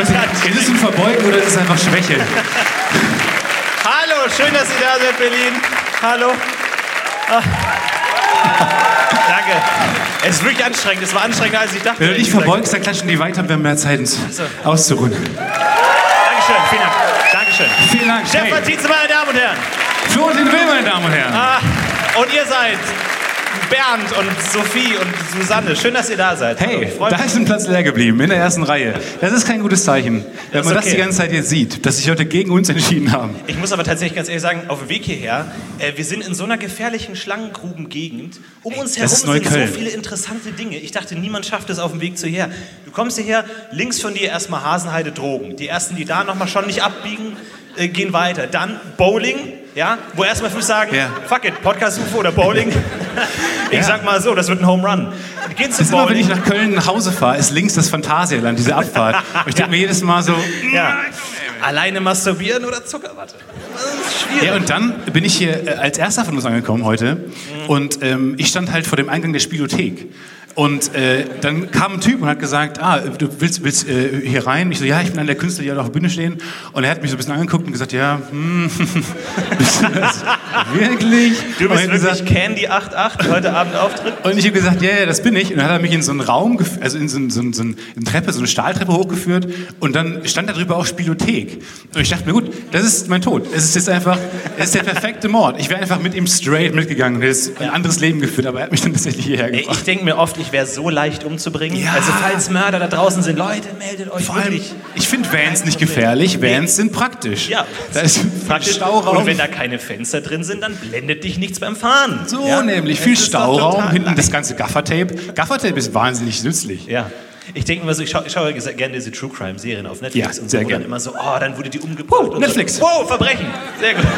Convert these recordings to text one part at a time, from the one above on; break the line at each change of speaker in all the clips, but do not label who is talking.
Ist es ein Verbeugen oder ist es einfach Schwäche?
Hallo, schön, dass Sie da sind, Berlin. Hallo. Ah. Danke. Es ist wirklich anstrengend. Es war anstrengender, als ich dachte.
Wenn du dich
ehrlich gesagt.
verbeugst, dann klatschen die weiter, wir haben mehr Zeit, uns auszuruhen.
Dankeschön, vielen Dank. Dankeschön.
Vielen Dank.
Stefan
Hey,
Tietze, meine Damen und Herren.
Florentin Will, meine Damen und Herren.
Ah, Und ihr seid Bernd und Sophie und Susanne. Schön, dass ihr da seid.
Hey,
Hallo, freut
da
mich.
ist ein Platz leer geblieben, in der ersten Reihe. Das ist kein gutes Zeichen, wenn man das
okay.
die ganze Zeit jetzt sieht, dass sich Leute gegen uns entschieden haben.
Ich muss aber tatsächlich ganz ehrlich sagen, auf dem Weg hierher, äh, wir sind in so einer gefährlichen Schlangengruben-Gegend. Um uns herum
ist
sind
Neukölln.
so viele interessante Dinge. Ich dachte, niemand schafft es auf dem Weg zu hierher. Du kommst hierher, links von dir erstmal Hasenheide Drogen. Die ersten, die da nochmal schon nicht abbiegen, äh, gehen weiter. Dann Bowling, ja, wo erstmal fünf sagen,
Ja.
fuck it, Podcast-UFO oder Bowling. ich
Ja.
sag mal so, das wird ein Home Run. Geht zum
Immer wenn ich
Bowling.
nach Köln nach Hause fahre, ist links das Phantasialand, diese Abfahrt. Und ich denke mir jedes Mal so,
Ja. Alleine masturbieren oder Zuckerwatte? Das ist schwierig.
Ja, und dann bin ich hier äh, als erster von uns angekommen heute.
Mhm.
Und ähm, ich stand halt vor dem Eingang der Spielothek. Und äh, dann kam ein Typ und hat gesagt, ah, du willst, willst äh, hier rein? Ich so, ja, ich bin einer der Künstler, die alle auf der Bühne stehen. Und er hat mich so ein bisschen angeguckt und gesagt, ja, hm, bist du das wirklich?
Du
und ich
bist
hab
wirklich
gesagt,
Candy88, heute Abend Auftritt.
und ich habe gesagt, ja, ja, das bin ich. Und dann hat er mich in so einen Raum, gef- also in so, ein- so, ein- so ein- eine Treppe, so eine Stahltreppe hochgeführt. Und dann stand da drüber auch Spielothek. Und ich dachte mir, gut, das ist mein Tod. Es ist jetzt einfach, es ist der perfekte Mord. Ich wäre einfach mit ihm straight mitgegangen und hätte jetzt ein anderes Leben geführt. Aber er hat mich dann tatsächlich hierher
Ey, Ich
gebracht.
denke mir oft, ich wäre so leicht umzubringen.
Ja.
Also falls Mörder da draußen sind, Leute, meldet euch
Vor allem,
wirklich.
ich finde Vans nicht gefährlich. Vans sind praktisch.
Ja,
Da ist praktisch
praktisch.
Stauraum.
Und wenn da keine Fenster drin sind, dann blendet dich nichts beim Fahren.
so
Ja?
nämlich,
Es
viel
ist doch
Stauraum,
total
hinten
leicht.
das ganze Gaffertape. Gaffertape ist wahnsinnig nützlich.
Ja. Ich denke mir so, ich schaue schau ja ges- gerne diese True Crime Serien auf Netflix
Ja,
und
sehr
so, wo dann
gerne.
immer so, oh, dann wurde die umgebracht. und
Netflix.
So. Wow, Verbrechen. Sehr gut.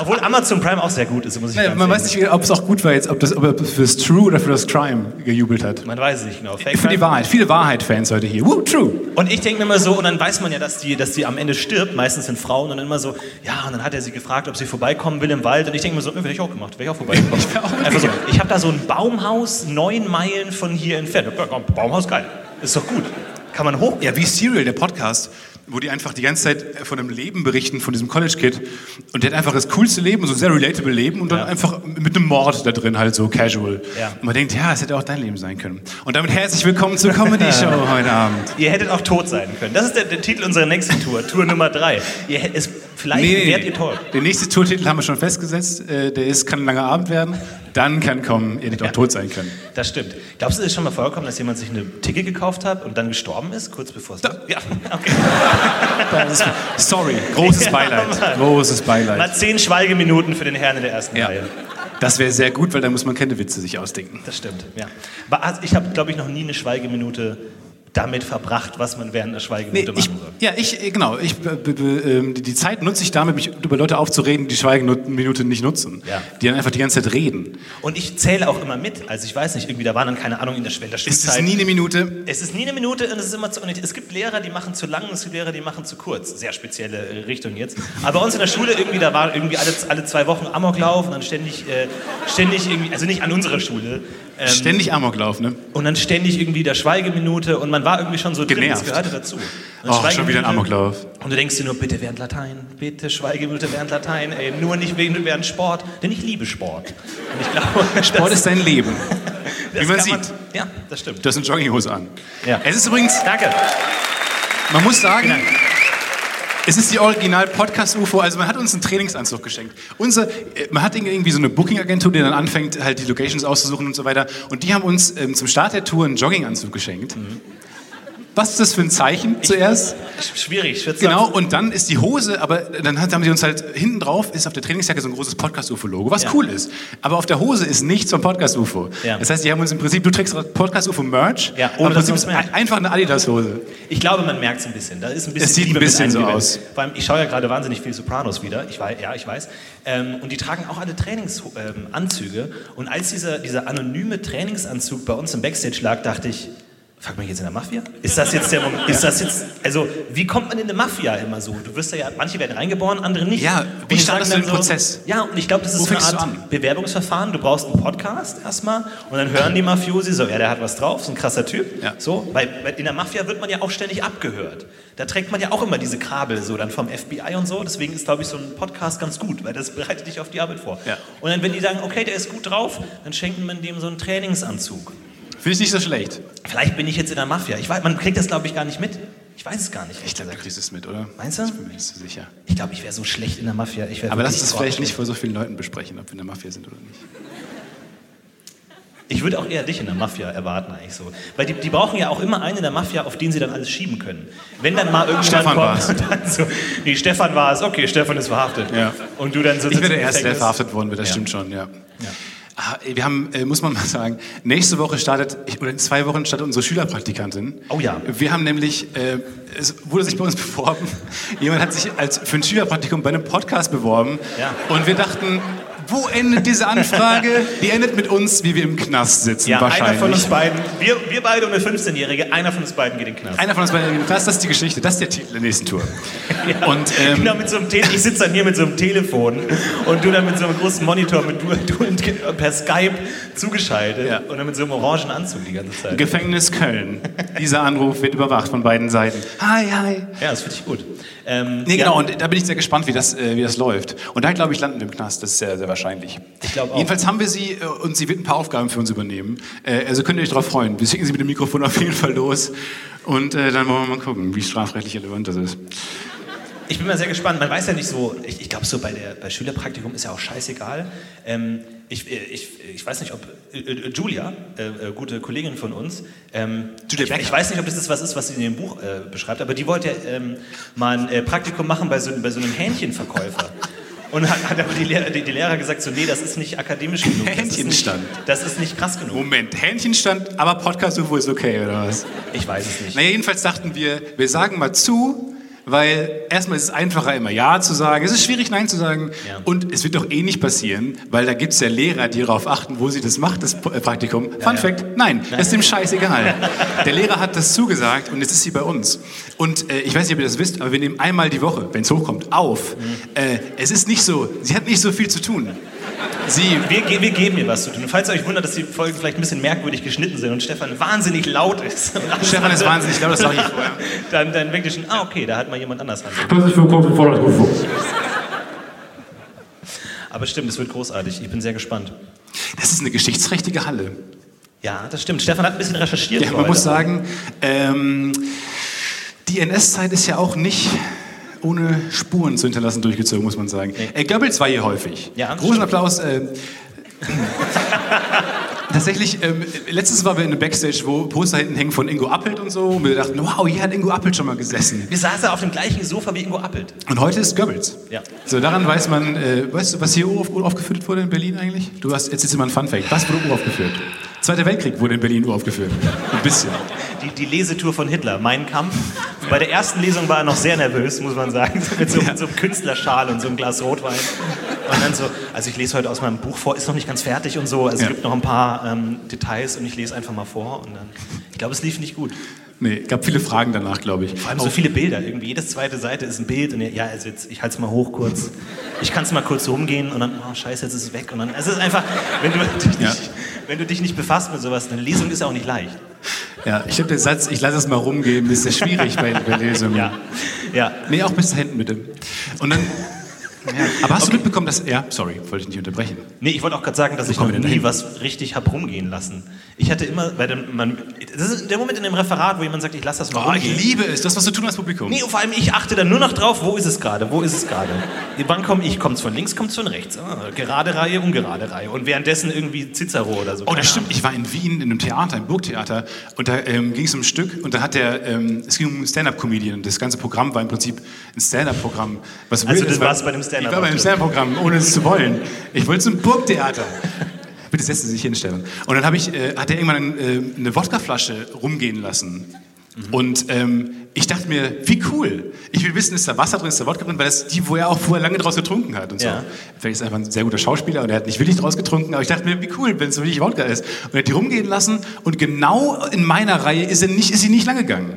Obwohl Amazon Prime auch sehr gut ist, muss ich
Ja,
ganz
man
ehrlich
weiß nicht, ob es auch gut war jetzt, ob das ob er fürs True oder für das Crime gejubelt hat.
Man weiß es nicht genau. Fake
Für die
Crime.
Wahrheit. Viele Wahrheit-Fans heute hier. Woo, true.
Und ich denke mir immer so, und dann weiß man ja, dass die, dass die am Ende stirbt, meistens sind Frauen, und dann immer so, ja, und dann hat er sie gefragt, ob sie vorbeikommen will im Wald, und ich denke mir so, wäre ich auch gemacht, wäre ich auch vorbeigekommen.
wär auch
Einfach so, ich habe da so ein Baumhaus neun Meilen von hier entfernt. Ja, komm, Baumhaus, geil, ist doch gut. Kann man hoch?
Ja, wie Serial, der Podcast, wo die einfach die ganze Zeit von dem Leben berichten, von diesem College-Kid. Und der hat einfach das coolste Leben, so ein sehr relatable Leben und dann einfach mit einem Mord da drin, halt so casual.
Ja.
Und man denkt, ja, es hätte auch dein Leben sein können. Und damit herzlich willkommen zur Comedy-Show heute Abend.
Ihr hättet auch tot sein können. Das ist der, der Titel unserer nächsten Tour, Tour Nummer drei. Ihr, hä- es, vielleicht wärt ihr tot.
Der nächste Tourtitel haben wir schon festgesetzt. Äh, Der ist, kann ein langer Abend werden. Dann kann kommen, ihr hättet auch tot sein können.
Das stimmt. Glaubst du, es ist schon mal vorgekommen, dass jemand sich eine Ticket gekauft hat und dann gestorben ist, kurz bevor es... Ja, okay.
Das ist- Sorry, großes
Ja, Mann.
Beileid. Großes Beileid.
Mal zehn Schweigeminuten für den Herrn in der ersten
Ja.
Reihe.
Das wäre sehr gut, weil da muss man keine Witze sich ausdenken.
Das stimmt, ja. Aber also ich habe, glaube ich, noch nie eine Schweigeminute damit verbracht, was man während einer Schweigeminute
ich,
machen soll.
ja, ich, äh, genau. Ich, äh, b- b- ähm, die, die Zeit nutze ich damit, mich über Leute aufzuregen, die Schweigeminute nicht nutzen.
Ja.
Die dann einfach die ganze Zeit reden.
Und ich zähle auch immer mit. Also ich weiß nicht, irgendwie da waren dann keine Ahnung in der Schwelle.
Ist es nie eine Minute?
Es ist nie eine Minute und es ist immer zu. Und es gibt Lehrer, die machen zu lang und es gibt Lehrer, die machen zu kurz. Sehr spezielle äh, Richtung jetzt. Aber bei uns in der Schule irgendwie, da war irgendwie alle, alle zwei Wochen Amoklauf und dann ständig, äh, ständig irgendwie, also nicht an unserer Schule. Ähm,
Ständig Amoklauf, ne?
Und dann ständig irgendwie der Schweigeminute und man war irgendwie schon so drin,
Genervt.
das gehörte dazu. Und dann
Oh, schon wieder ein
Schweigeminute.
Amoklauf.
Und du denkst dir nur, bitte während Latein, bitte Schweigeminute während Latein, ey, nur nicht wegen- während Sport, denn ich liebe Sport. Und ich glaube,
Sport ist dein Leben. Wie man sieht.
ja, das stimmt.
Du hast eine Jogginghose an.
Ja.
Es ist übrigens,
Danke.
man muss sagen,
Vielen Dank.
es ist die Original-Podcast-UFO. Also man hat uns einen Trainingsanzug geschenkt. Unser, äh, man hat irgendwie so eine Booking-Agentur, die dann anfängt, halt die Locations auszusuchen und so weiter. Und die haben uns ähm, zum Start der Tour einen Jogginganzug geschenkt.
Mhm.
Was ist das für ein Zeichen zuerst?
Sch- Schwierig, ich würde
Genau,
sagen.
und dann ist die Hose, aber dann hat- haben sie uns halt hinten drauf, ist auf der Trainingsjacke so ein großes Podcast-UFO-Logo, was
Ja.
cool ist. Aber auf der Hose ist nichts vom Podcast-UFO.
Ja.
Das heißt, die haben uns im Prinzip, du trägst Podcast-UFO-Merch,
Ja,
aber
ohne
im
dass
Prinzip
man's
ist
merkt.
ein- einfach eine Adidas-Hose.
Ich glaube, man merkt es ein bisschen. Da ist ein bisschen
Es sieht ein
Liebe mit
bisschen so
eingewebt.
aus.
Vor allem, ich schaue ja gerade wahnsinnig viel Sopranos wieder. Ich weiß, ja, ich weiß. Ähm, und die tragen auch alle Trainingsanzüge. Ähm, Anzüge. und als dieser, dieser anonyme Trainingsanzug bei uns im Backstage lag, dachte ich, Fuck man jetzt in der Mafia? Ist das jetzt der Moment? Ist das jetzt, also, wie kommt man in eine Mafia immer so? Du wirst da ja, manche werden reingeboren, andere nicht.
Ja, wie
Und die
startest
sagen
du
dann
den Prozess?
Ja, und ich glaube, das
Wo
ist so eine
fängst du
Art
an?
Bewerbungsverfahren. Du brauchst einen Podcast erstmal und dann hören die Mafiosi so, ja, der hat was drauf, ist ein krasser Typ.
Ja.
So, weil weil in der Mafia wird man ja auch ständig abgehört. Da trägt man ja auch immer diese Kabel so dann vom FBI und so. Deswegen ist, glaube ich, so ein Podcast ganz gut, weil das bereitet dich auf die Arbeit vor.
Ja.
Und dann, wenn die sagen, okay, der ist gut drauf, dann schenkt man dem so einen Trainingsanzug.
Finde ich nicht so schlecht.
Vielleicht bin ich jetzt in der Mafia. Ich weiß, man kriegt das, glaube ich, gar nicht mit. Ich weiß es gar nicht.
Ich glaube, du kriegst es mit, oder?
Meinst du?
Ich bin mir nicht so sicher.
Ich glaube, ich wäre so schlecht in der Mafia. Ich wär
Aber lass
wirklich
es vielleicht
grottig.
nicht vor so vielen Leuten besprechen, ob wir in der Mafia sind oder nicht.
Ich würde auch eher dich in der Mafia erwarten, eigentlich so. Weil die, die brauchen ja auch immer einen in der Mafia, auf den sie dann alles schieben können. Wenn dann mal irgendjemand
Stefan
kommt
war's.
und dann so, nee, Stefan war es, okay, Stefan ist verhaftet.
Ja.
Und du dann so
Ich
sitzt
bin der
im
Erste, der
Gefängnis.
verhaftet worden wird, das
Ja.
stimmt schon, ja. Ah, Wir haben, äh, muss man mal sagen, nächste Woche startet, ich- oder in zwei Wochen startet unsere Schülerpraktikantin.
Oh ja.
Wir haben nämlich, äh, es wurde sich bei uns beworben, jemand hat sich als, für ein Schülerpraktikum bei einem Podcast beworben.
Ja.
Und wir dachten, wo endet diese Anfrage? Die endet mit uns, wie wir im Knast sitzen,
Ja,
wahrscheinlich.
einer von uns beiden, wir, wir beide und eine 15-Jährige, einer von uns beiden geht in den Knast.
Einer von uns beiden im Knast, das ist die Geschichte, das ist der Titel der nächsten Tour. Und ähm,
Genau, mit so einem Tele ich sitze dann hier mit so einem Telefon und du dann mit so einem großen Monitor mit du, du und, äh, per Skype zugeschaltet
Ja.
und dann mit so einem orangen Anzug die ganze Zeit.
Gefängnis Köln. Dieser Anruf wird überwacht von beiden Seiten. Hi, hi.
Ja, das finde ich gut. Ähm,
Nee,
ja,
genau, und da bin ich sehr gespannt, wie das, äh, wie das läuft. Und da, glaube ich, landen wir im Knast, das ist sehr, sehr wahrscheinlich.
Ich glaube auch.
Jedenfalls haben wir sie äh, und sie wird ein paar Aufgaben für uns übernehmen. Äh, also könnt ihr euch darauf freuen. Wir schicken sie mit dem Mikrofon auf jeden Fall los. Und äh, dann wollen wir mal gucken, wie strafrechtlich relevant das ist.
Ich bin mal sehr gespannt. Man weiß ja nicht so, ich, ich glaube, so bei, der, bei Schülerpraktikum ist ja auch scheißegal. Ähm, ich, äh, ich, ich weiß nicht, ob äh, äh, Julia, äh, äh, gute Kollegin von uns, ähm,
Julia
ich,
Becker.
ich weiß nicht, ob das ist, was ist, was sie in dem Buch äh, beschreibt, aber die wollte ähm, mal ein äh, Praktikum machen bei so, bei so einem Hähnchenverkäufer. Und hat, hat aber die, Lehr die, die Lehrer gesagt, so, nee, das ist nicht akademisch genug. Das ist nicht,
Hähnchenstand.
das ist nicht krass genug.
Moment, Hähnchenstand, aber Podcast-UFO ist okay, oder was?
Ich weiß es nicht.
Naja, jedenfalls dachten wir, wir sagen mal zu, weil erstmal ist es einfacher, immer Ja zu sagen. Es ist schwierig, Nein zu sagen.
Ja.
Und es wird doch eh nicht passieren, weil da gibt es ja Lehrer, die darauf achten, wo sie das macht, das P- äh, Praktikum. Fun Fact, nein, das ist dem Scheiß egal. Der Lehrer hat das zugesagt und jetzt ist sie bei uns. Und äh, ich weiß nicht, ob ihr das wisst, aber wir nehmen einmal die Woche, wenn es hochkommt, auf. Äh, es ist nicht so, sie hat nicht so viel zu tun. Sie
Wir, ge- wir geben ihr was zu tun. Und falls ihr euch wundert, dass die Folgen vielleicht ein bisschen merkwürdig geschnitten sind und Stefan wahnsinnig laut ist.
Stefan ist wahnsinnig laut, das sag ich vorher.
Dann, dann denkt ihr schon, ah, okay, da hat mal jemand anders Hand.
Herzlich willkommen im Vorrat UFO.
Aber stimmt, es wird großartig. Ich bin sehr gespannt.
Das ist eine geschichtsrechtliche Halle.
Ja, das stimmt. Stefan hat ein bisschen recherchiert.
Ja,
für
man
heute.
muss sagen, ähm, die NS-Zeit ist ja auch nicht ohne Spuren zu hinterlassen durchgezogen, muss man sagen. Äh, Goebbels war hier häufig.
Ja,
Großen
stimmt.
Applaus. Äh, Tatsächlich, ähm, letztens waren wir in der Backstage, wo Poster hinten hängen von Ingo Appelt und so. Und wir dachten, wow, hier hat Ingo Appelt schon mal gesessen.
Wir saßen auf dem gleichen Sofa wie Ingo Appelt.
Und heute ist Goebbels.
Ja.
So, daran weiß man, äh, weißt du, was hier auf, aufgeführt wurde in Berlin eigentlich? Du hast jetzt jetzt immer ein Funfact. Was wurde uraufgeführt? Zweiter Weltkrieg wurde in Berlin uraufgeführt. Ein bisschen.
Die, die Lesetour von Hitler, Mein Kampf. Bei der ersten Lesung war er noch sehr nervös, muss man sagen. Mit so, mit so einem Künstlerschal und so einem Glas Rotwein. Und dann so, also ich lese heute aus meinem Buch vor, ist noch nicht ganz fertig und so. Also
Ja.
es gibt noch ein paar ähm, Details und ich lese einfach mal vor. Und dann, ich glaube, es lief nicht gut.
Nee, gab viele Fragen danach, glaube ich.
Vor allem so viele Bilder. Irgendwie jedes zweite Seite ist ein Bild. Und ja, also jetzt, ich halte es mal hoch kurz. Ich kann es mal kurz rumgehen und dann, oh scheiße, jetzt ist es weg. Und dann, es ist einfach, wenn du, dich
Ja.
nicht, wenn du dich nicht befasst mit sowas, eine Lesung ist ja auch nicht leicht.
Ja, ich glaube, der Satz, ich lasse es mal rumgehen, ist sehr schwierig bei, bei Lesungen.
Ja, ja.
Nee, auch bis hinten bitte. Und dann. Ja. Aber hast du mitbekommen, dass. Ja, sorry, wollte ich nicht unterbrechen.
Nee, ich wollte auch gerade sagen, dass ich noch
kommen wir denn
nie
hin?
was richtig hab rumgehen lassen. Ich hatte immer, weil dann man, das ist der Moment in dem Referat, wo jemand sagt, ich lass das mal
Oh, ich
rumgehen.
liebe es, das, was du tun als Publikum.
Nee, und vor allem ich achte dann nur noch drauf, wo ist es gerade, wo ist es gerade. Wann komme ich? Kommt's von links, kommt's von rechts. Ah, gerade Reihe, ungerade Reihe. Und währenddessen irgendwie Cicero oder so.
Oh, das stimmt. Ich war in Wien in einem Theater, im Burgtheater, und da ähm, ging es um ein Stück und da hat der, ähm, es ging um einen Stand-Up-Comedian. Das ganze Programm war im Prinzip ein Stand-Up-Programm. was
Also
weird
du
ist, weil-
warst bei dem Stand-Up
Ich war bei einem
auch
Stand-Up-Programm, ohne es zu wollen. Ich wollte zum Burgtheater. Bitte setzen Sie sich hin, Stefan. Und dann hab ich, äh, hat er irgendwann äh, eine Wodkaflasche rumgehen lassen. Und ähm, ich dachte mir, wie cool. Ich will wissen, ist da Wasser drin, ist da Wodka drin, weil das die, wo er auch vorher lange draus getrunken hat und so.
Ja.
Vielleicht ist er einfach ein sehr guter Schauspieler und er hat nicht wirklich draus getrunken, aber ich dachte mir, wie cool, wenn es so wirklich Wodka ist. Und er hat die rumgehen lassen und genau in meiner Reihe ist, er nicht, ist sie nicht lang gegangen.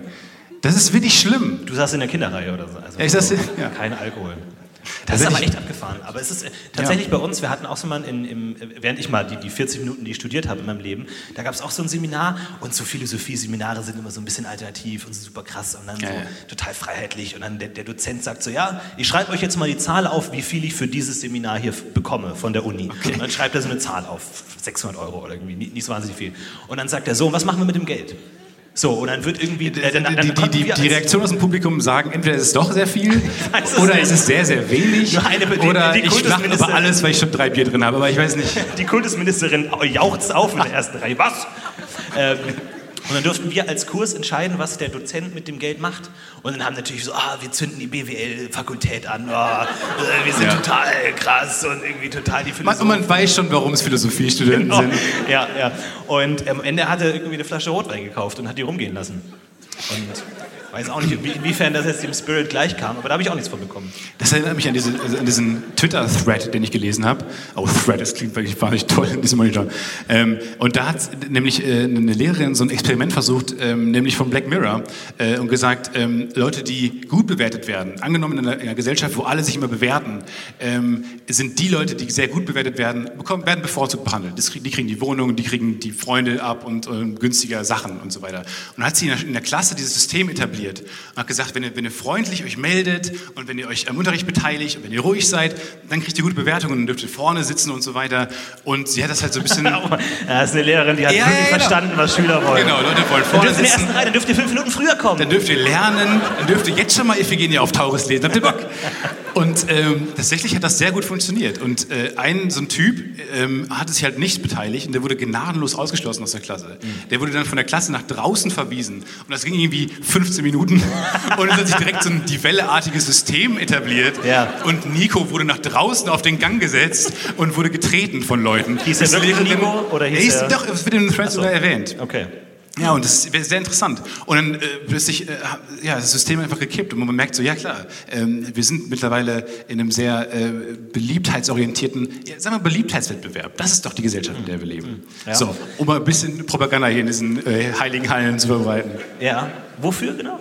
Das ist wirklich schlimm.
Du saßt in der Kinderreihe oder so. Also
Ja, ich saß-
so,
ja.
Kein Alkohol. Das ist
Tatsächlich-
aber echt abgefahren. Aber es ist äh, tatsächlich bei uns, wir hatten auch so mal, in, im, äh, während ich mal die, die 40 Minuten, die ich studiert habe in meinem Leben, da gab es auch so ein Seminar und so Philosophie-Seminare sind immer so ein bisschen alternativ und so super krass und dann so
Ja, ja.
total freiheitlich. Und dann der, der Dozent sagt so, ja, ich schreibe euch jetzt mal die Zahl auf, wie viel ich für dieses Seminar hier f- bekomme von der Uni. Und dann schreibt er so eine Zahl auf, 600 Euro oder irgendwie, nicht, nicht so wahnsinnig viel. Und dann sagt er so, und was machen wir mit dem Geld? So, und dann wird irgendwie... äh, dann- dann-
die, die,
dann
die,
wir
die
als-
Reaktion aus dem Publikum sagen, entweder ist es doch sehr viel
weiß es
oder
nicht.
ist es ist sehr, sehr wenig
Nur eine- die-
oder
die
ich lache über
Kultusministerin-
alles, weil ich schon drei Bier drin habe, aber ich weiß nicht.
Die Kultusministerin jauchzt auf in der ersten Reihe. Was? Ähm, und dann durften wir als Kurs entscheiden, was der Dozent mit dem Geld macht. Und dann haben natürlich so, ah, wir zünden die BWL-Fakultät an. ah, äh, wir sind
Ja.
total krass und irgendwie total die
Man, und
Philosophen.
man weiß schon, warum es Philosophiestudenten
Oh,
sind.
ja, ja. Und ähm, am Ende hat er irgendwie eine Flasche Rotwein gekauft und hat die rumgehen lassen. Und weiß auch nicht, inwie- inwiefern das jetzt dem Spirit gleich kam, aber da habe ich auch nichts von bekommen.
Das erinnert mich an, diese, also an diesen Twitter-Thread, den ich gelesen habe. Oh, Thread, das klingt wirklich wahnsinnig toll in diesem Monitor. Ähm, und da hat nämlich äh, eine Lehrerin so ein Experiment versucht, ähm, nämlich von Black Mirror, äh, und gesagt, ähm, Leute, die gut bewertet werden, angenommen in einer, in einer Gesellschaft, wo alle sich immer bewerten, ähm, sind die Leute, die sehr gut bewertet werden, bekommen, werden bevorzugt behandelt. Das, krieg- die kriegen die Wohnung, die kriegen die Freunde ab und ähm, günstiger Sachen und so weiter. Und dann hat sie in der, in der Klasse dieses System etabliert und hat gesagt, wenn ihr, wenn ihr freundlich euch meldet und wenn ihr euch am Unterricht beteiligt und wenn ihr ruhig seid, dann kriegt ihr gute Bewertungen und dürft ihr vorne sitzen und so weiter. Und sie hat das halt so ein bisschen... genau,
Das ist eine Lehrerin, die hat
Ja,
wirklich
ja, genau.
verstanden, was Schüler wollen.
Leute wollen
Dann
vorne
dürft ihr in der
sitzen.
ersten Reihe, dann dürft ihr fünf Minuten früher kommen.
Dann dürft ihr lernen, dann dürft ihr jetzt schon mal Iphigenie auf Tauris lesen. Habt ihr Bock? Und ähm, tatsächlich hat das sehr gut funktioniert. Und äh, ein, so ein Typ ähm, hat sich halt nicht beteiligt und der wurde gnadenlos ausgeschlossen aus der Klasse.
Mhm.
Der wurde dann von der Klasse nach draußen verwiesen. Und das ging irgendwie 15 Minuten. Und es hat sich direkt so ein die Welleartiges System etabliert.
Ja.
Und Nico wurde nach draußen auf den Gang gesetzt und wurde getreten von Leuten.
Hieß er
Das
wirklich
Lehrerin-
Nico oder hieß
er hieß,
er-
Doch, es wird in den Threads sogar erwähnt.
Okay.
Ja, und das wäre sehr interessant. Und dann äh, plötzlich, äh, ja, das System einfach gekippt und man merkt so, ja klar, ähm, wir sind mittlerweile in einem sehr äh, beliebtheitsorientierten, ja, sagen wir Beliebtheitswettbewerb. Das ist doch die Gesellschaft, in der wir leben.
Ja.
So, um mal ein bisschen Propaganda hier in diesen äh, heiligen Hallen zu verbreiten.
Ja. Wofür genau?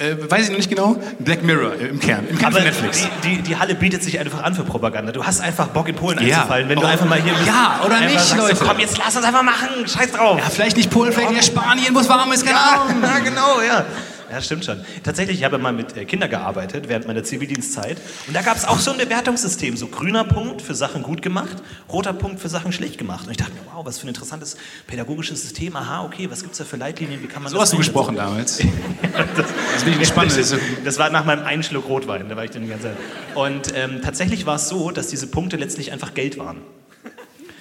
Äh, weiß ich noch nicht genau, Black Mirror äh, im Kern, im Kern
Aber
von Netflix.
Die, die, die Halle bietet sich einfach an für Propaganda. Du hast einfach Bock, in Polen
Ja.
einzufallen, wenn du
Oh.
einfach mal hier bist.
Ja, oder
einfach
nicht,
sagst,
Leute?
So, komm, jetzt lass uns einfach machen. Scheiß drauf.
Ja, vielleicht nicht Polen, vielleicht eher Spanien, wo es warm ist, keine Ahnung.
Ja, genau, ja. Ja, stimmt schon. Tatsächlich, ich habe mal mit äh, Kindern gearbeitet während meiner Zivildienstzeit. Und da gab es auch so ein Bewertungssystem. So grüner Punkt für Sachen gut gemacht, roter Punkt für Sachen schlecht gemacht. Und ich dachte mir, wow, was für ein interessantes pädagogisches System. Aha, okay, was gibt es da für Leitlinien? Wie kann man
So hast du
einsetzen?
gesprochen damals. Das bin ich gespannt. Das ist-
Das war nach meinem einen Schluck Rotwein, da war ich dann die ganze Zeit. Und ähm, tatsächlich war es so, dass diese Punkte letztlich einfach Geld waren.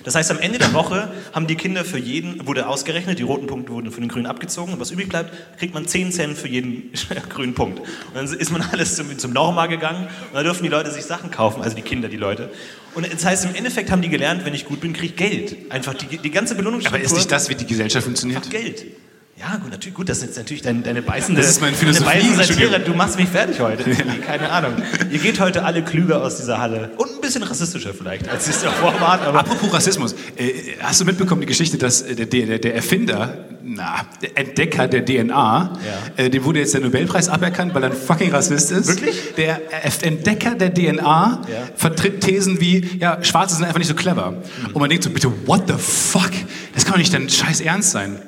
Das heißt, am Ende der Woche haben die Kinder für jeden, wurde ausgerechnet, die roten Punkte wurden von den grünen abgezogen und was übrig bleibt, kriegt man 10 Cent für jeden grünen Punkt. Und dann ist man alles zum, zum Norma gegangen und da dürfen die Leute sich Sachen kaufen, also die Kinder, die Leute. Und das heißt, im Endeffekt haben die gelernt, wenn ich gut bin, kriege ich Geld. Einfach die, die ganze Belohnungsstruktur.
Aber ist nicht das, wie die Gesellschaft funktioniert?
Geld. Ja, gut, natürlich, gut, das ist jetzt natürlich deine, deine beißende,
Das ist mein
deine beißende
Philosophie-Studium.
Satire. Du machst mich fertig heute. Keine Ahnung. Ihr geht heute alle klüger aus dieser Halle. Und ein bisschen rassistischer vielleicht, als es davor war. Aber
Apropos Rassismus, äh, hast du mitbekommen die Geschichte, dass äh, der, der, der Erfinder, na, der Entdecker der DNA,
Ja.
äh, dem wurde jetzt der Nobelpreis aberkannt, weil er ein fucking Rassist ist.
Wirklich?
Der Erf- Entdecker der DNA
Ja.
vertritt Thesen wie, ja, Schwarze sind einfach nicht so clever.
Mhm.
Und man denkt so, bitte, what the fuck? Das kann doch nicht dein scheiß Ernst sein.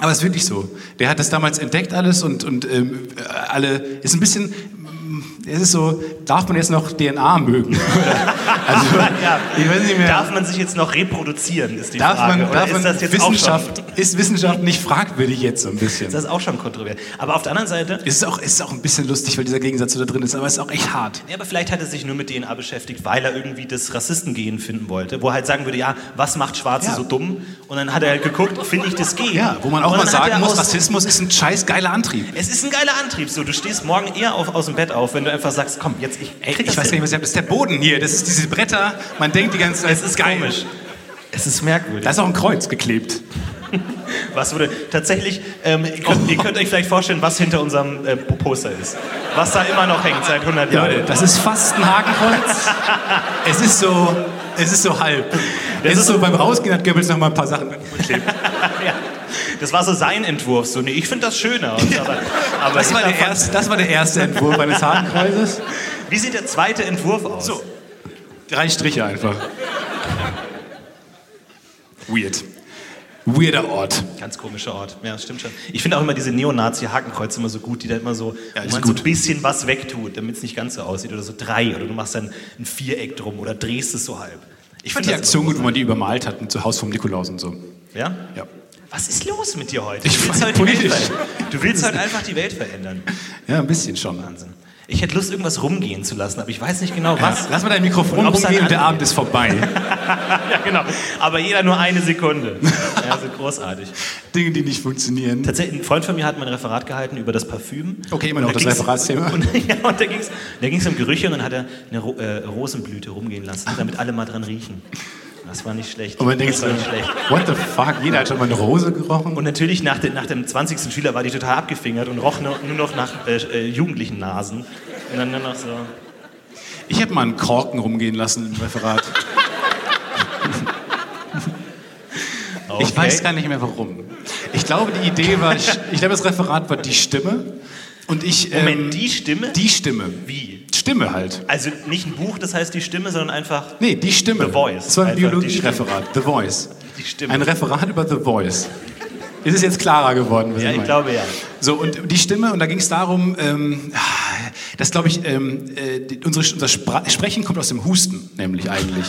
Aber es ist wirklich so. Der hat das damals entdeckt alles und, und ähm, äh, alle, ist ein bisschen, mm, es ist so, darf man jetzt noch DNA mögen? also,
Ja.
ich weiß nicht mehr.
darf man sich jetzt noch reproduzieren, ist die
Darf
Frage.
man, darf
Oder
man
ist das jetzt auch schon,
Wissenschaft, ist Wissenschaft nicht fragwürdig jetzt so ein bisschen?
ist das auch schon kontrovers? Aber auf der anderen Seite,
Es ist auch, es ist auch ein bisschen lustig, weil dieser Gegensatz so da drin ist, aber es ist auch echt hart.
Ja, aber vielleicht hat er sich nur mit DNA beschäftigt, weil er irgendwie das Rassistengehen finden wollte, wo er halt sagen würde, ja, was macht Schwarze
Ja.
so dumm? Und dann hat er halt geguckt, finde ich das Gen?
Ja, wo man auch
Und
mal
dann hat er
sagen muss,
aus-
Rassismus ist ein scheiß geiler Antrieb.
Es ist ein geiler Antrieb. So, du stehst morgen eher auf, aus dem Bett auf, wenn du einfach sagst, komm, jetzt ich.
Ey,
krieg
ich
das
weiß gar
hin.
nicht, was ich hab. das ist der Boden hier, das ist diese Bretter, man denkt die ganze Zeit,
Es ist komisch. Es ist merkwürdig.
Da ist auch ein Kreuz geklebt.
Was wurde tatsächlich, ähm, ihr, könnt, ihr könnt euch vielleicht vorstellen, was hinter unserem äh, Poster ist. Was da immer noch hängt seit 100 Jahren.
Leute, das ist fast ein Hakenkreuz. es ist so, es ist so halb. es ist,
ist
so, beim Rausgehen hat Goebbels noch mal ein paar Sachen geklebt.
ja. Das war so sein Entwurf. So, nee, ich finde das schöner. Und, aber, aber
Das war,
Hitler
der erste, das war der erste Entwurf eines Hakenkreuzes.
fand- Wie sieht der zweite Entwurf aus?
So. Drei Striche einfach. Weird. Weirder Ort.
Ganz komischer Ort. Ja, das stimmt schon. Ich finde auch immer diese Neonazi-Hakenkreuze immer so gut, die da immer so,
Ja,
wo
ist
man so
gut.
ein bisschen was wegtut, damit es nicht ganz so aussieht. Oder so drei. Oder du machst dann ein Viereck drum oder drehst es so halb.
Ich fand die
das
Aktion gut, wo man die übermalt hat, mit so Haus vom Nikolaus und so.
immer- Ja?
Ja.
Was ist los mit dir heute?
Ich weiß,
heute die Welt
politisch.
verändern. du willst heute einfach die Welt verändern.
Ja, ein bisschen schon.
Wahnsinn. Ich hätte Lust, irgendwas rumgehen zu lassen, aber ich weiß nicht genau,
Was?
was.
Lass mal dein Mikrofon
Ob's dann
rumgehen und der
angeht.
Abend ist vorbei.
Ja, genau. Aber jeder nur eine Sekunde. Ja, so großartig.
Dinge, die nicht funktionieren.
Tatsächlich, ein Freund von mir hat mein Referat gehalten über das Parfüm.
Okay, immer noch
Und da
das
ging's-
Referatsthema.
Und, ja, und da ging es da ging's um Gerüche und dann hat er eine Ro äh, Rosenblüte rumgehen lassen, damit alle mal dran riechen. Das war nicht schlecht.
Und man denkt
das
so,
war nicht schlecht.
what the fuck, jeder hat schon mal eine Rose gerochen.
Und natürlich nach, den, nach dem 20. Schüler war die total abgefingert und roch nur, nur noch nach äh, äh, jugendlichen Nasen. Und dann nur noch so.
Ich habe mal einen Korken rumgehen lassen im Referat. Ich weiß gar nicht mehr warum. Ich glaube, die Idee war, ich glaube, das Referat war die Stimme. Und ich. ähm,
Moment, die Stimme?
Die Stimme.
Wie?
Stimme halt.
Also nicht ein Buch, das heißt die Stimme, sondern einfach
Nee, die Stimme.
The Voice.
Das war ein
Einfach die
Biologiereferat. The Voice.
die Stimme.
Ein Referat über The Voice. Ist es jetzt klarer geworden? was
ja, ich
meine?
glaube ja.
So, und die Stimme, und da ging es darum, ähm, dass, glaube ich, ähm, äh, die- unsere, unser Spra Sprechen kommt aus dem Husten, nämlich eigentlich.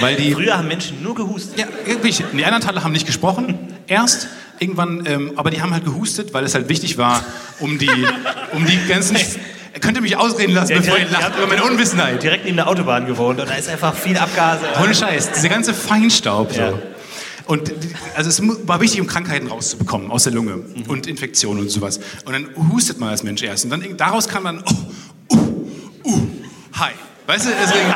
Weil die,
Früher haben Menschen nur gehustet.
ja, wirklich, die Neandertaler haben nicht gesprochen, erst, irgendwann, ähm, aber die haben halt gehustet, weil es halt wichtig war, um die, um die ganzen... Könnt ihr mich ausreden lassen,
Ja,
bevor ihr
direkt,
lacht
ja.
über meine Unwissenheit?
direkt neben der Autobahn gewohnt und da ist einfach viel Abgase.
Ohne Scheiß, dieser ganze Feinstaub so.
Ja.
Und die- also es mu- war wichtig, um Krankheiten rauszubekommen aus der Lunge
Mhm.
und Infektionen und sowas. Und dann hustet man als Mensch erst. Und dann irgend- daraus kam dann, oh, uh, uh, hi. Weißt du, deswegen.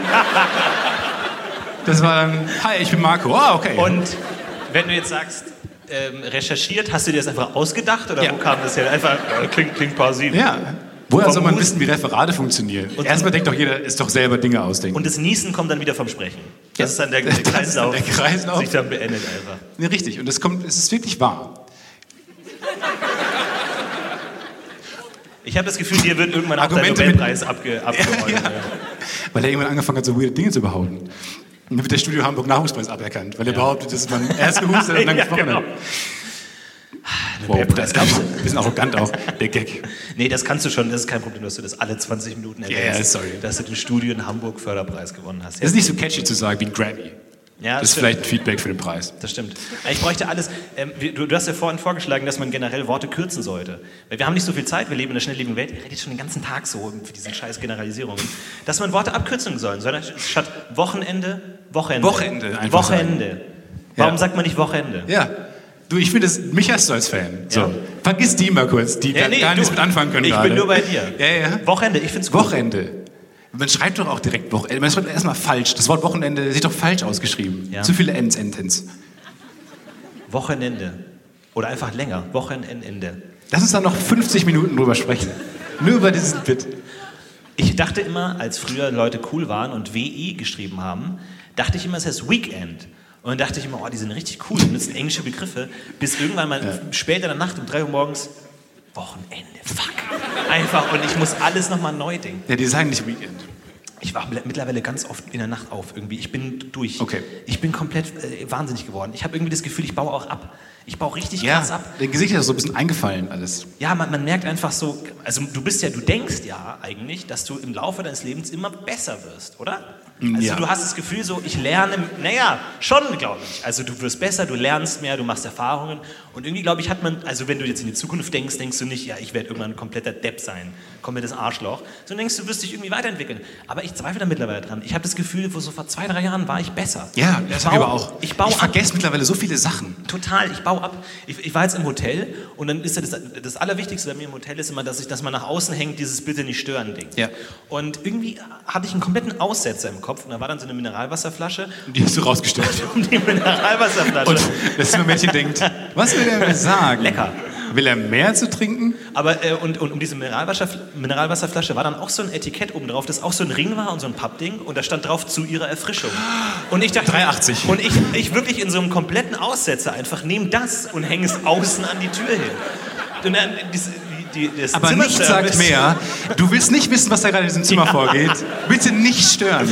Das war dann, hi, ich bin Marco. Ah, okay.
Und wenn du jetzt sagst, ähm, recherchiert, hast du dir das einfach ausgedacht oder
Ja.
wo kam das her? Einfach äh, klingt, klingt plausibel.
ja. Woher
Vom
soll man
Husten.
wissen, wie Referate funktionieren?
Und-
Erstmal denkt doch jeder, ist doch selber Dinge ausdenken.
Und das Niesen kommt dann wieder vom Sprechen. Das
Ja.
ist dann der, der
Das ist dann
Kreislauf,
der Kreislauf.
sich dann beendet einfach.
Nee, richtig. Und es kommt, es ist wirklich wahr.
Ich habe das Gefühl, dir wird irgendwann auch dein
Argumente mit-
Nobelpreis abge, abgeräumt.
ja. Weil er irgendwann angefangen hat, so weirde Dinge zu behaupten. Und dann wird der Studio Hamburg Nahrungspreis aberkannt, weil er behauptet, dass man erst gehustet hat und dann
Ja,
gesprochen
genau.
hat. Wow, das gab ein bisschen arrogant auch, der Gag.
Nee, das kannst du schon, das ist kein Problem, dass du das alle 20 Minuten erwähnst,
Ja, ja, sorry.
dass du den Studio in Hamburg Förderpreis gewonnen hast.
Es ist nicht so catchy zu sagen wie ein Grammy.
Ja,
Das ist
stimmt.
vielleicht ein Feedback für den Preis.
Das stimmt. Ich bräuchte alles. Ähm, wir- du, du hast ja vorhin vorgeschlagen, dass man generell Worte kürzen sollte. Weil wir haben nicht so viel Zeit, wir leben in einer schnelllebigen Welt. Ihr redet schon den ganzen Tag so für diesen scheiß Generalisierungen. Dass man Worte abkürzen soll. Sondern statt Wochenende, Wochenende.
Wochenende einfach
Wochenende. Warum sagt man nicht Wochenende?
Ja. Du, ich finde, das- mich hast du als Fan. So.
Ja.
Vergiss die mal kurz, die da
nee,
gar
du,
nichts mit anfangen können
Ich
gerade.
bin nur bei dir.
Ja, ja.
Wochenende, ich find's gut.
Wochenende. Man schreibt doch auch direkt Wochenende. Man schreibt erstmal falsch. Das Wort Wochenende sieht doch falsch ausgeschrieben.
Ja.
Zu viele Ends, Entens.
Wochenende. Oder einfach länger. Wochenende.
Lass uns da noch 50 Minuten drüber sprechen. Nur über diesen Bit.
Ich dachte immer, als früher Leute cool waren und WI geschrieben haben, dachte ich immer, es heißt Weekend. Und dann dachte ich immer, oh, die sind richtig cool, und das sind englische Begriffe. Bis irgendwann mal später in der Nacht um 3 Uhr morgens, Wochenende, fuck. Einfach, und ich muss alles nochmal neu denken.
Ja, die sagen nicht Weekend.
Ich war bl- mittlerweile ganz oft in der Nacht auf irgendwie. Ich bin durch.
Okay.
Ich bin komplett äh, wahnsinnig geworden. Ich habe irgendwie das Gefühl, ich baue auch ab. Ich baue richtig krass
Ja,
ab.
dein Gesicht ist so ein bisschen eingefallen alles.
Ja, man, man merkt einfach so, also du bist ja, du denkst ja eigentlich, dass du im Laufe deines Lebens immer besser wirst, oder? Also
Mm, ja.
du hast das Gefühl so, ich lerne, naja, schon, glaube ich. Also du wirst besser, du lernst mehr, du machst Erfahrungen und irgendwie, glaube ich, hat man, also wenn du jetzt in die Zukunft denkst, denkst du nicht, ja, ich werde irgendwann ein kompletter Depp sein, komplettes Arschloch, sondern denkst du, wirst dich irgendwie weiterentwickeln. Aber ich ich zweifle da mittlerweile dran. Ich habe das Gefühl, wo so vor zwei, drei Jahren war ich besser.
Ja, das habe ich
baue-
aber auch.
Ich baue ab.
vergesse mittlerweile so viele Sachen.
Total, ich baue ab. Ich, ich war jetzt im Hotel und dann ist ja das, das Allerwichtigste bei mir im Hotel ist immer, dass, ich, dass man nach außen hängt, dieses Bitte nicht stören Ding.
Ja.
Und irgendwie hatte ich einen kompletten Aussetzer im Kopf und da war dann so eine Mineralwasserflasche
Die hast du rausgestellt.
und die Mineralwasserflasche.
Und das junge Mädchen denkt, was will er mir sagen?
Lecker.
Will er mehr zu trinken?
Aber äh, und, und um diese Mineralwasser, Mineralwasserflasche war dann auch so ein Etikett oben drauf, das auch so ein Ring war und so ein Pappding und da stand drauf zu ihrer Erfrischung. Und ich dachte
3,80.
und ich, ich wirklich in so einem kompletten Aussetzer einfach nehme das und hänge es außen an die Tür hin. Und dann äh, dies, die, die, das
Aber nichts
Zimmerservice-
sagt mehr. Du willst nicht wissen, was da gerade in diesem Zimmer vorgeht. Bitte nicht stören.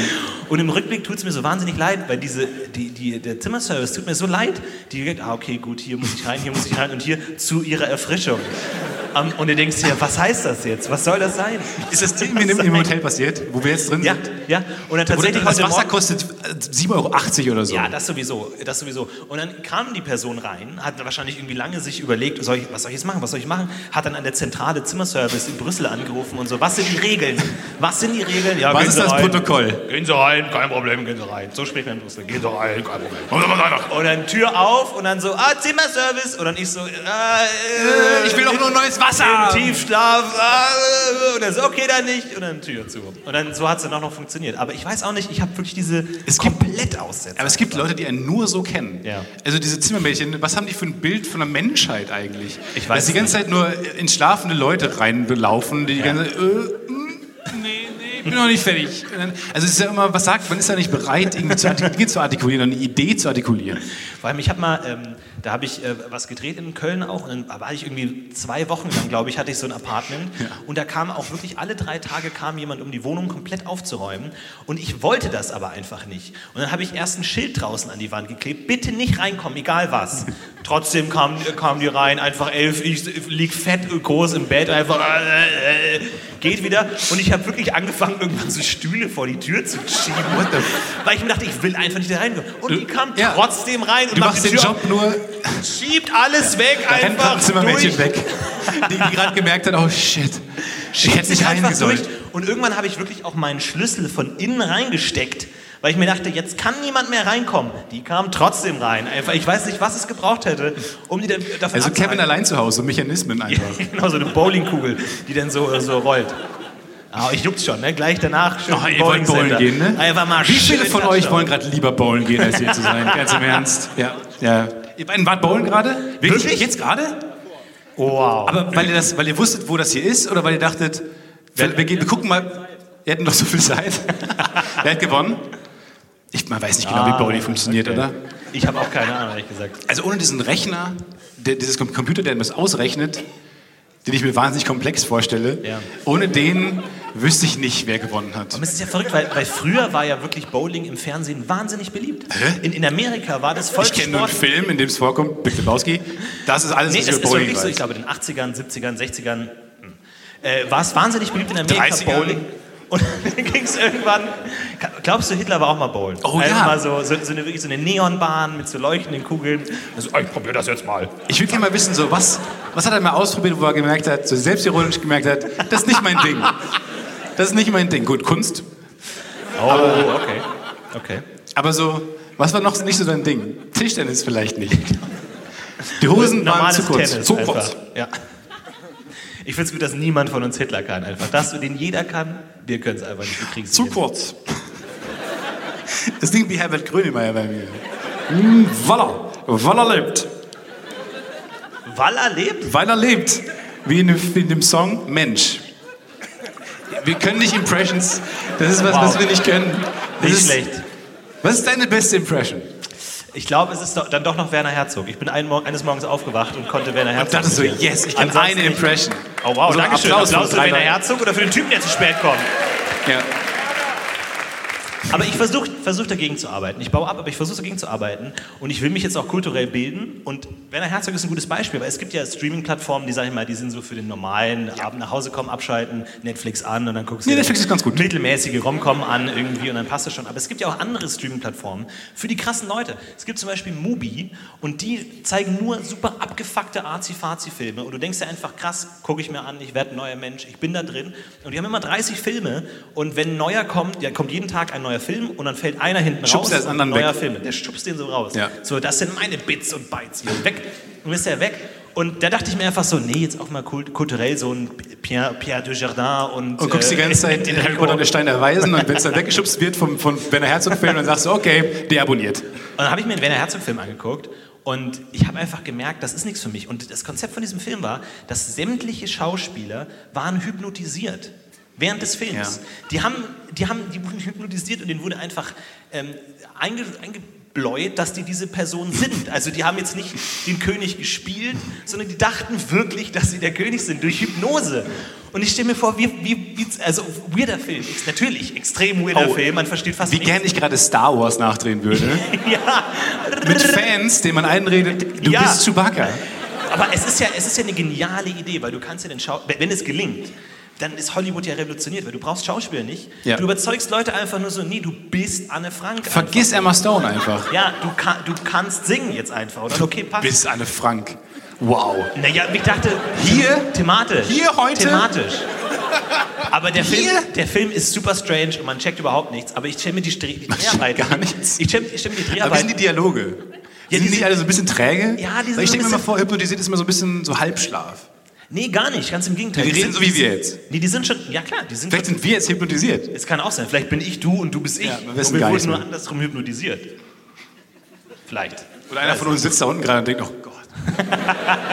Und im Rückblick tut es mir so wahnsinnig leid, weil diese, die, die, der Zimmerservice tut mir so leid. Die geht, ah, okay, gut, hier muss ich rein, hier muss ich rein und hier zu ihrer Erfrischung. Ähm, und du denkst dir, was heißt das jetzt? Was soll das sein?
Ist das Ding mir im, im Hotel passiert, wo wir jetzt drin
Ja,
sind?
ja. Und dann tatsächlich
das
heute
Wasser
Morgen,
kostet äh, 7,80 Euro oder so.
ja, das sowieso, das sowieso. Und dann kam die Person rein, hat wahrscheinlich irgendwie lange sich überlegt, soll ich, was soll ich jetzt machen, was soll ich machen? Hat dann an der zentrale Zimmerservice in Brüssel angerufen und so, was sind die Regeln? Was sind die Regeln? Ja,
was
gehen
ist
Sie
das
rein.
Protokoll?
Gehen Sie rein, kein Problem, gehen Sie rein. So spricht man in Brüssel. Gehen Sie rein, kein Problem. Und dann Tür auf und dann so, ah, Zimmerservice. Und dann ich so, ah, äh,
Ich will doch nur neues Wasser.
Tiefschlaf. Ah, und dann so, okay, dann nicht. Und dann Tür zu. Und dann so hat es dann auch noch funktioniert. Aber ich weiß auch nicht, ich habe wirklich diese
Es gibt-
komplett aussetzen.
Aber es gibt Leute, die einen nur so kennen.
Ja.
Also diese Zimmermädchen, was haben die für ein Bild von der Menschheit eigentlich?
Ich weiß
Dass die ganze Zeit nur in schlafende Leute reinlaufen, die die ganze Zeit, äh, mh, nee, nee, ich bin noch nicht fertig. Und dann- Also es ist ja immer, was sagt, man ist ja nicht bereit, irgendwie zu, artik Dinge zu artikulieren, eine Idee zu artikulieren.
Vor allem, ich habe mal, ähm, da habe ich äh, was gedreht in Köln auch und dann war ich irgendwie zwei Wochen lang, glaube ich, hatte ich so ein Apartment und da kam auch wirklich alle drei Tage kam jemand, um die Wohnung komplett aufzuräumen und ich wollte das aber einfach nicht. Und dann habe ich erst ein Schild draußen an die Wand geklebt, bitte nicht reinkommen, egal was. Trotzdem kamen kam die rein, einfach elf, ich lieg fett groß im Bett, einfach äh, äh, geht wieder und ich habe wirklich angefangen, irgendwann so Stühle vor die Tür zu schieben,
What the f-
weil ich mir dachte, ich will einfach nicht da reinkommen. Und die kam
Ja.
trotzdem rein und
Du
macht
machst
die
den
Tür
Job nur,
auf, schiebt alles weg,
rennt
einfach
kommt Zimmermädchen
durch.
weg, die, die gerade gemerkt hat, oh shit, ich hätte nicht
einfach
reingesollt.
durch. Und irgendwann habe ich wirklich auch meinen Schlüssel von innen reingesteckt, weil ich mir dachte, jetzt kann niemand mehr reinkommen. Die kam trotzdem rein. Einfach, ich weiß nicht, was es gebraucht hätte, um die dann davon
Also Kevin
abzuhalten.
allein zu Hause, Mechanismen einfach.
genau so eine Bowlingkugel, die dann so, so rollt. Aber ich juckt's schon, ne? Gleich danach schön
Oh, ihr wollt bowlen
Center.
gehen, ne?
Einfach mal
Wie viele
schön
von euch
touchdown.
wollen gerade lieber bowlen gehen, als hier zu sein? Ganz im Ernst. Ja. ja. Ihr beiden wart bowlen gerade? Wirklich?
Wirklich?
Jetzt gerade?
Wow.
Aber weil ihr, das, weil ihr wusstet, wo das hier ist? Oder weil ihr dachtet, wir, wir, gehen, wir gucken mal, wir hätten doch so viel Zeit. Wer hat gewonnen? Ich, man weiß nicht genau, wie Bowling funktioniert, oder?
Ich habe auch keine Ahnung, ehrlich gesagt.
Also ohne diesen Rechner, der, dieses Com- Computer, der mir das ausrechnet, den ich mir wahnsinnig komplex vorstelle,
Ja.
ohne den wüsste ich nicht, wer gewonnen hat.
Und es ist ja verrückt, weil, weil früher war ja wirklich Bowling im Fernsehen wahnsinnig beliebt. In, in Amerika war das
Ich kenne nur einen
Volkssport.
Film, in dem es vorkommt, Big Lebowski. Das ist alles,
Nee,
was
es
ich
ist
über Bowling
wirklich so, ich
weiß.
glaube, in den 80ern, 70ern, 60ern äh, war es wahnsinnig beliebt in Amerika,
30ern.
Bowling. Und dann ging es irgendwann. Glaubst du, Hitler war auch mal Bowling?
Oh
also
ja.
Mal so, so, so eine, wirklich so eine Neonbahn mit so leuchtenden Kugeln.
Also, ich probiere das jetzt mal.
Ich würde gerne mal wissen, so, was, was hat er mal ausprobiert, wo er gemerkt hat, so selbstironisch gemerkt hat, das ist nicht mein Ding. Das ist nicht mein Ding. Gut, Kunst.
Oh, okay. Okay.
Aber so, was war noch nicht so dein Ding? Tischtennis vielleicht nicht. Die Hosen waren
Normales
zu kurz.
Tennis.
zu
einfach.
kurz.
Ja. Ich finde es gut, dass niemand von uns Hitler kann. Einfach, dass du den jeder kann, wir können es einfach nicht. Wir kriegen's
Zu
nicht hin.
kurz. Das Ding wie Herbert Grönemeyer bei mir. Hm, weil er, weil er lebt.
Waller lebt?
Weil er lebt. Wie in, dem- wie in dem Song Mensch. Wir können nicht Impressions. Das ist was,
Wow.
was wir nicht können. Das
Nicht
ist,
schlecht.
Was ist deine beste Impression?
Ich glaube, es ist doch, dann doch noch Werner Herzog. Ich bin einen Mor eines Morgens aufgewacht und konnte Werner Herzog.
Ich dachte so,
nicht mehr.
yes, ich kann
Ansonsten
eine
nicht.
Impression.
Oh wow,
So ein
danke schön.
Applaus
Applaus,
von
für Werner
drei Leuten.
Herzog oder für den Typen, der zu spät kommt.
Ja.
Aber ich versuche versuch dagegen zu arbeiten. Ich baue ab, aber ich versuche dagegen zu arbeiten. Und ich will mich jetzt auch kulturell bilden. Und Werner Herzog ist ein gutes Beispiel, weil es gibt ja Streaming-Plattformen, die, sag ich mal, die sind so für den normalen Abend nach Hause kommen, abschalten, Netflix an und dann guckst du
Nee,
dir
Netflix ist ganz gut.
mittelmäßige Romcom an irgendwie und dann passt das schon. Aber es gibt ja auch andere Streaming-Plattformen für die krassen Leute. Es gibt zum Beispiel Mubi und die zeigen nur super abgefuckte Arzi-Fazi-Filme und du denkst dir einfach, krass, gucke ich mir an, ich werde ein neuer Mensch, ich bin da drin. Und die haben immer 30 Filme und wenn ein neuer kommt, ja, kommt jeden Tag ein neuer Film und dann fällt einer hinten
Schubst
raus
den anderen
und neuer
weg.
Filme. Der schubst den so raus.
Ja.
So, das sind meine Bits und Bytes. Hier. Weg. Und ist er weg. Und da dachte ich mir einfach so, nee, jetzt auch mal kult kulturell so ein Pierre, Pierre Dujardin und...
Und guckst die ganze
Äh,
Zeit Äh, in Harry Potter und der Stein der Weisen und wenn es dann weggeschubst wird vom, von Werner Herzog-Film, dann sagst du, okay, deabonniert.
Und dann habe ich mir einen Werner Herzog-Film angeguckt und ich habe einfach gemerkt, das ist nichts für mich. Und das Konzept von diesem Film war, dass sämtliche Schauspieler waren hypnotisiert während des Films.
Ja.
Die, haben, die haben die wurden hypnotisiert und denen wurde einfach ähm, einge, eingebläut, dass die diese Person sind. Also die haben jetzt nicht den König gespielt, sondern die dachten wirklich, dass sie der König sind durch Hypnose. Und ich stelle mir vor, wie, wie, wie, also weirder Film, natürlich extrem weirder
Oh,
Film, man versteht fast
Wie
nichts.
gern ich gerade Star Wars nachdrehen würde.
Ja.
Mit Fans, denen man einredet, du
Ja.
bist Chewbacca.
Aber es ist, ja, es ist ja eine geniale Idee, weil du kannst ja den Schau wenn wenn es gelingt, dann ist Hollywood ja revolutioniert, weil du brauchst Schauspieler nicht.
Ja.
Du überzeugst Leute einfach nur so, nee, du bist Anne Frank.
Vergiss Emma Stone einfach.
Einfach. Ja, du, ka du kannst singen jetzt einfach. Und dann, okay, passt.
Bis Anne Frank. Wow.
Naja, ich dachte,
Hier?
thematisch.
Hier heute?
Thematisch. Aber der Film,
Hier?
der Film ist super strange und man checkt überhaupt nichts. Aber ich stelle mir die, Stre- die Dreharbeiten.
Gar nichts.
Ich stelle ich stell mir die
Aber wie
Dreharbeiten.
sind die Dialoge?
Ja,
sind
die
die nicht
sind-
alle so ein bisschen träge?
Ja, die sind
Weil ich
so ein
denke mir mal
bisschen-
vor, hypnotisiert ist immer so ein bisschen so Halbschlaf.
Nee, gar nicht. Ganz im Gegenteil.
Die
sind-
reden so wie wir jetzt.
Nee, die sind schon. Ja, klar, die sind schon.
Vielleicht sind wir jetzt hypnotisiert.
Es kann auch sein, vielleicht bin ich du und du bist ich.
Ja, wir wissen
und wir
gar
wurden
nichts
nur
mehr.
andersrum hypnotisiert. Vielleicht.
Oder einer von uns sitzt da unten gerade und denkt, oh Gott.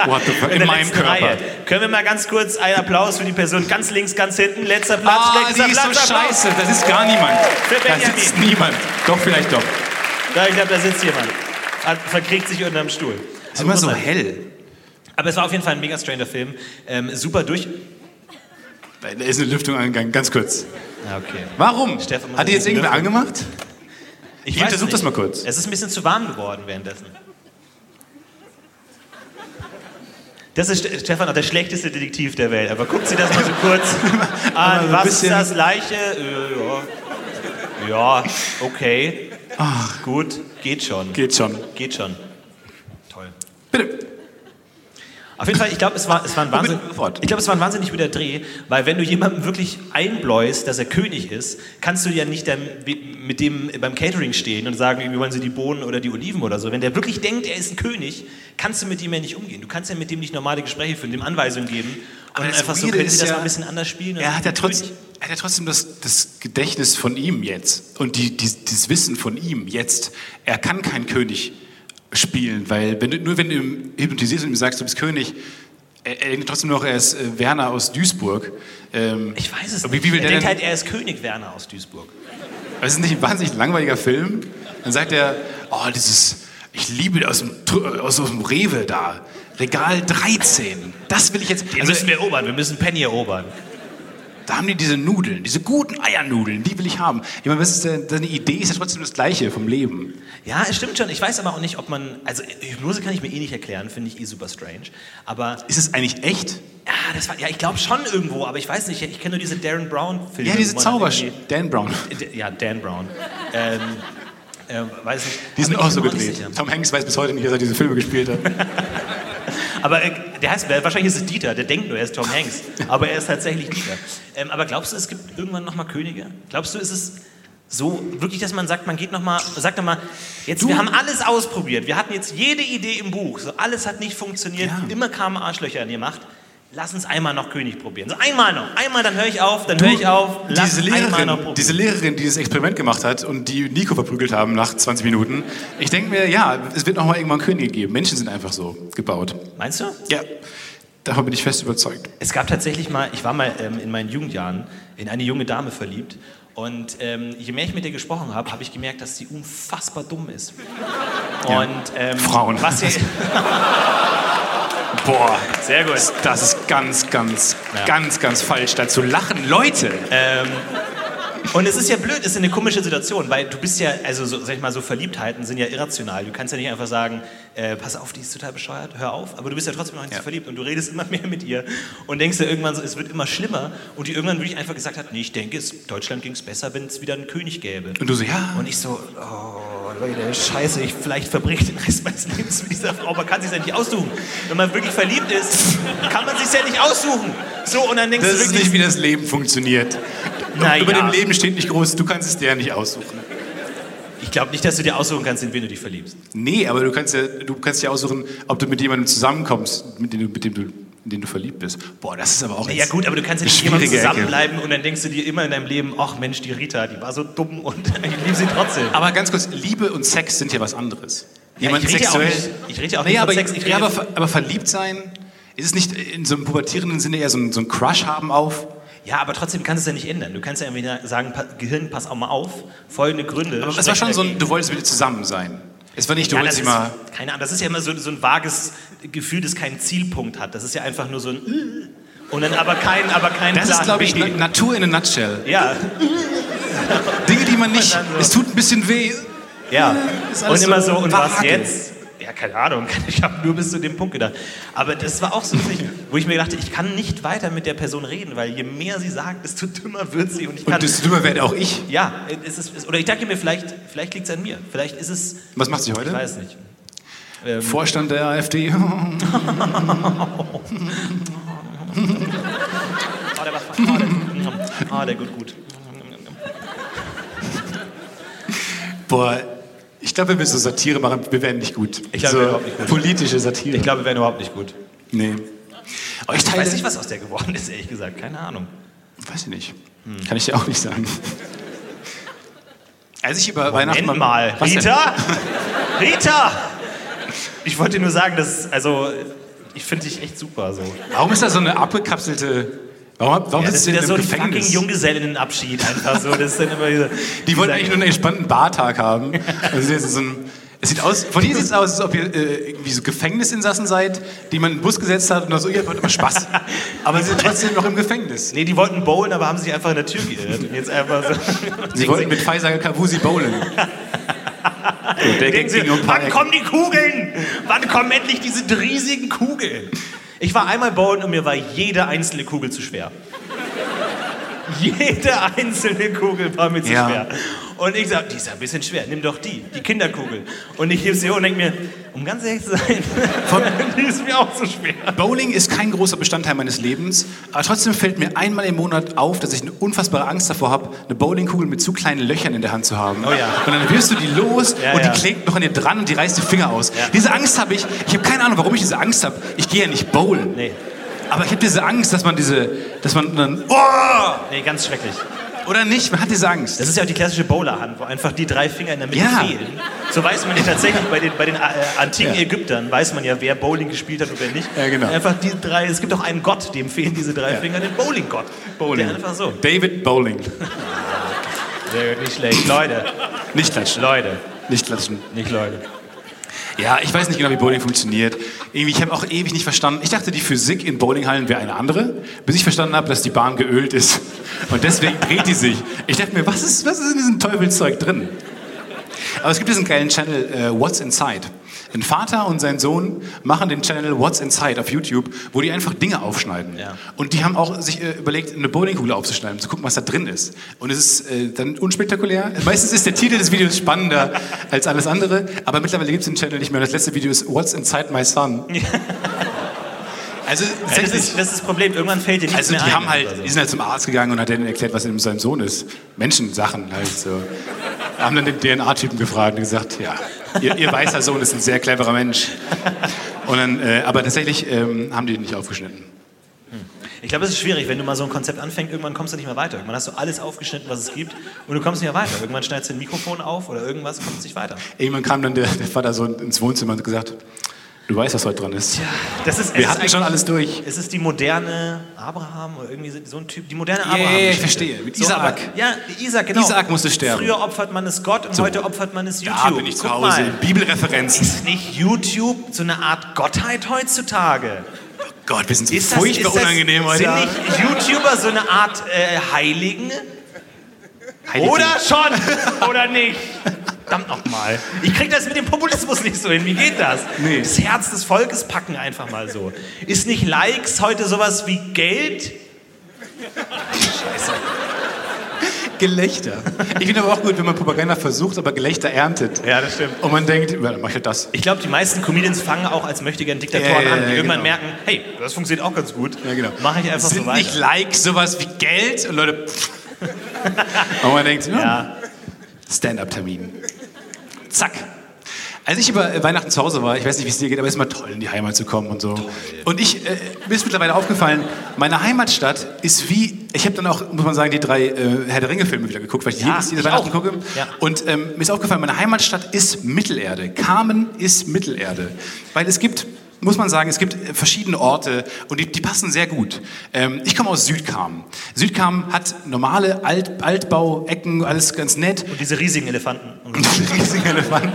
What the fuck?
In
In
der
meinem
letzten
Körper.
Reihe. Können wir mal ganz kurz einen Applaus für die Person ganz links, ganz hinten, letzter Platz,
Ah,
letzter
sie ist
Platz,
so scheiße. Das ist gar niemand.
Für
Da
Benjamin.
sitzt niemand. Doch, vielleicht doch.
Da, ich glaube, da sitzt jemand. Hat, verkriegt sich unterm Stuhl.
Ist immer so
großartig.
hell.
Aber es war auf jeden Fall ein mega stranger Film. Ähm, super durch.
Da ist eine Lüftung angegangen, ganz kurz.
Ja, Ah, okay.
Warum?
Stefan muss
Hat die
jetzt
jetzt
nicht
irgendwer angemacht?
Ich,
Ich
weiß
untersuch
nicht.
das mal kurz.
Es ist ein bisschen zu warm geworden währenddessen. Das ist Ste- Stefan, auch der schlechteste Detektiv der Welt. Aber guckt Sie das mal so kurz
Aber
an.
so ein
Was ist
bisschen-
das? Leiche? Äh, ja. ja, okay. Gut, geht schon.
Geht schon.
Geht schon. Toll.
Bitte.
Auf jeden Fall, ich glaube, es war, es war ein Wahnsinn.
bitte, fort.
Ich glaube, es war ein wahnsinnig guter Dreh, weil wenn du jemandem wirklich einbläust, dass er König ist, kannst du ja nicht dann mit dem beim Catering stehen und sagen, irgendwie wollen sie die Bohnen oder die Oliven oder so. Wenn der wirklich denkt, er ist ein König, kannst du mit ihm ja nicht umgehen. Du kannst ja mit dem nicht normale Gespräche führen, dem Anweisungen geben und
das
einfach so
Weirde
können sie
ist
das
ja,
mal ein bisschen anders spielen.
Er hat ja, trotz,
König.
er hat ja trotzdem das, das Gedächtnis von ihm jetzt und die, die, das Wissen von ihm jetzt. Er kann kein König spielen, weil wenn du, nur wenn du ihm hypnotisierst und ihm sagst, du bist König, er, er denkt trotzdem noch, er ist äh, Werner aus Duisburg. Ähm,
Ich weiß es
aber
nicht.
Wie, wie will
er
der
denkt
denn,
halt, er ist König Werner aus Duisburg.
Aber ist es nicht ein wahnsinnig langweiliger Film? Dann sagt er, oh, dieses, ich liebe aus dem, Tr- aus, aus dem Rewe da, Regal 13. Das will ich jetzt.
Den
Also,
müssen wir erobern, wir müssen Penny erobern.
da haben die diese Nudeln, diese guten Eiernudeln, die will ich haben. Ich meine, was ist denn, deine Idee ist ja trotzdem das Gleiche vom Leben.
Ja, es stimmt schon. Ich weiß aber auch nicht, ob man. Also, Hypnose kann ich mir eh nicht erklären, finde ich eh super strange. Aber
Ist es eigentlich echt?
Ja, das war, ja ich glaube schon irgendwo, aber ich weiß nicht. Ich kenne nur diese Darren Brown-Filme.
Ja, diese
wo man halt
Zauber...
irgendwie-
Dan Brown.
D- Ja, Dan Brown. Ähm, ähm, weiß nicht.
Die sind
Aber
auch
ich
so
bin mir
gedreht.
nicht sicher.
Tom Hanks weiß bis heute nicht, dass er diese Filme gespielt hat.
Aber äh, der heißt, wahrscheinlich ist es Dieter, der denkt nur, er ist Tom Hanks. aber er ist tatsächlich Dieter. Ähm, aber glaubst du, es gibt irgendwann nochmal Könige? Glaubst du, ist es so wirklich, dass man sagt, man geht nochmal, sagt nochmal, jetzt, wir haben alles ausprobiert, wir hatten jetzt jede Idee im Buch, so alles hat nicht funktioniert,
Ja.
immer kamen Arschlöcher an ihr Macht. Lass uns einmal noch König probieren. So einmal noch. Einmal, dann höre ich auf, dann höre ich auf. Lass
diese,
uns einmal noch
Lehrerin,
probieren.
diese Lehrerin, die das Experiment gemacht hat und die Nico verprügelt haben nach 20 Minuten, ich denke mir, ja, es wird noch mal irgendwann Könige geben. Menschen sind einfach so gebaut.
Meinst du?
Ja, davon bin ich fest überzeugt.
Es gab tatsächlich mal, ich war mal ähm, in meinen Jugendjahren in eine junge Dame verliebt. Und ähm, je mehr ich mit ihr gesprochen habe, habe ich gemerkt, dass sie unfassbar dumm ist. Und ähm,
Frauen.
Was sie,
Boah,
sehr gut.
das ist ganz, ganz,
Ja. Äh.
ganz, ganz falsch, dazu lachen. Leute,
Und es ist ja blöd, es ist eine komische Situation, weil du bist ja, also so, sag ich mal, so Verliebtheiten sind ja irrational. Du kannst ja nicht einfach sagen, äh, pass auf, die ist total bescheuert, hör auf, aber du bist ja trotzdem noch nicht verliebt und du redest immer mehr mit ihr und denkst ja irgendwann so, es wird immer schlimmer und die irgendwann wirklich einfach gesagt hat, nee, ich denke, es, Deutschland ging es besser, wenn es wieder einen König gäbe.
Und du so, ja.
Und ich so, oh Leute, scheiße, ich vielleicht verbringe ich den Rest meines Lebens mit dieser Frau, man kann sich ja nicht aussuchen. Wenn man wirklich verliebt ist, kann man sich ja nicht aussuchen. So, und dann denkst
das
du
ist
wirklich,
nicht, wie das Leben funktioniert.
Na
Über
ja.
dem Leben steht nicht groß, du kannst es dir ja nicht aussuchen.
ich glaube nicht, dass du dir aussuchen kannst, in wen du dich verliebst.
Nee, aber du kannst ja, du kannst ja aussuchen, ob du mit jemandem zusammenkommst, mit dem, du- mit dem du in den du verliebt bist. Boah, das ist aber auch
Ja
jetzt
gut, aber du kannst ja nicht mit
eine
jemandem
schwierige Ecke.
zusammenbleiben und dann denkst du dir immer in deinem Leben, ach Mensch, die Rita, die war so dumm und ich liebe sie trotzdem.
Aber ganz kurz, Liebe und Sex sind ja was anderes.
ich rede ja auch nicht- ich rede ja auch
Naja,
nicht
aber,
von Sex, ich
ja,
rede-
aber, ver- aber verliebt sein, ist es nicht in so einem pubertierenden Sinne eher so ein, so ein Crush haben auf?
Ja, aber trotzdem kannst du es ja nicht ändern. Du kannst ja irgendwie sagen, pa- Gehirn, pass auch mal auf, folgende Gründe.
es war
sprechen
schon so ein,
dagegen.
du wolltest mit ihr zusammen sein. Es war nicht, du
ja, das
wolltest
ist,
sie mal...
keine Ahnung, das ist ja immer so, so ein vages Gefühl, das keinen Zielpunkt hat. Das ist ja einfach nur so ein äh, und dann aber kein, aber kein
Das
Plan
ist, glaube ich, ne?
B.
Na Natur in a nutshell.
ja,
Dinge, die man nicht...
dann so-
Es tut ein bisschen weh.
Ja.
Ist
Und
alles
immer
so
so, und was
vage.
jetzt? Ja, keine Ahnung. Ich habe nur bis zu dem Punkt gedacht. Aber das war auch so, witzig, wo ich mir dachte, ich kann nicht weiter mit der Person reden, weil je mehr sie sagt, desto dümmer wird sie. Und ich kann.
Und desto dümmer werde auch ich.
ja, es ist, es- oder ich dachte mir, vielleicht, vielleicht liegt es an mir. Vielleicht ist es.
Was macht sie
Ich
heute?
weiß nicht.
Vorstand der AfD.
Oh, der war oh, der, oh, der gut, gut.
Boah, ich glaube, wenn wir so Satire machen, wir werden nicht gut.
Ich glaube, wir
so
werden überhaupt nicht gut.
Politische Satire.
Ich glaube, wir wären überhaupt nicht gut.
nee. Aber ich
Ich
teile...
weiß nicht, was aus der geworden ist, ehrlich gesagt. Keine Ahnung.
Weiß ich nicht.
Hm.
Kann ich dir auch nicht sagen. Als ich über Weihnachten
Moment mal.
Was denn?
Rita? Rita! Ich wollte nur sagen, dass, also, ich finde dich echt super so.
Warum ist da so eine abgekapselte. Warum, warum
Ja, das
sitzt ihr
ist
in
ja
einem
so ein fucking
Gefängnis?
Junggesellinnenabschied einfach so. Das sind immer diese,
die wollten eigentlich nur einen entspannten Bartag haben. Das ist jetzt so ein, es sieht aus, von hier sieht es aus, als ob ihr äh, irgendwie so Gefängnisinsassen seid, die man in den Bus gesetzt hat und dann so, ihr habt immer Spaß. Aber sie sind trotzdem noch im Gefängnis.
Nee, die wollten bowlen, aber haben sich einfach in der Tür geirrt. Und jetzt einfach so.
Sie wollten mit Pfizer Kavusi bowlen. Und der
Denken
Gag
Sie,
ging um ein paar
wann
Ecken.
kommen die Kugeln? Wann kommen endlich diese riesigen Kugeln? Ich war einmal bowlen und mir war jede einzelne Kugel zu schwer. Jede einzelne Kugel war mir zu
Ja.
schwer. Und ich sag, die ist ja ein bisschen schwer, nimm doch die, die Kinderkugel. Und ich heb sie hoch und denk mir, um ganz ehrlich zu sein, die ist mir auch zu schwer.
Bowling ist kein großer Bestandteil meines Lebens, aber trotzdem fällt mir einmal im Monat auf, dass ich eine unfassbare Angst davor habe, eine Bowlingkugel mit zu kleinen Löchern in der Hand zu haben.
Oh ja.
Und dann wirfst du die los
Ja,
und die
ja.
klebt noch an dir dran und die reißt die Finger aus.
Ja.
Diese Angst habe ich. Ich habe keine Ahnung, warum ich diese Angst habe. Ich gehe ja nicht bowlen.
Nee.
Aber ich habe diese Angst, dass man diese, dass man dann, oh,
Nee, ganz schrecklich.
oder nicht, man hat diese Angst.
Das ist ja auch die klassische Bowlerhand, wo einfach die drei Finger in der Mitte
Ja.
fehlen. So weiß man ja tatsächlich bei den, bei den äh, antiken
Ja.
Ägyptern, weiß man ja, wer Bowling gespielt hat und wer nicht.
Ja, genau.
Einfach die drei, es gibt auch einen Gott, dem fehlen diese drei
Ja.
Finger, den Bowling-Gott. Der einfach so.
David Bowling.
Sehr gut, nicht schlecht. Leute,
Nicht klatschen.
Leute,
Nicht klatschen.
nicht Leute.
Ja, ich weiß nicht genau, wie Bowling funktioniert. Irgendwie, ich habe auch ewig nicht verstanden. Ich dachte, die Physik in Bowlinghallen wäre eine andere, bis ich verstanden habe, dass die Bahn geölt ist. Und deswegen dreht die sich. Ich dachte mir, was ist, was ist in diesem Teufelszeug drin? Aber es gibt diesen geilen Channel äh, What's Inside. Ein Vater und sein Sohn machen den Channel What's Inside auf YouTube, wo die einfach Dinge aufschneiden.
Ja.
Und die haben auch sich äh, überlegt, eine Bowlingkugel aufzuschneiden, um zu gucken, was da drin ist. Und es ist äh, dann unspektakulär. Meistens ist der Titel des Videos spannender als alles andere, aber mittlerweile gibt es den Channel nicht mehr. Und das letzte Video ist What's Inside My Son. Also,
Ja, das, ist,
tatsächlich-
das ist das Problem, irgendwann fällt dir nichts
also die
mehr ein.
haben halt,
oder so.
die sind halt zum Arzt gegangen und hat denen erklärt, was in seinem Sohn ist. Menschensachen halt so. Haben dann den DNA-Typen gefragt und gesagt, ja, ihr, ihr weißer Sohn ist ein sehr cleverer Mensch. Und dann, äh, aber tatsächlich ähm, haben die den nicht aufgeschnitten.
Ich glaube, es ist schwierig, wenn du mal so ein Konzept anfängst, irgendwann kommst du nicht mehr weiter. Irgendwann hast du alles aufgeschnitten, was es gibt und du kommst nicht mehr weiter. Irgendwann schneidest du ein Mikrofon auf oder irgendwas, kommst nicht weiter.
Irgendwann kam dann der, der Vater so ins Wohnzimmer und hat gesagt, du weißt, was heute dran ist.
Das ist, es
Wir
ist
hatten
eigentlich-
schon alles durch.
Es ist die moderne Abraham oder irgendwie so ein Typ, die moderne
ja,
Abraham.
ja, ich verstehe. Mit Isaak.
aber- ja, Isaac, genau.
Isaak musste sterben.
Früher opfert man es Gott und heute opfert man es YouTube.
Da bin ich zu
Guck
Hause.
Mal.
Bibelreferenzen.
Ist nicht YouTube so eine Art Gottheit heutzutage?
Gott, wir sind so
Ist
furchtbar unangenehm
das,
heute.
Sind nicht YouTuber so eine Art äh, Heiligen?
Heilige
Oder schon, oder nicht. Verdammt nochmal. Ich krieg das mit dem Populismus nicht so hin. Wie geht das?
Nee.
Das Herz des Volkes packen einfach mal so. Ist nicht Likes heute sowas wie Geld?
Gelächter. Ich finde aber auch gut, wenn man Propaganda versucht, aber Gelächter erntet.
Ja, das stimmt.
Und man denkt, ja, dann mach ich halt das.
Ich glaube, die meisten Comedians fangen auch als möchtegern Diktatoren
Ja, ja, ja,
an, die
ja,
irgendwann
genau.
merken, hey, das funktioniert auch ganz gut.
Ja, genau.
Mache ich einfach
Sind
so weiter.
nicht Likes sowas wie Geld? Und Leute, pff. Und man denkt, ja.
ja.
Stand-up-Termin. Zack. Als ich über äh, Weihnachten zu Hause war, ich weiß nicht, wie es dir geht, aber es ist immer toll, in die Heimat zu kommen und so. Und ich, äh, mir ist mittlerweile aufgefallen, meine Heimatstadt ist wie, ich habe dann auch, muss man sagen, die drei äh, Herr der Ringe-Filme wieder geguckt, weil ich
Ja,
jedes, jedes
ich
Weihnachten
auch.
gucke.
Ja.
Und ähm, mir ist aufgefallen, meine Heimatstadt ist Mittelerde. Carmen ist Mittelerde. Weil es gibt, muss man sagen, es gibt äh, verschiedene Orte und die, die passen sehr gut. Ähm, ich komme aus Südkarmen. Südkarmen hat normale Alt, Altbau-Ecken, alles ganz nett.
Und diese riesigen Elefanten. Und
riesigen Elefanten,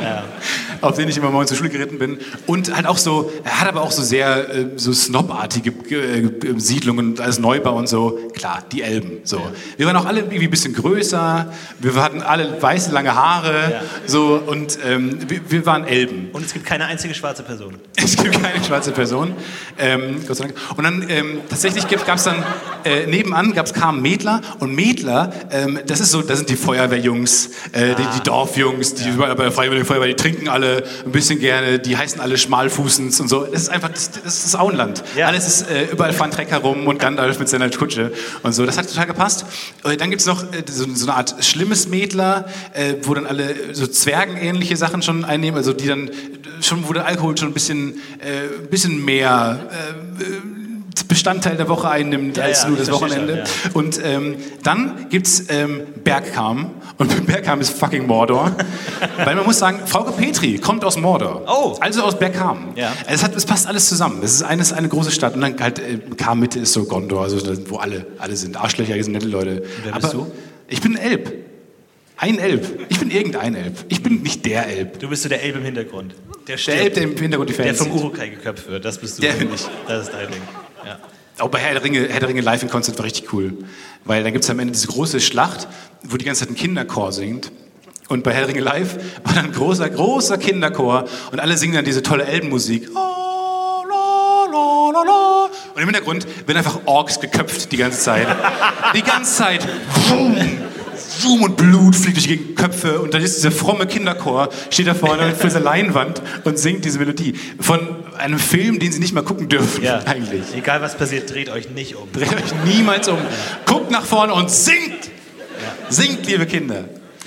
auf den ich immer morgens zur Schule geritten bin. Und halt auch so, er hat aber auch so sehr äh, so snobartige äh, äh, Siedlungen und alles Neubau und so. Klar, die Elben. So. Wir waren auch alle irgendwie ein bisschen größer, wir hatten alle weiße lange Haare.
Ja.
So, und ähm, wir, wir waren Elben.
Und es gibt keine einzige schwarze Person.
Es gibt keine schwarze Person. Ähm, Gott sei Dank. Und dann ähm, tatsächlich gab es dann äh, nebenan gab's Carmen Mädler und Mädler, ähm, das ist so, das sind die Feuerwehrjungs, äh, die, die Dorfjungs, die überall bei der Freiwilligen Feuerwehr, die trinken alle ein bisschen gerne, die heißen alle Schmalfußens und so. Das ist einfach, das, das ist das Auenland.
Ja.
Alles ist äh, überall Funtrack herum und Gandalf mit seiner Kutsche und so. Das hat total gepasst. Äh, dann gibt es noch äh, so, so eine Art schlimmes Mädler, äh, wo dann alle so Zwergenähnliche Sachen schon einnehmen, also die dann äh, schon, wo der Alkohol schon ein bisschen, äh, ein bisschen mehr äh, Bestandteil der Woche einnimmt als
ja,
nur
ich
das
verstehe
Wochenende.
schon,
Und ähm, dann gibt es ähm, Bergkam. Und Bergkam ist fucking Mordor. Weil man muss sagen, Frauke Petri kommt aus Mordor.
Oh.
Also aus Bergkam.
Ja.
Es, hat, es passt alles zusammen. Es ist eine, es ist eine große Stadt. Und dann halt, äh, K-Mitte ist so Gondor, also da- wo alle, alle sind. Arschlöcher, hier sind nette Leute.
wer bist du?
Ich bin Elb. Ein Elb. Ich bin irgendein Elb. Ich bin nicht der Elb.
Du bist so der Elbe im Hintergrund. Der,
Der Elb,
stirbt,
der im Hintergrund die
der
Fans
vom
sieht.
Urukai geköpft wird. Das bist du.
Der bin ich.
Das ist dein Ding. Ja.
Auch bei Herr der Ringe, Herr der Ringe Live in Konzert war richtig cool. Weil dann gibt es am Ende diese große Schlacht, wo die ganze Zeit ein Kinderchor singt. Und bei Herr der Ringe Live war dann ein großer, großer Kinderchor und alle singen dann diese tolle Elbenmusik. Oh, la, la, la, la. Und im Hintergrund werden einfach Orks geköpft die ganze Zeit. Die ganze Zeit. Vroom, vroom und Blut fliegt durch die Köpfe. Und dann ist dieser fromme Kinderchor, steht da vorne vor dieser Leinwand und singt diese Melodie. Von einem Film, den sie nicht mal gucken dürfen,
Ja.
eigentlich.
Egal was passiert, dreht euch nicht um.
Dreht euch niemals um. Guckt nach vorne und singt. Singt, liebe Kinder.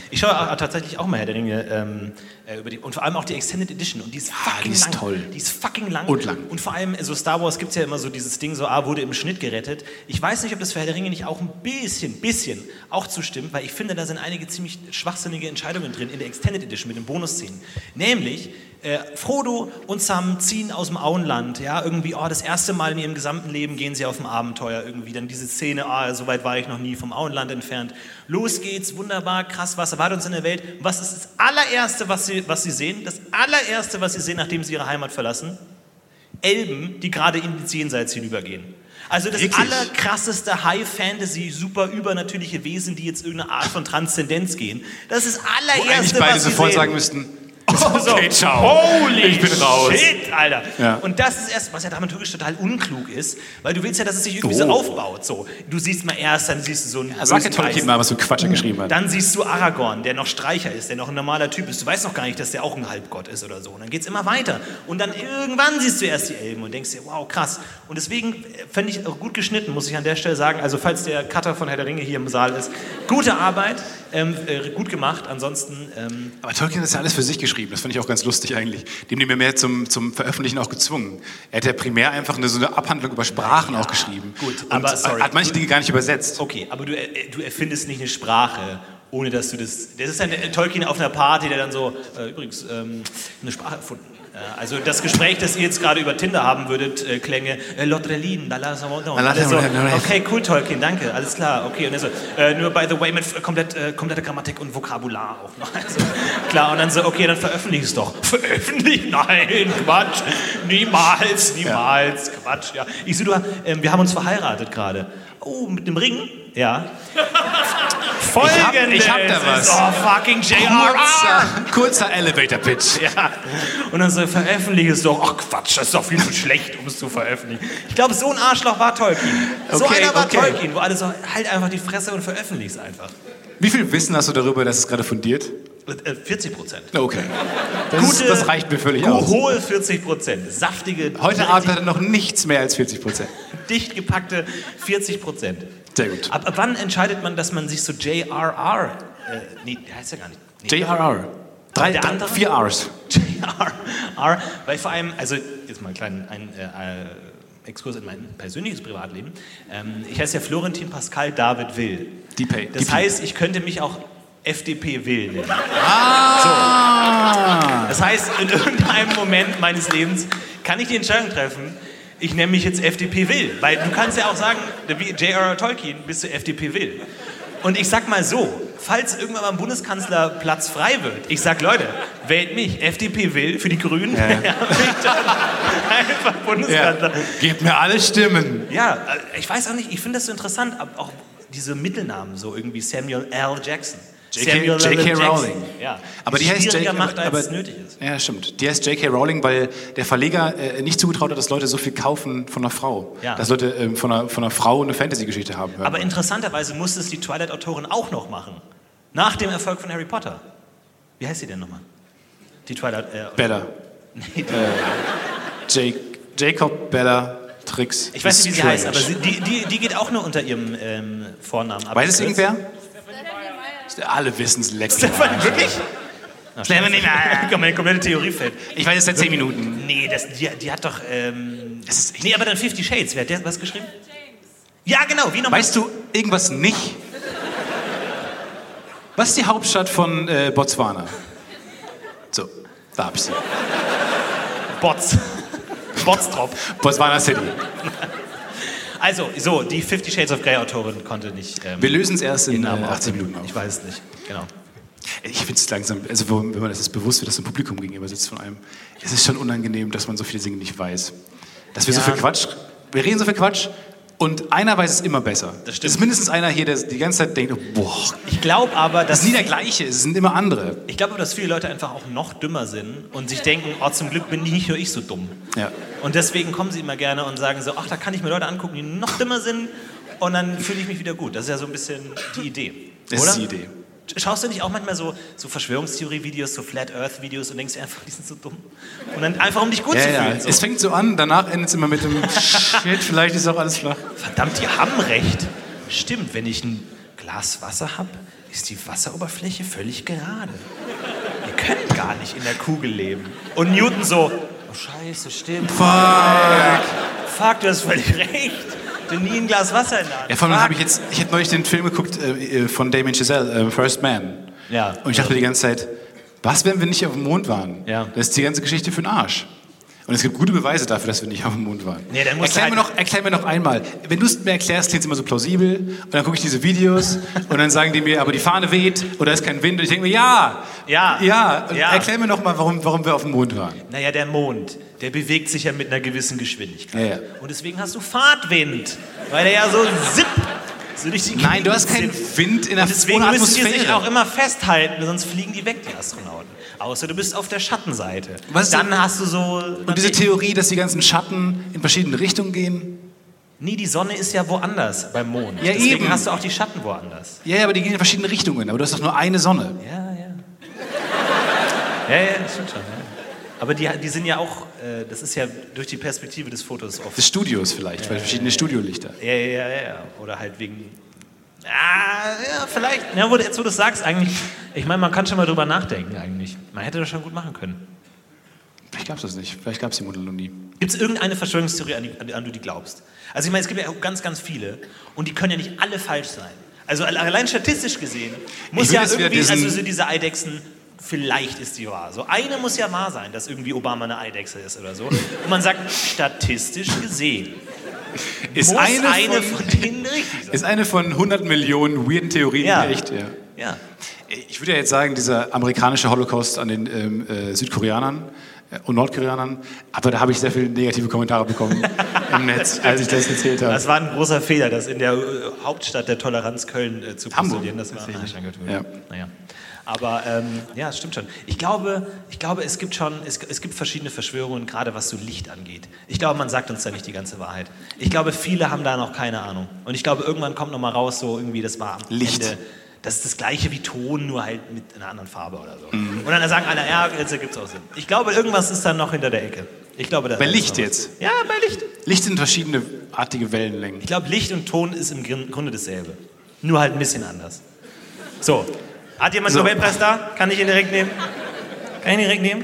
Ich schaue auch, tatsächlich auch mal Herr der Ringe ähm, äh, über die, und vor allem auch die Extended Edition und die ist fucking
die ist
lang.
toll.
Die ist fucking lang.
Und lang.
Und vor allem äh, so Star Wars gibt es ja immer so dieses Ding so, ah, wurde im Schnitt gerettet. Ich weiß nicht, ob das für Herr der Ringe nicht auch ein bisschen, bisschen auch zustimmt, weil ich finde, da sind einige ziemlich schwachsinnige Entscheidungen drin in der Extended Edition mit den Bonusszenen. Nämlich äh, Frodo und Sam ziehen aus dem Auenland, ja, irgendwie, oh, das erste Mal in ihrem gesamten Leben gehen sie auf ein Abenteuer irgendwie, dann diese Szene, ah, so weit war ich noch nie vom Auenland entfernt. Los geht's, wunderbar, krass, was erwartet uns in der Welt? Was ist das allererste, was sie, was sie sehen? Das allererste, was sie sehen, nachdem sie ihre Heimat verlassen? Elben, die gerade ins Jenseits hinübergehen. Also das
Wirklich?
allerkrasseste High-Fantasy, super übernatürliche Wesen, die jetzt irgendeine Art von Transzendenz gehen. Das ist
Wo
allererste,
eigentlich beide
was sie
sofort
sehen.
sagen müssten,
So.
okay, ciao.
Holy
Ich bin raus.
Shit, Alter.
Ja.
Und das ist erst, was ja dramaturgisch total unklug ist, weil du willst ja, dass es sich irgendwie so
Oh.
aufbaut. So, du siehst mal erst, dann siehst du so einen
Sag
bösen
jetzt Tolkien
Geist.
mal, was für Quatsch er geschrieben hat.
Dann siehst du Aragorn, der noch Streicher ist, der noch ein normaler Typ ist. Du weißt noch gar nicht, dass der auch ein Halbgott ist oder so. Und dann geht's immer weiter. Und dann irgendwann siehst du erst die Elben und denkst dir, wow, krass. Und deswegen fände ich auch gut geschnitten, muss ich an der Stelle sagen. Also falls der Cutter von Herr der Ringe hier im Saal ist, gute Arbeit, ähm, äh, gut gemacht. Ansonsten, ähm,
Aber Tolkien hat das ja alles für sich geschrieben. Das finde ich auch ganz lustig eigentlich. Dem nehmen wir mehr zum, zum Veröffentlichen auch gezwungen. Er hat ja primär einfach eine, so eine Abhandlung über Sprachen auch geschrieben.
gut,
und
aber sorry.
hat manche Dinge gar nicht übersetzt.
okay, aber du, äh, du erfindest nicht eine Sprache, ohne dass du das... Das ist dann der Tolkien auf einer Party, der dann so, äh, übrigens, ähm, eine Sprache erfunden. Äh, Also das Gespräch, das ihr jetzt gerade über Tinder haben würdet, äh, klänge äh, Lotrelin, da la
la-
so, Genau. Also, Okay, cool, Tolkien, danke, alles klar. Okay, und dann so, äh, nur by the way, mit f- komplett, äh, kompletter Grammatik und Vokabular auch noch. Also, klar, und dann so, okay, dann veröffentlich es doch. Veröffentlichen? Nein, Quatsch, niemals, niemals, Quatsch. Ja. Ich so, du, ähm, wir haben uns verheiratet gerade. Oh, mit dem Ring? Ja. Folgendes
ich hab da was.
Ist, oh, fucking JRR.
Kurzer, kurzer Elevator-Pitch.
Ja. Und dann so, veröffentliche es doch. Ach Quatsch, das ist doch viel zu schlecht, um es zu veröffentlichen. Ich glaube, so ein Arschloch war Tolkien. so
Okay,
einer war
okay.
Tolkien, wo alle so, halt einfach die Fresse und veröffentliche es einfach.
Wie viel Wissen hast du darüber, dass es gerade fundiert?
Äh, 40 Prozent.
Okay. Das, ist, das reicht mir völlig aus.
Hohe 40 Prozent. Saftige,
Heute Abend hat er noch nichts mehr als 40 Prozent.
dicht gepackte 40 Prozent.
Sehr gut.
Ab, ab wann entscheidet man, dass man sich so JRR, äh, nee, der heißt ja gar nicht. Nee,
JRR. Drei,
Der
drei,
andere?
vier Rs.
JRR, weil vor allem, also jetzt mal einen kleinen ein, äh, äh, Exkurs in mein persönliches Privatleben. Ähm, ich heiße ja Florentin Pascal David Will.
Die Pay.
Das heißt, ich könnte mich auch FDP Will nennen.
Ah!
Das heißt, in irgendeinem Moment meines Lebens kann ich die Entscheidung treffen, ich nenne mich jetzt FDP Will. Weil du kannst ja auch sagen, wie J.R.R. Tolkien bist du FDP Will. Und ich sag mal so, falls irgendwann mal ein Bundeskanzlerplatz frei wird, ich sag, Leute, wählt mich, FDP Will für die Grünen, ja. bin ich dann einfach Bundeskanzler.
Ja. Gebt mir alle Stimmen.
Ja, äh, ich weiß auch nicht, ich finde das so interessant, ab- auch diese Mittelnamen, so irgendwie Samuel L. Jackson.
J.K.
Samuel L.
J.K.
Jackson.
Rowling.
Ja.
Aber die heißt
Schwieriger
J.K.
macht, als
aber-
es nötig ist.
Ja, stimmt. Die heißt J.K. Rowling, weil der Verleger äh, nicht zugetraut hat, dass Leute so viel kaufen von einer Frau.
Ja.
Dass Leute ähm, von, einer, von einer Frau eine Fantasy-Geschichte haben. hören.
Aber interessanterweise musste es die Twilight-Autorin auch noch machen. Nach dem Erfolg von Harry Potter. Wie heißt sie denn nochmal? Die Twilight. Äh,
Bella.
nee, die-
Jake, Jacob Bella Tricks.
ich weiß nicht, wie sie heißt, aber
Strange.
sie, die, die, die geht auch nur unter ihrem ähm, Vornamen ab.
Weiß es irgendwer? Alle wissen es letzte
Stefan, wirklich? Stefan, nein, meine komplette Theorie fällt.
Ich weiß es seit 10 Minuten.
Nee, das, die, die hat doch. Ähm,
Das ist echt-
nee, aber dann Fifty Shades. Wer hat der was geschrieben? Ja, genau, wie nochmal?
Weißt du irgendwas nicht? Was ist die Hauptstadt von äh, Botswana? So, da hab ich sie.
Bots. Botstrop.
Botswana City.
Also, so, die Fifty Shades of Grey Autorin konnte nicht. Ähm,
Wir lösen es erst in äh,
Namen
18 Minuten
Ich
auf.
weiß es nicht, genau.
Ich finde es langsam, also wo- wenn man das jetzt bewusst wird, dass so ein Publikum gegenüber sitzt von einem, es ist schon unangenehm, dass man so viele Dinge nicht weiß. Dass wir so
Ja.
viel Quatsch, wir reden so viel Quatsch und einer weiß es immer besser.
Das stimmt.
Es ist mindestens einer hier, der die ganze Zeit denkt, boah,
Ich glaube aber,
das
dass
ist nie der gleiche, es sind immer andere.
ich glaube, dass viele Leute einfach auch noch dümmer sind und sich denken, oh, zum Glück bin nicht nur ich so dumm.
Ja.
Und deswegen kommen sie immer gerne und sagen so, ach, da kann ich mir Leute angucken, die noch dümmer sind und dann fühle ich mich wieder gut. Das ist ja so ein bisschen die Idee,
Das
oder?
ist die Idee.
Schaust du nicht auch manchmal so, so Verschwörungstheorie-Videos, so Flat-Earth-Videos und denkst dir einfach, die sind so dumm? Und dann einfach, um dich gut
Ja,
zu
ja.
fühlen. So.
Es fängt so an, danach endet es immer mit dem Shit, vielleicht ist auch alles flach.
Verdammt, die haben recht. Stimmt, wenn ich ein Glas Wasser habe, ist die Wasseroberfläche völlig gerade. Ihr könnt gar nicht in der Kugel leben. Und Newton so, oh scheiße, stimmt.
Fuck.
Fuck, du hast völlig recht. Du nie ein Glas Wasser in der Hand.
Ja, vor allem
Fuck.
habe ich jetzt, ich habe neulich den Film geguckt äh, äh, von Damien Chazelle, äh, First Man.
Ja.
Und ich dachte mir die ganze Zeit, was, wenn wir nicht auf dem Mond waren?
Ja.
Das ist die ganze Geschichte für den Arsch. Und es gibt gute Beweise dafür, dass wir nicht auf dem Mond waren.
Nee, dann musst du
erklär, mir
halt-
noch, erklär mir noch einmal. Wenn du es mir erklärst, klingt es immer so plausibel. Und dann gucke ich diese Videos und dann sagen die mir, aber die Fahne weht oder es ist kein Wind. Und ich denke mir, ja,
Ja.
ja. Und
Ja.
Erklär mir noch mal, warum, warum wir auf dem Mond waren.
Naja, der Mond, der bewegt sich ja mit einer gewissen Geschwindigkeit.
Ja, ja.
Und deswegen hast du Fahrtwind, weil der ja so zipp. So durch die
Nein, du hast
Gegend
keinen
zippt.
Wind in der
Und deswegen
ohne
müssen die sich
Atmosphäre.
auch immer festhalten, sonst fliegen die weg, die Astronauten. Außer du bist auf der Schattenseite.
Was ist
dann
denn-
hast du so.
Und diese Theorie, dass die ganzen Schatten in verschiedene Richtungen gehen.
nee, die Sonne ist ja woanders beim Mond.
Ja,
deswegen
eben.
hast du auch die Schatten woanders.
Ja, ja, aber die gehen in verschiedene Richtungen. Aber du hast doch nur eine Sonne.
Ja, ja. ja, ja, das stimmt schon. Ja. Aber die, die sind ja auch, äh, das ist ja durch die Perspektive des Fotos oft.
Des Studios vielleicht, weil verschiedene Studiolichter.
Ja, ja, ja, ja. Oder halt wegen. Ah, ja, vielleicht. Ja, wo, du- jetzt, wo du es sagst, eigentlich. Ich meine, man kann schon mal drüber nachdenken, eigentlich. Man hätte das schon gut machen können.
Vielleicht gab es das nicht. Vielleicht gab es die Mutter noch nie.
Gibt es irgendeine Verschwörungstheorie, an, die, an, die- an du die glaubst? Also, ich meine, es gibt ja auch ganz, ganz viele. Und die können ja nicht alle falsch sein. Also, alle- allein statistisch gesehen muss
will
ja
jetzt wieder
irgendwie.
diesen-
Also, so diese Eidechsen. Vielleicht ist die wahr. So eine muss ja wahr sein, dass irgendwie Obama eine Eidechse ist oder so. Und man sagt, statistisch gesehen
Ist
muss
eine,
eine
von,
von denen richtig sein.
ist eine von 100 Millionen weirden Theorien
Ja.
echt. Ja.
Ja.
Ich würde ja jetzt sagen, dieser amerikanische Holocaust an den ähm, äh, Südkoreanern, und Nordkoreanern. Aber da habe ich sehr viele negative Kommentare bekommen im Netz, als ich das erzählt habe.
Das war ein großer Fehler, das in der äh, Hauptstadt der Toleranz Köln äh, zu
Hamburg.
postulieren. Das war ah, Schanke-
Ja.
Naja. Aber ähm, ja, stimmt schon. Ich glaube, ich glaube es gibt schon, es, es gibt verschiedene Verschwörungen, gerade was so Licht angeht. Ich glaube, man sagt uns da nicht die ganze Wahrheit. Ich glaube, viele haben da noch keine Ahnung. Und ich glaube, irgendwann kommt noch mal raus, so irgendwie, das war am
Licht.
Ende. Das ist das gleiche wie Ton, nur halt mit einer anderen Farbe oder so.
Mhm.
Und dann sagen alle, ja, jetzt ergibt es auch Sinn. Ich glaube, irgendwas ist dann noch hinter der Ecke. Ich glaube, da
Bei
ist
Licht
noch was.
jetzt?
Ja, bei Licht.
Licht sind verschiedene artige Wellenlängen.
Ich glaube, Licht und Ton ist im Grin- Grunde dasselbe. Nur halt ein bisschen anders. So. Hat jemand
So.
den Nobelpreis da? Kann ich ihn direkt nehmen? Kann ich ihn direkt nehmen?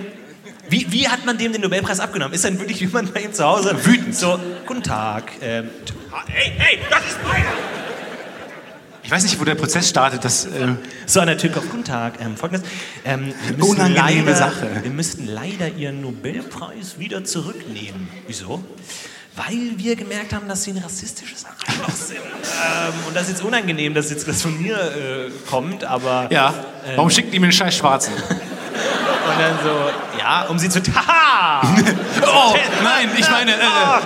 Wie, wie hat man dem den Nobelpreis abgenommen? Ist dann wirklich jemand bei ihm zu Hause? Wütend. So, guten Tag. Ähm, t-
Hey, hey, das ist meiner!
Ich weiß nicht, wo der Prozess startet. Das, äh,
so, an der Tür kommt, guten Tag. Ähm, Folgendes. Ähm, wir müssen
Unangenehme
leider,
Sache.
Wir müssten leider Ihren Nobelpreis wieder zurücknehmen. Wieso? Weil wir gemerkt haben, dass Sie ein rassistisches Arschloch sind. ähm, und das ist jetzt unangenehm, dass jetzt das von mir äh, kommt, aber...
ja,
Ähm.
warum schickt die mir einen scheiß Schwarzen?
Und dann so, ja, um sie zu. Haha! Ah,
Oh, nein, ich meine, äh,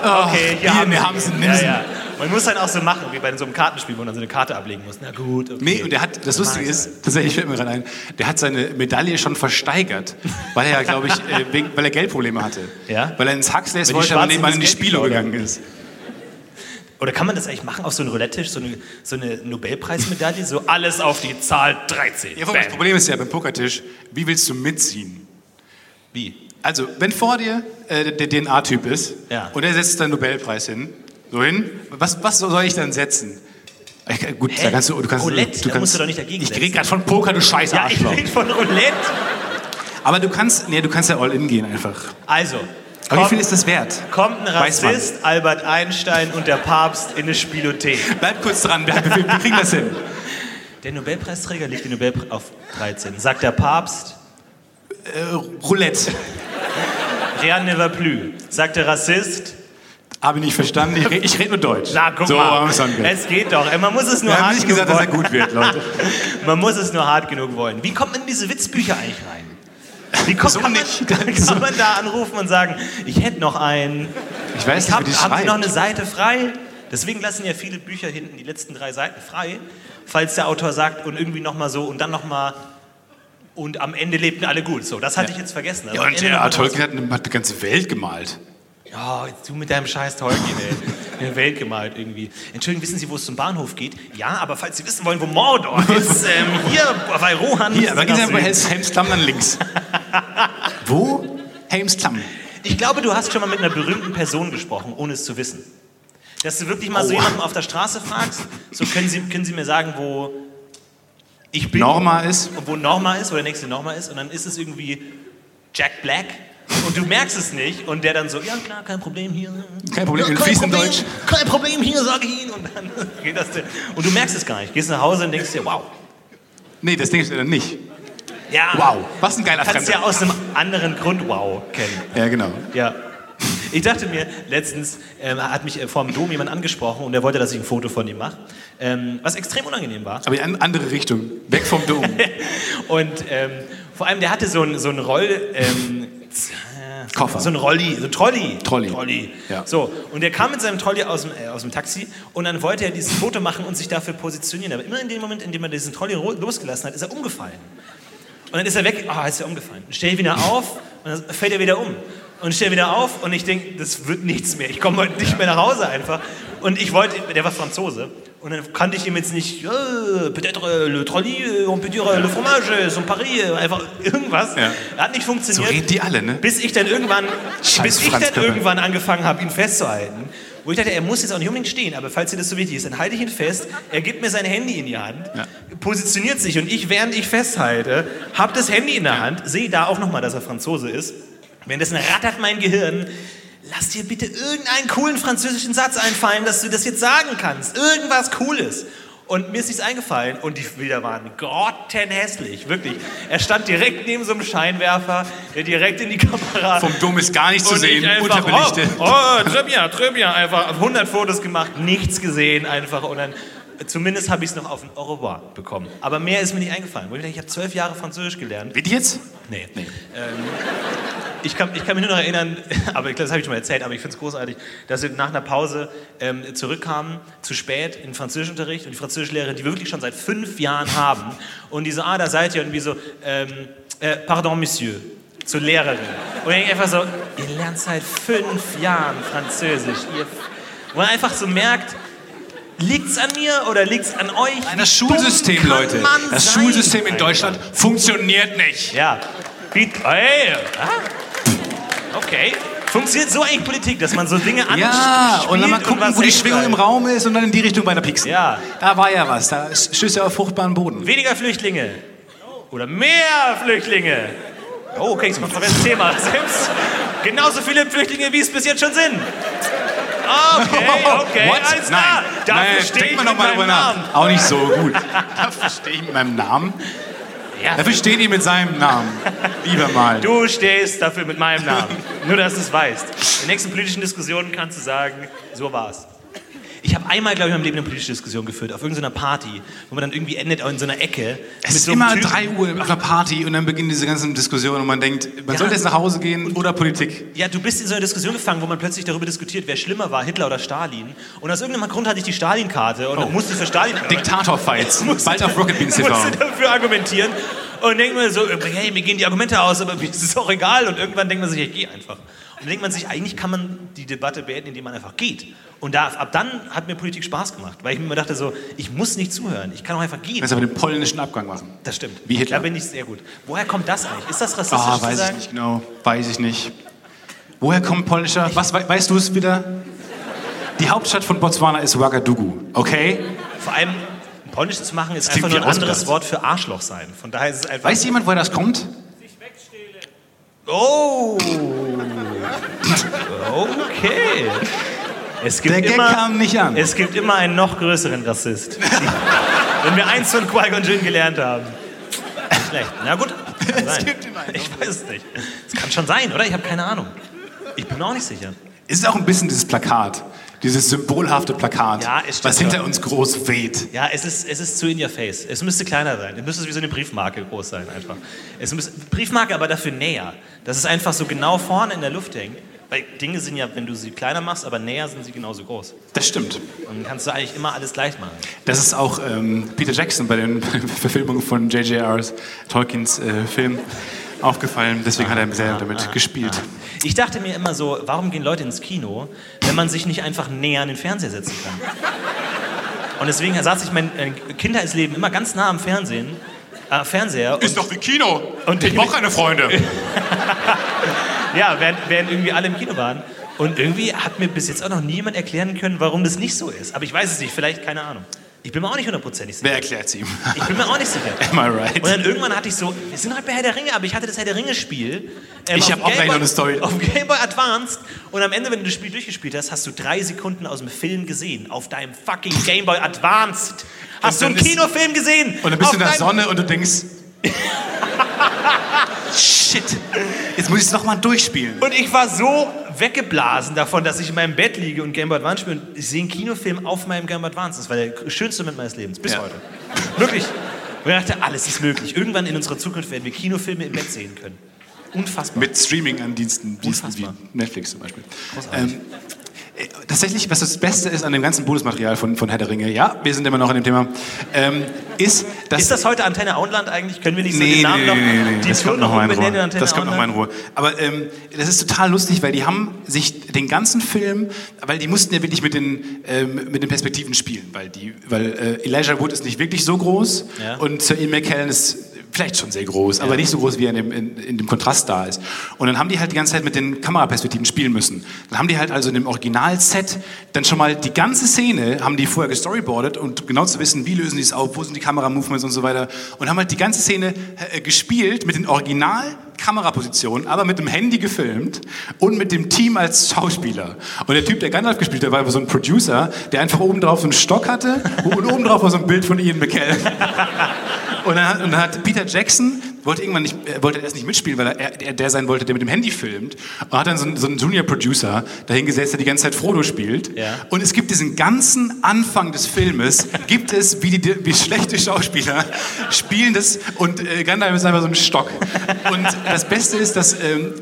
oh,
okay,
hier,
haben
wir
sie.
haben sie.
Ja, ja. Man muss dann auch so machen, wie bei so einem Kartenspiel, wo man so eine Karte ablegen muss. Na gut. Okay.
Nee, und der hat, das Lustige ist, tatsächlich fällt mir gerade ein, der hat seine Medaille schon versteigert, weil er ja, glaube ich, äh, wegen, weil er Geldprobleme hatte.
Ja.
Weil er ins Huxleys
Weil die
wollte, aber
Schwarzen
nebenan in die
das Geld
Spiele
geklaut
gegangen ist.
Oder kann man das eigentlich machen auf so einem Roulette-Tisch, so eine, so eine Nobelpreismedaille? So alles auf die Zahl 13.
Ja,
Bam.
wobei, das Problem ist ja beim Pokertisch, wie willst du mitziehen?
Wie?
Also, wenn vor dir äh, der DNA-Typ ist
Ja.
und er setzt deinen Nobelpreis hin, so hin, was, was soll ich dann setzen? Ich, gut,
Hä?
da kannst du, du kannst,
Roulette,
du
da
kannst,
musst du doch nicht dagegen
Ich
setzen.
rede gerade von Poker, du scheiß
Ja, ich
Arschloch.
rede von Roulette.
Aber du kannst, nee, du kannst ja all in gehen einfach.
Also,
Aber wie viel
kommt,
ist das wert?
kommt ein
Weiß man.
Rassist, Albert Einstein und der Papst in eine Spielothek.
Bleib kurz dran, wir, wir wir kriegen das hin.
Der Nobelpreisträger legt den Nobelpreis auf 13. Sagt der Papst, Äh,
Roulette.
Rien ne va plus. Sagt der Rassist,
Habe ich nicht verstanden, ich, red- ich rede nur Deutsch.
Na, guck
so,
mal.
haben wir's angehört.
Es geht doch. Man muss es nur
Wir haben
hart
nicht
genug
gesagt, dass er
wollen.
gut wird, Leute.
Man muss es nur hart genug wollen. Wie kommt man in diese Witzbücher eigentlich rein? Wie kommt
So
kann man,
nicht.
kann man da anrufen und sagen, ich hätte noch einen.
Ich weiß
Ich
nicht, wie
hab,
die
haben Sie
schreibt.
noch eine Seite frei? Deswegen lassen ja viele Bücher hinten die letzten drei Seiten frei, falls der Autor sagt und irgendwie nochmal so und dann nochmal und am Ende lebten alle gut. So, das hatte ich jetzt vergessen. Also
ja,
am
und
Ende
der
noch mal
Tolkien hat eine, hat eine ganze Welt gemalt.
Ja, jetzt du mit deinem scheiß Tolkien, ey. Eine Welt gemalt irgendwie. Entschuldigung, wissen Sie, wo es zum Bahnhof geht? Ja, aber falls Sie wissen wollen, wo Mordor ist, ähm, hier bei Rohan.
Hier, aber gehen Sie
nach
einfach bei
Süden.
Helms, Helms Klamm dann links. Wo? Helms Klamm.
Ich glaube, du hast schon mal mit einer berühmten Person gesprochen, ohne es zu wissen. Dass du wirklich mal so
Aua.
jemanden auf der Straße fragst, so können Sie, können Sie mir sagen, wo ich bin.
Norma ist.
Und wo Norma ist, wo der nächste Norma ist. Und dann ist es irgendwie Jack Black. Und du merkst es nicht. Und der dann so, ja klar, kein Problem hier.
Kein Problem, in
kein
fließend
Problem,
Deutsch.
Kein Problem hier, sag ich Ihnen. Und dann geht das. dir- Und du merkst es gar nicht. Gehst nach Hause und denkst dir, wow.
Nee, das Ding ist dann nicht.
Ja,
Wow, was ein geiler
Kannst ja
Fremder.
aus einem anderen Grund wow kennen.
Ja, genau.
Ja. Ich dachte mir, letztens ähm, hat mich äh, vor dem Dom jemand angesprochen und er wollte, dass ich ein Foto von ihm mache. Ähm, was extrem unangenehm war.
Aber in eine andere Richtung. Weg vom Dom.
Und ähm, vor allem, der hatte so einen so einen Roll. Ähm, z- äh,
Koffer.
So ein Rolli, so ein Trolley.
Trolley.
Trolley.
Ja.
So, und der kam mit seinem Trolley aus dem, äh, aus dem Taxi und dann wollte er dieses Foto machen und sich dafür positionieren. Aber immer in dem Moment, in dem er diesen Trolley ro- losgelassen hat, ist er umgefallen. Und dann ist er weg, ah, ist er umgefallen. Dann Stell ihn wieder auf und dann fällt er wieder um. Und stell wieder auf und ich denke, das wird nichts mehr. Ich komme heute nicht mehr nach Hause einfach. Und ich wollte, der war Franzose. Und dann kannte ich ihm jetzt nicht, äh, peut-être äh, le trolley, äh, on peut dire le fromage, euh, son Paris, äh, einfach irgendwas.
Ja.
Hat nicht
So
funktioniert.
reden die alle, ne?
Bis ich dann irgendwann,
Scheiß
bis ich
Franz
dann
Köppel.
irgendwann angefangen habe, ihn festzuhalten. Wo ich dachte, er muss jetzt auch nicht unbedingt stehen, aber falls dir das so wichtig ist, dann halte ich ihn fest. Er gibt mir sein Handy in die Hand,
Ja.
positioniert sich und ich, während ich festhalte, habe das Handy in der Hand, sehe da auch nochmal, dass er Franzose ist. Währenddessen rattert mein Gehirn. Lass dir bitte irgendeinen coolen französischen Satz einfallen, dass du das jetzt sagen kannst. Irgendwas Cooles. Und mir ist nichts eingefallen und die Bilder waren grottenhässlich, wirklich. Er stand direkt neben so einem Scheinwerfer, der direkt in die Kamera
Vom Dom ist gar nicht zu
und
sehen.
ich einfach,
Unterbelichtet.
Oh, oh très bien, très bien. Einfach 100 Fotos gemacht, nichts gesehen einfach. Und dann, zumindest habe ich es noch auf ein Au revoir bekommen. Aber mehr ist mir nicht eingefallen. Wo ich dachte, ich habe zwölf Jahre Französisch gelernt.
Wie die jetzt?
Nee.
Nee.
Ähm, ich, kann, ich kann mich nur noch erinnern, aber ich glaube, das habe ich schon mal erzählt, aber ich finde es großartig, dass wir nach einer Pause ähm, zurückkamen, zu spät, in den Französischunterricht und die Französischlehrerin, die wir wirklich schon seit fünf Jahren haben, und die so, ah, da seid ihr, und wie so, ähm, äh, pardon, Monsieur, zur Lehrerin. Und ich einfach so, ihr lernt seit fünf Jahren Französisch. Ihr, wo man einfach so merkt, Liegt's an mir oder liegt's an euch?
Nein, das Schulsystem,
kann
Leute.
man
Das
sein?
Schulsystem in Deutschland funktioniert nicht.
Ja. Wie, hey, ah. Okay. Funktioniert so eigentlich Politik, dass man so Dinge anspielt
Ja, und dann mal gucken,
was
wo die
echt
Schwingung
bleibt.
im Raum ist und dann in die Richtung weiter pieksen.
Ja.
Da war ja was. Da ist- stößt ja auf fruchtbaren Boden.
Weniger Flüchtlinge. Oder mehr Flüchtlinge. Oh, okay, das ist ein kontroverses Thema. Selbst genauso viele Flüchtlinge, wie es bis jetzt schon sind. Okay, okay,
What?
alles
Nein.
klar. Dafür
Nein,
stehe
denk
ich
mal
mit
nochmal
meinem
drüber
Namen.
nach. Auch nicht so gut. Dafür stehe ich mit meinem Namen.
Ja.
Dafür steht ihr mit seinem Namen. Lieber mal.
Du stehst dafür mit meinem Namen. Nur, dass du es weißt. In nächsten politischen Diskussionen kannst du sagen, so war's. Ich habe einmal, glaube ich, in meinem Leben eine politische Diskussion geführt, auf irgendeiner Party, wo man dann irgendwie endet auch in so einer Ecke.
Es ist
so einem
immer
Typen.
3 Uhr auf einer Party und dann beginnen diese ganzen Diskussionen und man denkt, man
Ja.
sollte jetzt nach Hause gehen oder Politik.
Ja, du bist in so eine Diskussion gefangen, wo man plötzlich darüber diskutiert, wer schlimmer war, Hitler oder Stalin. Und aus irgendeinem Grund hatte ich die Stalin-Karte
Oh.
und dann musste ich für Stalin
Diktator-Fights. Bald auf Rocket Beans TV.
musste dafür argumentieren. Und denkt man so, hey, mir gehen die Argumente aus, aber mir ist es auch egal. Und irgendwann denkt man sich, ich gehe einfach. Und dann denkt man sich, eigentlich kann man die Debatte beenden, indem man einfach geht. Und da, ab dann hat mir Politik Spaß gemacht, weil ich mir immer dachte so, ich muss nicht zuhören, ich kann auch einfach gehen.
Kannst aber den polnischen Abgang machen.
Das stimmt.
Wie Hitler.
Da bin ich sehr gut. Woher kommt das eigentlich? Ist das rassistisch
Ah,
zu
weiß ich
sagen?
nicht genau. Weiß ich nicht. Woher kommt polnischer? Was we weißt du es wieder? Die Hauptstadt von Botswana ist Ouagadougou, okay?
Vor allem, Polnisch zu machen ist
klingt
einfach nur ein
wie
anderes
ausgerast.
Wort für Arschloch sein. Von daher ist es einfach...
Weiß jemand, woher das kommt?
Oh! Okay. Es gibt
Der Gag
immer,
kam nicht an.
Es gibt immer einen noch größeren Rassist. Wenn wir eins von Qui-Gon Jinn gelernt haben. Nicht Schlecht. Na gut. Kann sein.
gibt immer einen
ich weiß es nicht. Es kann schon sein, oder? Ich habe keine Ahnung. Ich bin mir auch nicht sicher.
Ist auch ein bisschen dieses Plakat, dieses symbolhafte Plakat,
Ja, es stimmt
was hinter
schon.
uns groß weht.
Ja, es ist, es ist zu in your face. Es müsste kleiner sein. Es müsste wie so eine Briefmarke groß sein einfach. Es müsste, Briefmarke aber dafür näher. Das ist einfach so genau vorne in der Luft hängt. Weil Dinge sind ja, wenn du sie kleiner machst, aber näher sind sie genauso groß.
Das stimmt.
Und dann kannst du eigentlich immer alles gleich machen.
Das ist auch ähm, Peter Jackson bei den Verfilmungen von J.J.R. Tolkiens äh, Film aufgefallen. Deswegen hat er sehr damit gespielt.
Ich dachte mir immer so, warum gehen Leute ins Kino, wenn man sich nicht einfach näher an den Fernseher setzen kann? Und deswegen saß ich mein äh, Kindheitsleben immer ganz nah am Fernsehen. Äh, Fernseher. Und,
doch wie Kino.
Und ich brauch
keine Freunde.
ja, während, während irgendwie alle im Kino waren. Und irgendwie hat mir bis jetzt auch noch niemand erklären können, warum das nicht so ist. Aber ich weiß es nicht, vielleicht, keine Ahnung. Ich bin mir auch nicht hundertprozentig sicher.
Wer erklärt's ihm?
Ich bin mir auch nicht sicher.
Am I right?
Und dann irgendwann hatte ich so, wir sind halt bei Herr der Ringe, aber ich hatte das Herr der Ringe-Spiel. ähm,
Ich
auf
hab
dem
auch
Game
gleich
Boy-
noch eine Story.
Auf dem Game Boy Advanced. Und am Ende, wenn du das Spiel durchgespielt hast, hast du drei Sekunden aus dem Film gesehen. Auf deinem fucking Game Boy Advanced. Hast
Und
du einen
dann ist-
Kinofilm gesehen?
Und dann
Auf
bist du in der
deinem-
Sonne und du denkst, shit, jetzt muss ich es nochmal durchspielen.
Und ich war so weggeblasen davon, dass ich in meinem Bett liege und Game Boy Advance spiele und ich sehe einen Kinofilm auf meinem Game Boy Advance. Das war der schönste Moment meines Lebens, bis
Ja.
heute. Wirklich. Und ich dachte, alles ist möglich. Irgendwann in unserer Zukunft werden wir Kinofilme im Bett sehen können. Unfassbar.
Mit Streaming-Andiensten, Diensten wie
Unfassbar.
Netflix zum Beispiel.
Großartig.
Ähm, äh, Tatsächlich, was das Beste ist an dem ganzen Bonusmaterial von, von Herr der Ringe, ja, wir sind immer noch an dem Thema, ähm, ist, dass
Ist das heute Antenne Auenland eigentlich? Können wir nicht so
Nee,
den
nee,
Namen
nee,
noch,
nee, nee,
die
das kommt
Tour noch
nochmal in
umbenennen in
Ruhe.
Antenne
Das kommt nochmal in
Auenland?
Ruhe. Aber ähm, das ist total lustig, weil die haben sich den ganzen Film, weil die mussten ja wirklich mit den, ähm, mit den Perspektiven spielen, weil, die, weil äh, Elijah Wood ist nicht wirklich so groß
Ja.
und Sir Ian McKellen ist vielleicht schon sehr groß, aber nicht so groß, wie er in dem, in, in dem Kontrast da ist. Und dann haben die halt die ganze Zeit mit den Kameraperspektiven spielen müssen. Dann haben die halt also in dem Originalset dann schon mal die ganze Szene, haben die vorher gestoryboardet und genau zu wissen, wie lösen die es auf, wo sind die Kameramovements und so weiter. Und haben halt die ganze Szene äh, gespielt mit den Original-Kamerapositionen, aber mit dem Handy gefilmt und mit dem Team als Schauspieler. Und der Typ, der Gandalf gespielt hat, war so ein Producer, der einfach obendrauf so einen Stock hatte und obendrauf war so ein Bild von Ian McKellen. Und dann, hat- und dann hat Peter Jackson wollte irgendwann nicht, äh, wollte erst nicht mitspielen, weil er, er der sein wollte, der mit dem Handy filmt. Und hat dann so einen, so einen Junior-Producer dahingesetzt, der die ganze Zeit Frodo spielt.
Ja.
Und es gibt diesen ganzen Anfang des Filmes, gibt es, wie, die, wie schlechte Schauspieler spielen das und äh, Gandalf ist einfach so ein Stock. Und das Beste ist, dass ähm,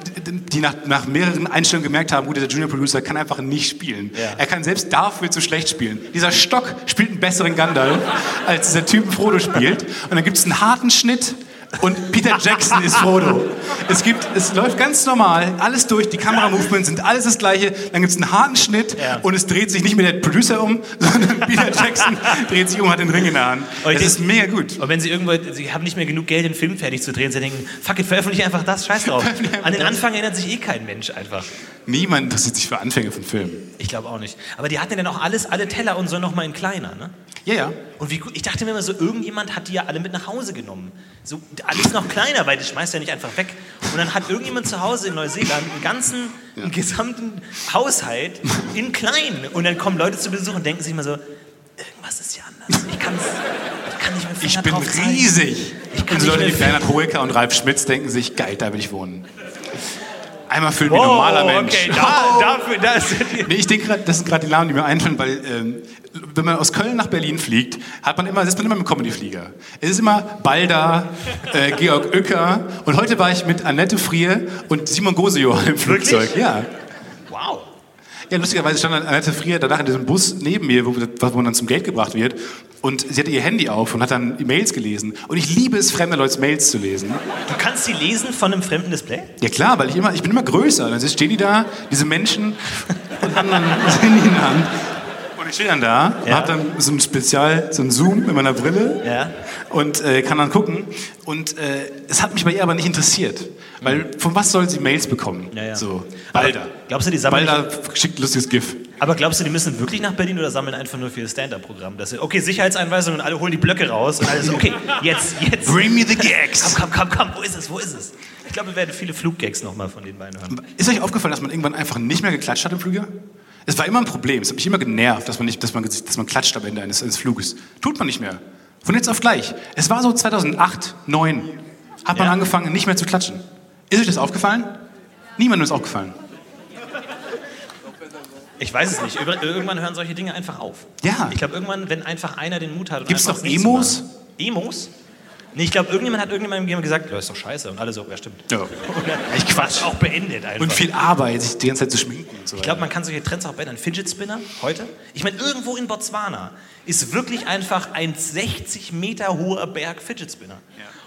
die nach, nach mehreren Einstellungen gemerkt haben, gut, der Junior-Producer kann einfach nicht spielen.
Ja.
Er kann selbst dafür zu schlecht spielen. Dieser Stock spielt einen besseren Gandalf, als dieser Typ Frodo spielt. Und dann gibt es einen harten Schnitt und Peter Jackson ist Frodo. Es, gibt, es läuft ganz normal, alles durch, die Kameramovements sind alles das gleiche. Dann gibt es einen harten Schnitt
Ja.
und es dreht sich nicht mehr der Producer um, sondern Peter Jackson dreht sich um, hat den Ring in der Hand.
Und ich
Es ist
denk-
mega gut.
Und wenn sie irgendwo, sie haben nicht mehr genug Geld, den Film fertig zu drehen, sie denken, fuck it, veröffentliche einfach das, scheiß drauf. An den Anfang erinnert sich eh kein Mensch einfach.
Niemand interessiert sich für Anfänge von Filmen.
Ich glaube auch nicht. Aber die hatten ja dann auch alles, alle Teller und so nochmal in kleiner, ne?
Ja, ja.
Und wie, gut- ich dachte mir immer so, irgendjemand hat die ja alle mit nach Hause genommen. So, alles noch kleiner, weil das schmeißt ja nicht einfach weg. Und dann hat irgendjemand zu Hause in Neuseeland einen ganzen, einen gesamten Haushalt in klein. Und dann kommen Leute zu Besuch und denken sich immer so, irgendwas ist hier anders. Ich kann's, ich kann nicht mehr
Ich bin riesig.
Ich kann
und so
nicht
Leute wie
mehr-
Bernhard Hoeker und Ralf Schmitz denken sich, geil, da will ich wohnen. Einmal fühlt mich
Oh,
ein normaler Mensch.
Okay, da,
Oh.
dafür, das.
Nee, ich denke gerade, das sind gerade die Namen, die mir einfallen, weil ähm, wenn man aus Köln nach Berlin fliegt, hat man immer, sitzt man immer im Comedy-Flieger. Es ist immer Balda, äh, Georg Uecker und heute war ich mit Annette Frier und Simon Gosejohann im Flugzeug. Ja.
Wow.
Ja, lustigerweise stand dann Annette Frier danach in diesem Bus neben mir, wo, wo man dann zum Gate gebracht wird. Und sie hatte ihr Handy auf und hat dann Mails gelesen. Und ich liebe es, fremde Leute Mails zu lesen.
Du kannst die lesen von einem fremden Display?
Ja klar, weil ich immer, ich bin immer größer. Dann stehen die da, diese Menschen, und haben dann das Handy in der Hand. Und ich stehe dann da und
Ja.
habe dann so ein Spezial, so ein Zoom in meiner Brille
Ja.
und äh, kann dann gucken. Und äh, es hat mich bei ihr aber nicht interessiert. Weil von was soll sie Mails bekommen?
Mhm. Ja, ja.
So,
Balda.
Balda.
Glaubst du, die sammeln
Balda schickt ein lustiges GIF.
Aber glaubst du, die müssen wirklich nach Berlin oder sammeln einfach nur für ihr Stand-Up-Programm? Dass sie- Okay, Sicherheitseinweisungen, alle holen die Blöcke raus und alles, okay, jetzt, jetzt.
Bring me the
Komm,
gags.
komm, komm, komm, wo ist es, wo ist es? Ich glaube, wir werden viele Fluggags nochmal von den beiden hören.
Ist euch aufgefallen, dass man irgendwann einfach nicht mehr geklatscht hat im Flüger? Es war immer ein Problem. Es hat mich immer genervt, dass man, nicht, dass man, dass man klatscht am Ende eines, eines Fluges. Tut man nicht mehr. Von jetzt auf gleich. Es war so 2008, 2009. Hat man
Ja.
angefangen, nicht mehr zu klatschen. Ist euch das aufgefallen? Niemandem ist aufgefallen.
Ich weiß es nicht. Über, irgendwann hören solche Dinge einfach auf.
Ja.
Ich glaube, irgendwann, wenn einfach einer den Mut hat. und
Gibt's
einfach
noch
nichts zu machen-
Emos?
Emos? Nee, ich glaube, irgendjemand hat irgendjemandem gesagt, das ist doch scheiße. Und alle so, ja, stimmt.
Ja.
Ich Quatsch. Auch beendet einfach.
Und viel Arbeit, sich die ganze Zeit zu schminken und so
Ich
weiter.
glaube, man kann solche Trends auch ändern. Fidget Spinner heute? Ich meine, irgendwo in Botswana ist wirklich einfach ein 60 Meter hoher Berg Fidget Spinner.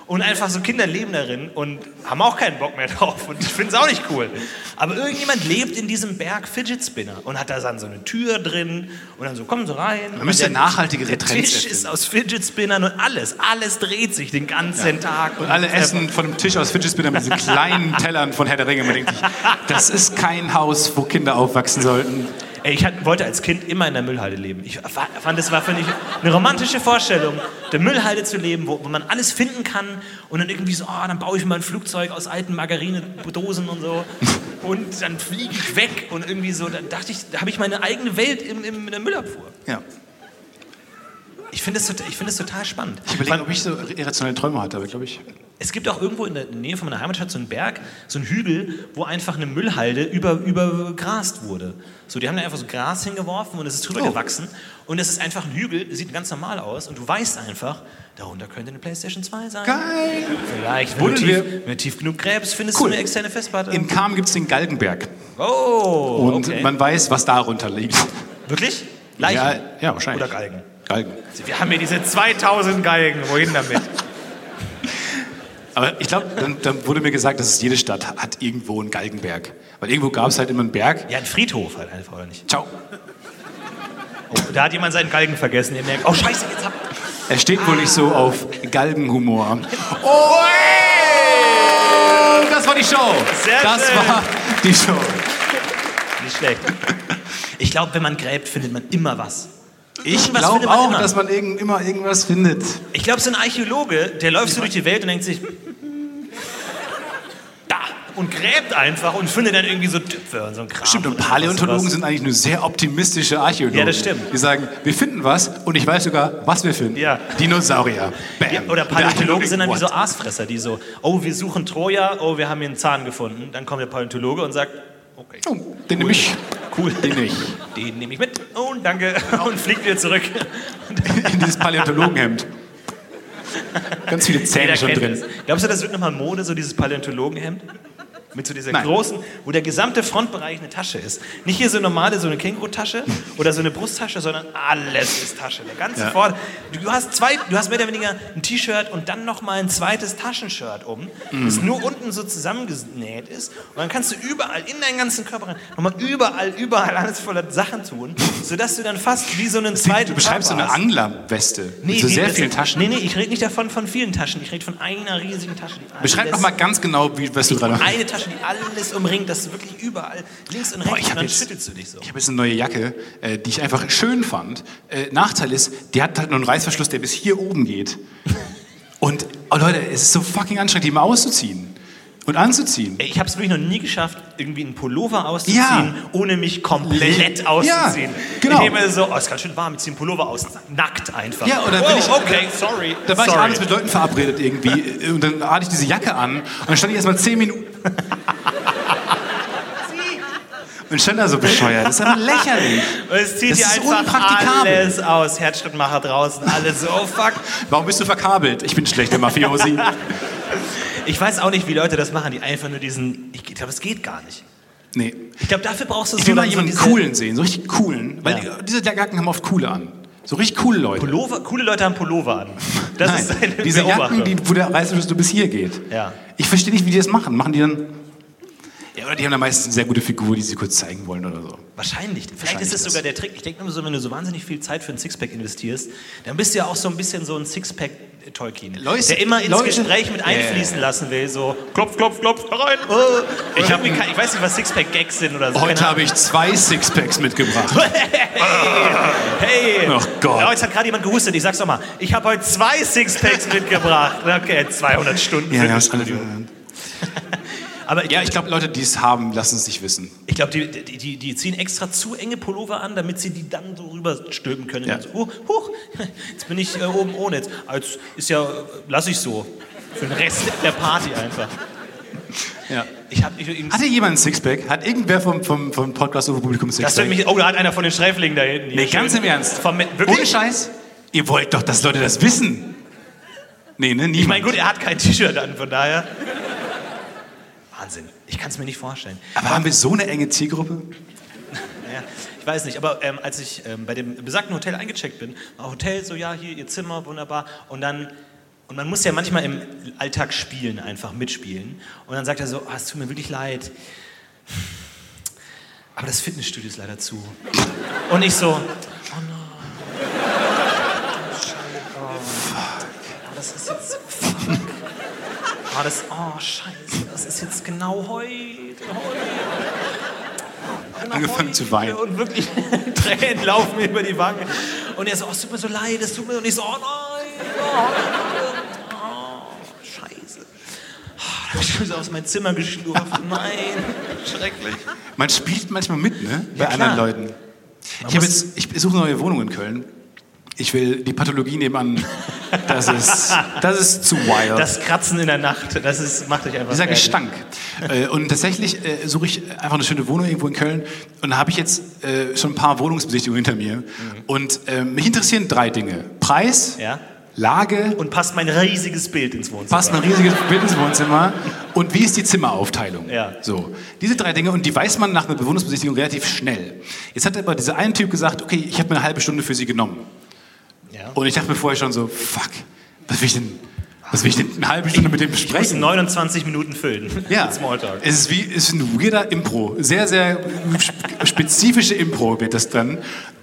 Und einfach so Kinder leben darin und haben auch keinen Bock mehr drauf. Und ich finde es auch nicht cool. Aber irgendjemand lebt in diesem Berg Fidget Spinner und hat da dann so eine Tür drin und dann so, kommen Sie rein.
Man müsste
Und der-
nachhaltigere
der
Trends
Tisch
erfinden.
ist aus Fidget Spinnern und alles. Alles dreht sich den ganzen Tag.
Und alle essen von dem Tisch aus Fidget Spinner mit diesen kleinen Tellern von Herr der Ringe. Man denkt sich, das ist kein Haus, wo Kinder aufwachsen sollten.
Ey, ich hat, wollte als Kind immer in der Müllhalde leben. Ich fa- fand, das war für mich eine romantische Vorstellung, der Müllhalde zu leben, wo, wo man alles finden kann und dann irgendwie so, oh, dann baue ich mal ein Flugzeug aus alten Margarinedosen und so und dann fliege ich weg und irgendwie so, dann dachte ich, da habe ich meine eigene Welt im, im, in der Müllabfuhr.
Ja.
Ich finde das, tot- ich find das total spannend.
Ich überlege, ob ich so irrationelle Träume hatte, aber glaube ich.
Es gibt auch irgendwo in der Nähe von meiner Heimatstadt so einen Berg, so einen Hügel, wo einfach eine Müllhalde über, übergrast wurde. So, die haben da einfach so Gras hingeworfen und es ist drüber
Oh.
gewachsen. Und es ist einfach ein Hügel, sieht ganz normal aus. Und du weißt einfach, darunter könnte eine Playstation 2 sein.
Geil!
Vielleicht, wenn
Wurden
du, tief,
wir-
wenn du tief genug gräbst, findest
Cool.
du eine externe Festplatte.
In Kam gibt es den Galgenberg.
oh,
Und
okay.
man weiß, was darunter liegt.
Wirklich? Leichen?
Ja, ja, wahrscheinlich.
Oder Galgen?
Galgen.
Wir haben hier diese 2000 Geigen, wohin damit?
Aber ich glaube, dann, dann wurde mir gesagt, dass es jede Stadt hat irgendwo einen Galgenberg. Weil irgendwo gab es halt immer einen Berg.
ja, ein Friedhof halt einfach, oder nicht?
Ciao.
Oh, da hat jemand seinen Galgen vergessen. Ihr merkt, oh scheiße, jetzt hab...
Er steht wohl nicht so auf Galgenhumor. Oh, ey! Das war die Show.
Sehr
das
schön.
war die Show.
Nicht schlecht. Ich glaube, wenn man gräbt, findet man immer was.
Ich
Irgendwas
glaube
findet man
auch,
immer.
dass man irgend, immer irgendwas findet.
Ich glaube, so ein Archäologe, der läuft so durch die Welt und denkt sich, da, und gräbt einfach und findet dann irgendwie so Töpfe und so ein Kram.
Stimmt, und
oder
Paläontologen
sowas.
sind eigentlich nur sehr optimistische Archäologen.
Ja, das stimmt.
Die sagen, wir finden was und ich weiß sogar, was wir finden.
Ja.
Dinosaurier. Bam.
Ja, oder
Und der Archäologe,
Paläontologen sind dann wie
what?
so Aasfresser, die so, oh, wir suchen Troja, oh, wir haben hier einen Zahn gefunden. Dann kommt der Paläontologe und sagt, okay,
Oh, den nehme ich.
cool,
Den nehme ich.
den nehme ich mit. Oh, danke. Und fliegt wieder zurück.
In dieses Paläontologenhemd. Ganz viele Zähne
Jeder
schon
kennt
drin.
es. Glaubst du, das wird nochmal Mode, so dieses Paläontologenhemd? Mit so dieser
Nein.
großen, wo der gesamte Frontbereich eine Tasche ist. Nicht hier so normale, so eine Känguru-Tasche oder so eine Brusttasche, sondern alles ist Tasche. Der ganze
Ja.
Vorder- Du hast zwei, du hast mehr oder weniger ein T-Shirt und dann nochmal ein zweites Taschenshirt um,
Mhm.
das nur unten so zusammengenäht ist. Und dann kannst du überall, in deinen ganzen Körper rein, nochmal überall, überall alles voller Sachen tun, sodass du dann fast wie so einen zweiten
Du beschreibst so
Körper
eine
hast.
Anglerweste
Nee,
mit so
nee,
sehr
das-
vielen Taschen.
Nee, nee, ich rede nicht davon von vielen Taschen. Ich rede von einer riesigen Tasche. Die alles-
Beschreib nochmal ganz genau, wie, was du gerade hast.
Eine Tasche, die alles umringt, dass du wirklich überall links und rechts
ich hab
und dann
jetzt-
schüttelst du dich so.
Ich habe jetzt eine neue Jacke, äh, die ich einfach schön fand. Äh, Nachteil ist, die hat halt nur einen Reißverschluss, der bis hier oben geht. Und oh Leute, es ist so fucking anstrengend, die mal auszuziehen und anzuziehen.
Ey, Ich habe es wirklich noch nie geschafft, irgendwie einen Pullover auszuziehen,
Ja.
ohne mich komplett
Ja,
auszuziehen.
genau.
Ich nehme so, oh, ist ganz schön warm, ich ziehe einen Pullover aus, nackt einfach.
Ja, oder
oh,
wenn ich-
okay, sorry.
Da war
sorry.
ich abends mit Leuten verabredet irgendwie äh, und dann hatte ich diese Jacke an und dann stand ich erstmal zehn Minuten. Und stand da so bescheuert. Das ist aber lächerlich.
Und es zieht
Das
dir
ist
einfach
unpraktikabel.
alles aus. Herzschrittmacher draußen, alles so, oh fuck.
Warum bist du verkabelt? Ich bin schlechter Mafiosi.
Ich weiß auch nicht, wie Leute das machen, die einfach nur diesen, ich glaube, es geht gar nicht.
Nee.
Ich glaube, dafür brauchst du
Ich
so
will mal
dann so
jemanden
diese-
coolen sehen, so richtig coolen. Weil
Ja.
diese Jacken haben oft coole an. So richtig coole Leute.
Pullover, coole Leute haben Pullover an. Das ist
Nein,
seine
diese Jacken,
Beobachtung.
die, wo der Reißverschluss bis hier geht.
Ja.
Ich verstehe nicht, wie die das machen. Machen die dann. Ja, oder die haben dann meistens eine sehr gute Figur, die sie kurz zeigen wollen oder so.
Genau. Wahrscheinlich. Vielleicht
Wahrscheinlich
ist es
das.
sogar der Trick. Ich denke immer so, wenn du so wahnsinnig viel Zeit für ein Sixpack investierst, dann bist du ja auch so ein bisschen so ein Sixpack-Tolkien,
Äh, Leute-
der immer ins
Leute-
Gespräch mit
Ja, ja, ja.
einfließen lassen will. So klopf, klopf, klopf, herein. Oh. Ich, hab, ich weiß nicht, was Sixpack-Gags sind oder so.
Heute
Keine
habe ich zwei Sixpacks mitgebracht.
Hey!
Ach Oh Gott.
Ja, jetzt hat gerade jemand gehustet. Ich sag's nochmal. Ich habe heute zwei Sixpacks mitgebracht. Okay, 200 Stunden.
ja,
für
ja,
das
ist alle
Studio.
drin.
Aber
ja, ich glaube, Leute, die es haben, lassen es nicht wissen.
Ich glaube, die, die, die, die ziehen extra zu enge Pullover an, damit sie die dann so rüberstülpen können.
Ja.
Und so, huch, huch, jetzt bin ich äh, oben ohne. Jetzt, Ah, jetzt ist ja, lasse ich so. Für den Rest der Party einfach.
Ja.
Ich habe ich, ich,
Hatte jemand ein Sixpack? Hat irgendwer vom, vom, vom Podcast über Publikum ein
das wird
Sixpack?
mich, Oh, da hat einer von den Sträflingen da hinten.
Nee, ganz im Ernst.
Vom,
Ohne
wirklich?
Scheiß? Ihr wollt doch, dass Leute das wissen. Nee, ne? Niemand.
Ich meine, gut, er hat kein T-Shirt an, von daher. Wahnsinn. Ich kann es mir nicht vorstellen.
Aber haben wir so eine enge Zielgruppe?
Ja, ich weiß nicht, aber ähm, als ich ähm, bei dem besagten Hotel eingecheckt bin, war Hotel so, ja, hier, ihr Zimmer, wunderbar. Und dann, und man muss ja manchmal im Alltag spielen, einfach mitspielen. Und dann sagt er so, ah, es tut mir wirklich leid, aber das Fitnessstudio ist leider zu. Und ich so, oh nein. Oh, das ist jetzt, fuck. Oh, das, oh, scheiße, das ist jetzt genau heute, heute Genau
Angefangen zu weinen.
und wirklich Tränen laufen mir über die Wange. Und er so, oh, es tut mir so leid, es tut mir so und ich so, oh nein, oh, oh scheiße. Oh, dann hab ich so aus meinem Zimmer geschlurft, nein, schrecklich.
Man spielt manchmal mit, ne? Bei
Ja, klar.
anderen Leuten. Ich, hab jetzt, ich suche eine neue Wohnung in Köln. Ich will die Pathologie nebenan. Das ist, das ist zu wild.
Das Kratzen in der Nacht, das ist, macht euch einfach
Dieser
fertig.
Gestank. Äh, und tatsächlich äh, suche ich einfach eine schöne Wohnung irgendwo in Köln. Und da habe ich jetzt äh, schon ein paar Wohnungsbesichtigungen hinter mir.
Mhm.
Und äh, mich interessieren drei Dinge: Preis,
Ja.
Lage,
Und passt mein riesiges Bild ins Wohnzimmer.
passt ein riesiges Bild ins Wohnzimmer und wie ist die Zimmeraufteilung?
Ja.
So, diese drei Dinge und die weiß man nach einer Bewohnungsbesichtigung relativ schnell. Jetzt hat aber dieser eine Typ gesagt, okay, ich habe mir eine halbe Stunde für Sie genommen.
Ja.
Und ich dachte mir vorher schon so, fuck, was will ich denn, was will ich denn eine halbe Stunde mit dem
Ich muss
besprechen?
29 Minuten füllen.
Ja,
Smalltalk.
es ist, wie, es ist ein weirder Impro, sehr, sehr sp- spezifische Impro wird das dann.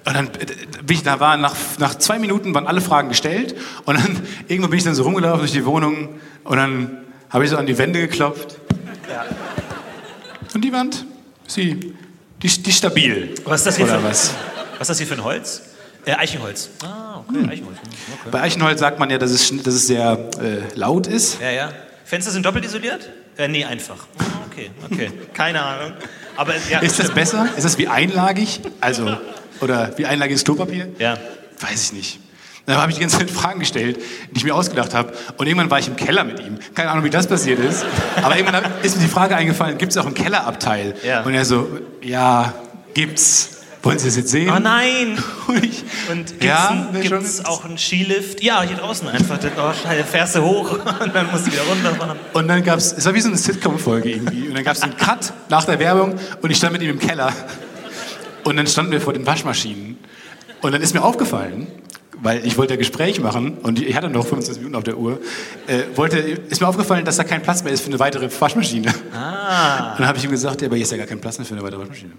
Und dann äh, bin ich da war, nach, nach zwei Minuten waren alle Fragen gestellt und dann irgendwann bin ich dann so rumgelaufen durch die Wohnung und dann habe ich so an die Wände geklopft. Und die Wand, sie, die, die stabil.
Was ist das hier
Oder
für-
was?
Was ist das hier für ein Holz? Äh, Eichenholz. Ah, okay, Eichenholz. Hm, Okay.
Bei Eichenholz sagt man ja, dass es, schn- dass es sehr äh, laut ist.
Ja, ja. Fenster sind doppelt isoliert? Äh, nee, einfach. Ah, Okay. okay, okay. Keine Ahnung. Aber äh, ja,
Ist das besser? Ist das wie einlagig? Also, oder wie einlagiges Klopapier?
Ja.
Weiß ich nicht. Da habe ich die ganze Zeit Fragen gestellt, die ich mir ausgedacht habe. Und irgendwann war ich im Keller mit ihm. Keine Ahnung, wie das passiert ist. Aber irgendwann hab- ist mir die Frage eingefallen, gibt es auch einen Kellerabteil?
Ja.
Und er so, ja, gibt's. Wollen Sie das jetzt sehen?
Oh nein!
Und ich,
Und gibt's,
ja,
ein,
wär schon
gibt's auch einen Skilift? Ja, hier draußen einfach. Dann, Oh, scheiße, fährst du hoch und dann musst du wieder runter. machen.
Und dann gab es, es war wie so eine Sitcom-Folge irgendwie. Und dann gab es einen Cut nach der Werbung und ich stand mit ihm im Keller. Und dann standen wir vor den Waschmaschinen. Und dann ist mir aufgefallen, weil ich wollte ein Gespräch machen und ich hatte noch 25 Minuten auf der Uhr, äh, wollte, ist mir aufgefallen, dass da kein Platz mehr ist für eine weitere Waschmaschine.
Ah,
Und dann habe ich ihm gesagt, ja, aber hier ist ja gar kein Platz mehr für eine weitere Waschmaschine.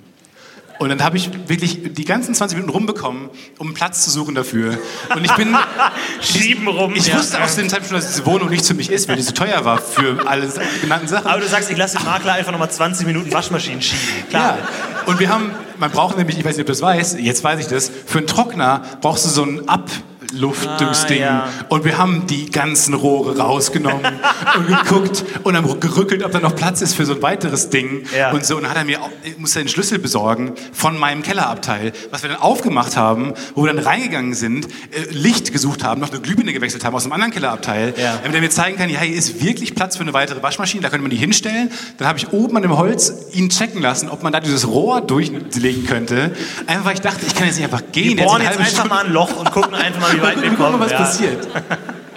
Und dann habe ich wirklich die ganzen 20 Minuten rumbekommen, um einen Platz zu suchen dafür. Und ich bin
schieben rum.
ich
ja.
wusste aus dem Zeitpunkt schon, dass diese Wohnung nicht zu mich ist, weil die so teuer war für alle genannten Sachen.
Aber du sagst, ich lasse den Makler einfach nochmal 20 Minuten Waschmaschinen schieben. Klar.
Ja. Und wir haben, man braucht nämlich, ich weiß nicht, ob du das weißt, jetzt weiß ich das, für einen Trockner brauchst du so ein Abluftungsding.
Ah, ja.
Und wir haben die ganzen Rohre rausgenommen und geguckt und haben gerückelt, ob da noch Platz ist für so ein weiteres Ding.
Ja.
Und so, und dann hat er mir, auch- ich musste den Schlüssel besorgen von meinem Kellerabteil, was wir dann aufgemacht haben, wo wir dann reingegangen sind, äh, Licht gesucht haben, noch eine Glühbirne gewechselt haben aus einem anderen Kellerabteil,
Ja.
damit er mir zeigen kann, ja, hier ist wirklich Platz für eine weitere Waschmaschine, da könnte man die hinstellen. Dann habe ich oben an dem Holz ihn checken lassen, ob man da dieses Rohr durchlegen könnte. Einfach weil ich dachte, ich kann jetzt nicht einfach gehen.
Wir
der
bohren jetzt
hat eine halbe
einfach
Stunde-
mal ein Loch und gucken einfach mal, wie weit wir
Gucken wir
kommen.
mal, was
ja.
passiert.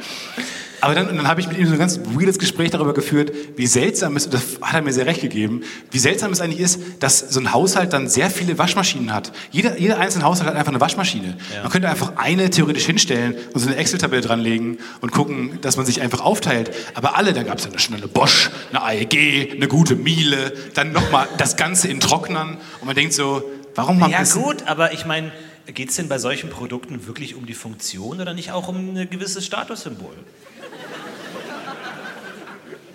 Aber dann, und dann habe ich mit ihm so ein ganz weirdes Gespräch darüber geführt, wie seltsam es, das hat er mir sehr recht gegeben, wie seltsam es eigentlich ist, dass so ein Haushalt dann sehr viele Waschmaschinen hat. Jeder, jeder einzelne Haushalt hat einfach eine Waschmaschine. Man könnte einfach eine theoretisch hinstellen und so eine Excel-Tabelle dranlegen und gucken, dass man sich einfach aufteilt. Aber alle, da gab es dann schon eine Bosch, eine AEG, eine gute Miele, dann nochmal das Ganze in Trocknern und man denkt so, warum haben wir
Ja
das
gut, aber ich meine, geht es denn bei solchen Produkten wirklich um die Funktion oder nicht auch um ein gewisses Statussymbol?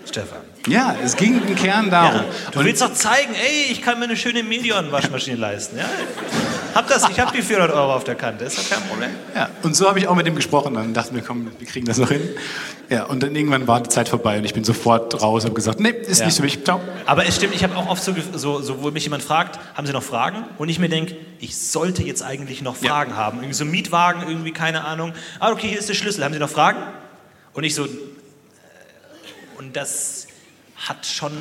Stefan.
Ja, es ging im Kern darum.
Du willst doch zeigen, ey, ich kann mir eine schöne Medion-Waschmaschine leisten. Ja? Hab das, ich hab die 400 Euro auf der Kante, ist doch kein Problem.
Ja, und so habe ich auch mit ihm gesprochen. Dann dachten wir, komm, wir kriegen das noch hin. Ja, und dann irgendwann war die Zeit vorbei und ich bin sofort raus und habe gesagt, nee, ist
Ja.
nicht für mich. Ciao.
Aber es stimmt, ich habe auch oft so, gef- so, so, wo mich jemand fragt, haben Sie noch Fragen? Und ich mir denke, ich sollte jetzt eigentlich noch
Ja.
Fragen haben. Irgendwie so ein Mietwagen, irgendwie, keine Ahnung. Ah, okay, hier ist der Schlüssel, haben Sie noch Fragen? Und ich so, äh, und das hat schon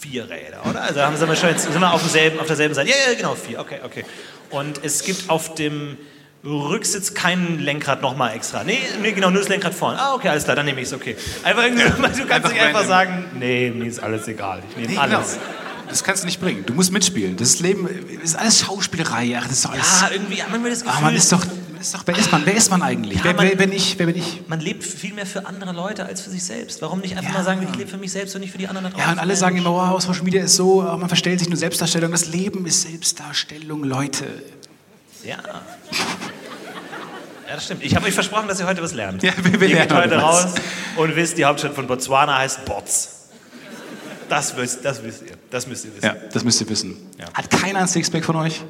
vier Räder, oder? Also haben sind wir schon jetzt, sind wir auf, demselben, auf derselben Seite. Ja, ja, genau, vier, okay, okay. Und es gibt auf dem Rücksitz kein Lenkrad nochmal extra. Nee, nee, genau, nur das Lenkrad vorne. Ah, okay, alles klar, dann nehme ich es, okay. Einfach irgendwie, so, du kannst
Einfach
nicht einfach
random.
sagen, nee, mir ist alles egal, ich nehme alles.
genau. Das kannst du nicht bringen. Du musst mitspielen. Das Leben äh, ist alles Schauspielerei. Ach, das ist doch alles.
Ja, irgendwie hat man mir das Gefühl,
Ah, man ist doch, man ist doch wer, ist man, wer ist man eigentlich?
Ja,
wer,
man-
wer bin ich? Wer bin ich?
man lebt viel mehr für andere Leute als für sich selbst. Warum nicht einfach
Ja.
mal sagen, ich lebe für mich selbst und nicht für die anderen da
Ja,
draußen?
und alle sagen immer, wow, Social Media ist so, ah, man verstellt sich nur Selbstdarstellung. Das Leben ist Selbstdarstellung, Leute.
Ja. Ja, das stimmt. Ich habe euch versprochen, dass ihr heute was lernt.
Ja, wir- wir
ihr
lernen
geht heute
heute was.
raus und wisst, die Hauptstadt von Botswana heißt Bots. Das wisst, das wisst ihr. Das müsst ihr wissen.
Ja, das müsst ihr wissen.
Ja.
Hat keiner ein Sixpack von euch?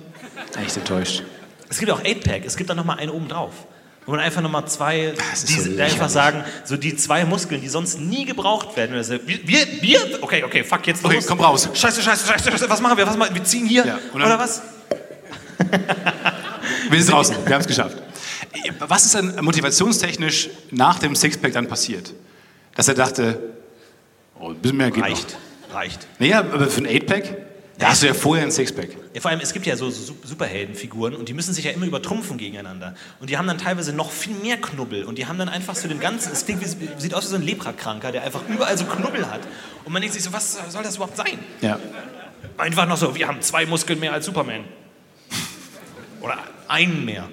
Echt enttäuscht.
Es gibt auch 8-Pack, es gibt dann nochmal einen oben drauf. Wo man einfach nochmal zwei,
Das Ah, ist
die,
so
die einfach
lächerlich.
sagen, so die zwei Muskeln, die sonst nie gebraucht werden. Also, wir, wir, wir- okay, okay, fuck, jetzt
Okay,
los.
komm raus.
Scheiße, scheiße, scheiße, scheiße, was machen wir, was machen wir, wir ziehen hier,
Ja, und dann-
oder was?
Wir sind draußen, wir haben es geschafft. Was ist denn motivationstechnisch nach dem Sixpack dann passiert? Dass er dachte, oh, ein bisschen mehr geht noch.
Reicht, reicht.
Naja, aber für ein Eightpack, da hast du ja vorher ein Sixpack.
Ja, vor allem, es gibt ja so Su- Superheldenfiguren und die müssen sich ja immer übertrumpfen gegeneinander. Und die haben dann teilweise noch viel mehr Knubbel und die haben dann einfach so den ganzen, es klingt wie, sieht aus wie so ein Leprakranker, der einfach überall so Knubbel hat. Und man denkt sich so, was soll das überhaupt sein?
Ja.
Einfach noch so, wir haben zwei Muskeln mehr als Superman. Oder einen mehr.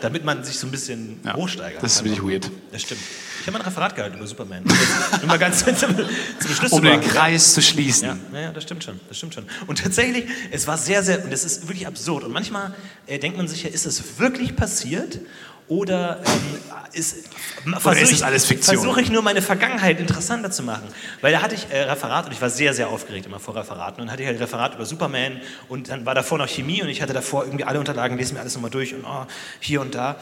Damit man sich so ein bisschen
ja.
hochsteigert.
Das ist wirklich weird.
das stimmt. Ich habe mal ein Referat gehalten über Superman. Um jetzt- Nur mal ganz zum, zum Schluss
Um
zu
den
machen.
Kreis zu schließen.
Ja, ja, ja, das stimmt schon, das stimmt schon. Und tatsächlich, es war sehr, sehr, und das ist wirklich absurd. Und manchmal äh, denkt man sich ja, ist es wirklich passiert? Oder, ähm, ist, m- versuch
ist
ich-
es alles Fiktion?
Versuche ich nur meine Vergangenheit interessanter zu machen. Weil da hatte ich äh, Referat und ich war sehr, sehr aufgeregt immer vor Referaten. Und dann hatte ich halt Referat über Superman und dann war davor noch Chemie und ich hatte davor irgendwie alle Unterlagen, lese mir alles nochmal durch und oh, hier und da.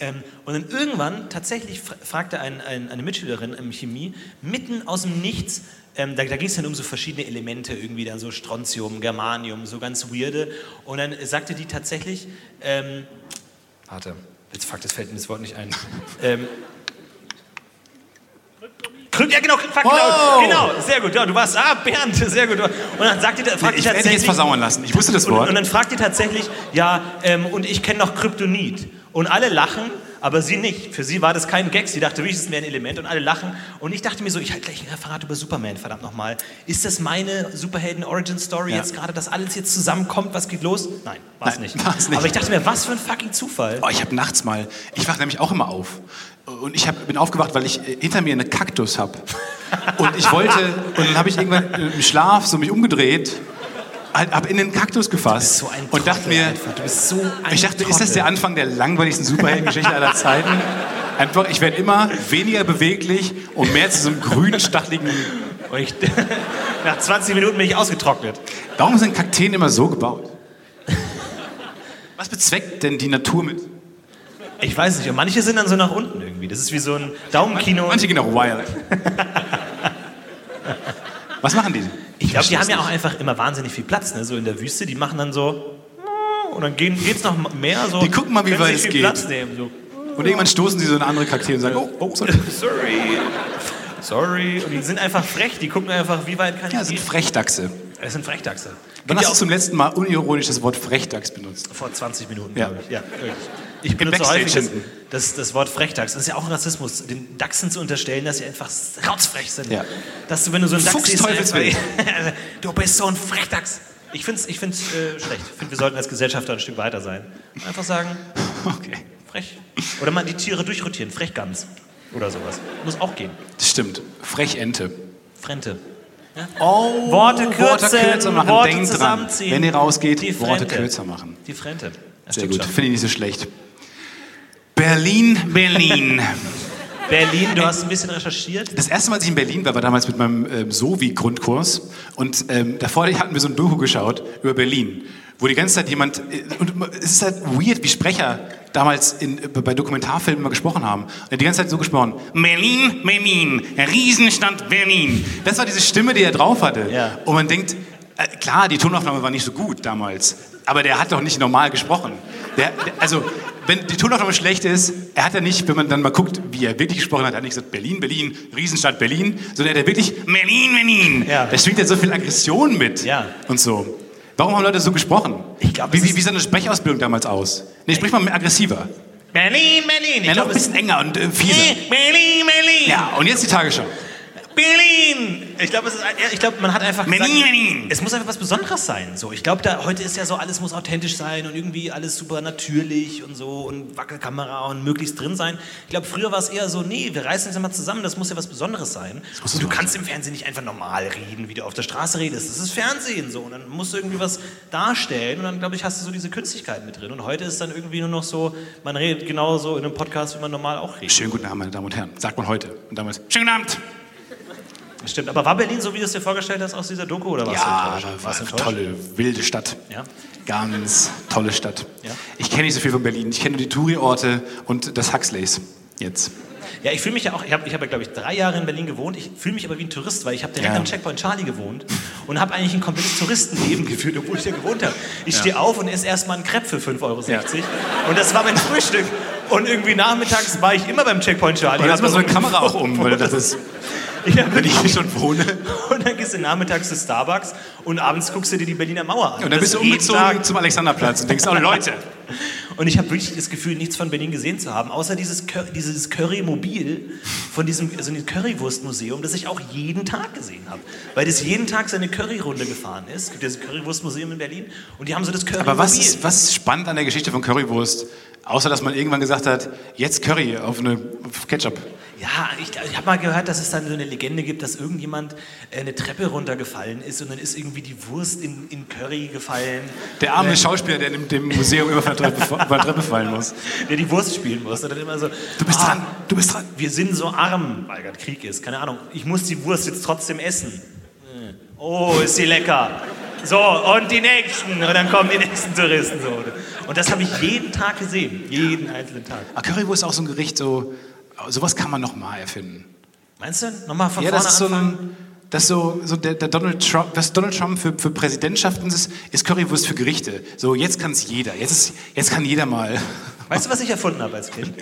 Ähm, und dann irgendwann tatsächlich fra- fragte ein, ein, eine Mitschülerin in Chemie mitten aus dem Nichts, ähm, da, da ging es dann um so verschiedene Elemente, irgendwie dann so Strontium, Germanium, so ganz weirde. Und dann sagte die tatsächlich, ähm, warte, jetzt fuck, das fällt mir das Wort nicht ein. ähm, Krypt- ja, genau, fuck,
Wow!
genau, genau, sehr gut. Ja, du warst, ah, Bernd, sehr gut. Und dann sagte die, fragte
Ich werde dich jetzt
tatsächlich-
versauern lassen. Ich wusste das
und, und
Wort.
dann fragt ihr tatsächlich, ja, ähm, und ich kenne noch Kryptonit. Und alle lachen, aber sie nicht. Für sie war das kein Gag. Sie dachte wirklich, das wäre ein Element und alle lachen. Und ich dachte mir so, ich halte gleich ein Referat über Superman, verdammt nochmal. Ist das meine Superhelden-Origin-Story
Ja.
jetzt gerade, dass alles jetzt zusammenkommt, was geht los? Nein, war's
Nein,
nicht.
war's nicht.
Aber ich dachte mir, was für ein fucking Zufall.
Oh, ich habe nachts mal, ich wache nämlich auch immer auf. Und ich hab, bin aufgewacht, weil ich äh, hinter mir eine Kaktus habe. Und ich wollte, und dann habe ich irgendwann im Schlaf so mich umgedreht, habe in den Kaktus gefasst
So ein
und dachte
Trottel
mir,
einfach. du bist so ein
ich dachte, ist das
Trottel.
der Anfang der langweiligsten Superheldengeschichte aller Zeiten? Einfach, ich werde immer weniger beweglich und mehr zu so einem grünen, stacheligen.
Und ich, nach 20 Minuten bin ich ausgetrocknet.
Warum sind Kakteen immer so gebaut? Was bezweckt denn die Natur mit?
Ich weiß nicht, und manche sind dann so nach unten irgendwie. Das ist wie so ein Daumenkino.
Manche gehen auch wild. Was machen die?
Ich glaube, die haben ja auch einfach immer wahnsinnig viel Platz, ne? so in der Wüste. Die machen dann so und dann gehen, geht's noch mehr. So,
Die gucken mal, wie
können
weit
sich
es
viel
geht.
Platz nehmen, so.
Und irgendwann stoßen sie so eine andere Kakteen und sagen, oh,
Oh, sorry. Sorry. Und die sind einfach frech. Die gucken einfach, wie weit kann
ja,
ich
sind
gehen.
Frechdachse.
Es sind Frechdachse.
Wann
Gibt ja
hast du
auch
zum letzten Mal unironisch das Wort Frechdachs benutzt?
vor 20 Minuten,
Ja.
glaube ich. Ja, wirklich. ich benutze
Backstage
häufig das,
hinten.
das, das Wort Frechdachs. Das ist ja auch ein Rassismus, den Dachsen zu unterstellen, dass sie einfach rotzfrech sind.
Ja.
Dass du, wenn du so einen Dachs
Fuchs
siehst,
Teufelswild.
einfach- du bist so ein Frechdachs. Ich finde es ich find's, äh, schlecht. Ich finde, wir sollten als Gesellschaft da ein Stück weiter sein. Einfach sagen,
Okay,
frech. Oder mal die Tiere durchrotieren, Frechgans oder sowas. Muss auch gehen.
das stimmt. Frechente.
Frente.
Oh,
Worte kürzen,
machen.
Worte
Denkt dran,
zusammenziehen.
wenn ihr rausgeht,
Die
Worte
Frente.
kürzer machen.
Die Frente. Das
Sehr
stimmt
gut,
schon.
finde ich nicht so schlecht. Berlin, Berlin.
Berlin, du hast ein bisschen recherchiert.
Das erste Mal, als ich in Berlin war, war damals mit meinem ähm, Sovi-Grundkurs. Und ähm, davor hatten wir so ein Doku geschaut über Berlin, wo die ganze Zeit jemand. Äh, und es ist halt weird, wie Sprecher damals in, äh, bei Dokumentarfilmen immer gesprochen haben. Und er hat die ganze Zeit so gesprochen: Berlin, Berlin, Riesenstadt Berlin. Das war diese Stimme, die er drauf hatte.
Ja.
Und man denkt, äh, klar, die Tonaufnahme war nicht so gut damals, aber der hat doch nicht normal gesprochen. Der, der, also, wenn die Tonaufnahme schlecht ist, er hat ja nicht, wenn man dann mal guckt, wie er wirklich gesprochen hat, er hat nicht gesagt Berlin, Berlin, Riesenstadt Berlin, sondern er hat ja wirklich Berlin, Berlin.
Ja.
Da schwingt ja so viel Aggression mit
Ja.
und so. Warum haben Leute so gesprochen?
Ich glaub,
wie,
es
wie,
ist-
wie sah eine Sprechausbildung damals aus? Nee, sprich mal aggressiver.
Berlin, Berlin. Ich
Ja, noch
glaub, es-
ein bisschen enger und äh, fieser.
Berlin, Berlin.
Ja, und jetzt die Tagesschau.
Berlin! Ich glaube, es ist- ich glaube, man hat einfach
Berlin,
gesagt,
Berlin.
es muss einfach was Besonderes sein. So, ich glaube, da heute ist ja so, alles muss authentisch sein und irgendwie alles super natürlich und so und Wackelkamera und möglichst drin sein. Ich glaube, früher war es eher so, nee, wir reißen uns ja mal zusammen, das muss ja was Besonderes sein.
muss
Und du
so
kannst im Fernsehen nicht einfach normal reden, wie du auf der Straße redest. Das ist Fernsehen so und dann musst du irgendwie was darstellen und dann glaube ich, hast du so diese Künstlichkeit mit drin. Und heute ist dann irgendwie nur noch so, man redet genauso in einem Podcast, wie man normal auch redet.
Schönen guten Abend, meine Damen und Herren. Sagt man heute. Und damals, schönen guten Abend.
Stimmt, aber war Berlin so, wie du es dir vorgestellt hast aus dieser Doku oder was?
Ja,
was
war eine tolle, wilde Stadt.
Ja.
Ganz tolle Stadt.
Ja.
Ich kenne nicht so viel von Berlin. Ich kenne nur die Touri-Orte und das Huxleys jetzt.
Ja, ich fühle mich ja auch, ich habe, ich hab ja, glaube ich, drei Jahre in Berlin gewohnt. Ich fühle mich aber wie ein Tourist, weil ich habe direkt
Ja.
am Checkpoint Charlie gewohnt und habe eigentlich ein komplettes Touristenleben geführt, obwohl ich da gewohnt habe. Ich stehe auf und esse erstmal einen Crepe für 5,60 Euro. Und das war mein Frühstück. Und irgendwie nachmittags war ich immer beim Checkpoint Charlie.
Und da ist
Hab
man so eine
da
Kamera auch um, weil das ist,
Ich hab
wenn ich hier schon wohne.
Und dann gehst du nachmittags zu Starbucks und abends guckst du dir die Berliner Mauer an.
Und dann bist du
Das jeden Tag.
umgezogen zum Alexanderplatz und denkst, oh Leute.
Und ich habe wirklich das Gefühl, nichts von Berlin gesehen zu haben, außer dieses, Cur dieses Curry-Mobil von diesem also dem Currywurst-Museum, das ich auch jeden Tag gesehen habe. Weil das jeden Tag seine Curry-Runde gefahren ist. Es gibt dieses Currywurst-Museum in Berlin und die haben so das Curry-Mobil.
Aber was ist, was ist spannend an der Geschichte von Currywurst? Außer, dass man irgendwann gesagt hat, jetzt Curry auf eine auf Ketchup.
Ja, ich, ich habe mal gehört, dass es dann so eine Legende gibt, dass irgendjemand äh, eine Treppe runtergefallen ist und dann ist irgendwie die Wurst in, in Curry gefallen,
Der arme Schauspieler, der dem, dem Museum immer von der Treppe, von der Treppe fallen muss.
der die Wurst spielen muss. Und dann immer so,
Du bist
"Ah,
dran, du bist dran.
Wir sind so arm, weil gerade Krieg ist, keine Ahnung. Ich muss die Wurst jetzt trotzdem essen. Oh, ist sie lecker. So, und die nächsten. Und dann kommen die nächsten Touristen. So. Und das habe ich jeden Tag gesehen. Jeden einzelnen Tag.
Ah, Currywurst ist auch so ein Gericht, so, sowas kann man nochmal erfinden.
Meinst du? Nochmal von
Ja,
vorne
das ist so
anfangen?
ein. Das ist so, so der, der Donald Trump, was Donald Trump für, für Präsidentschaften ist, ist Currywurst für Gerichte. So, jetzt kann es jeder. Jetzt, ist, jetzt kann jeder mal.
Weißt du, was ich erfunden habe als Kind?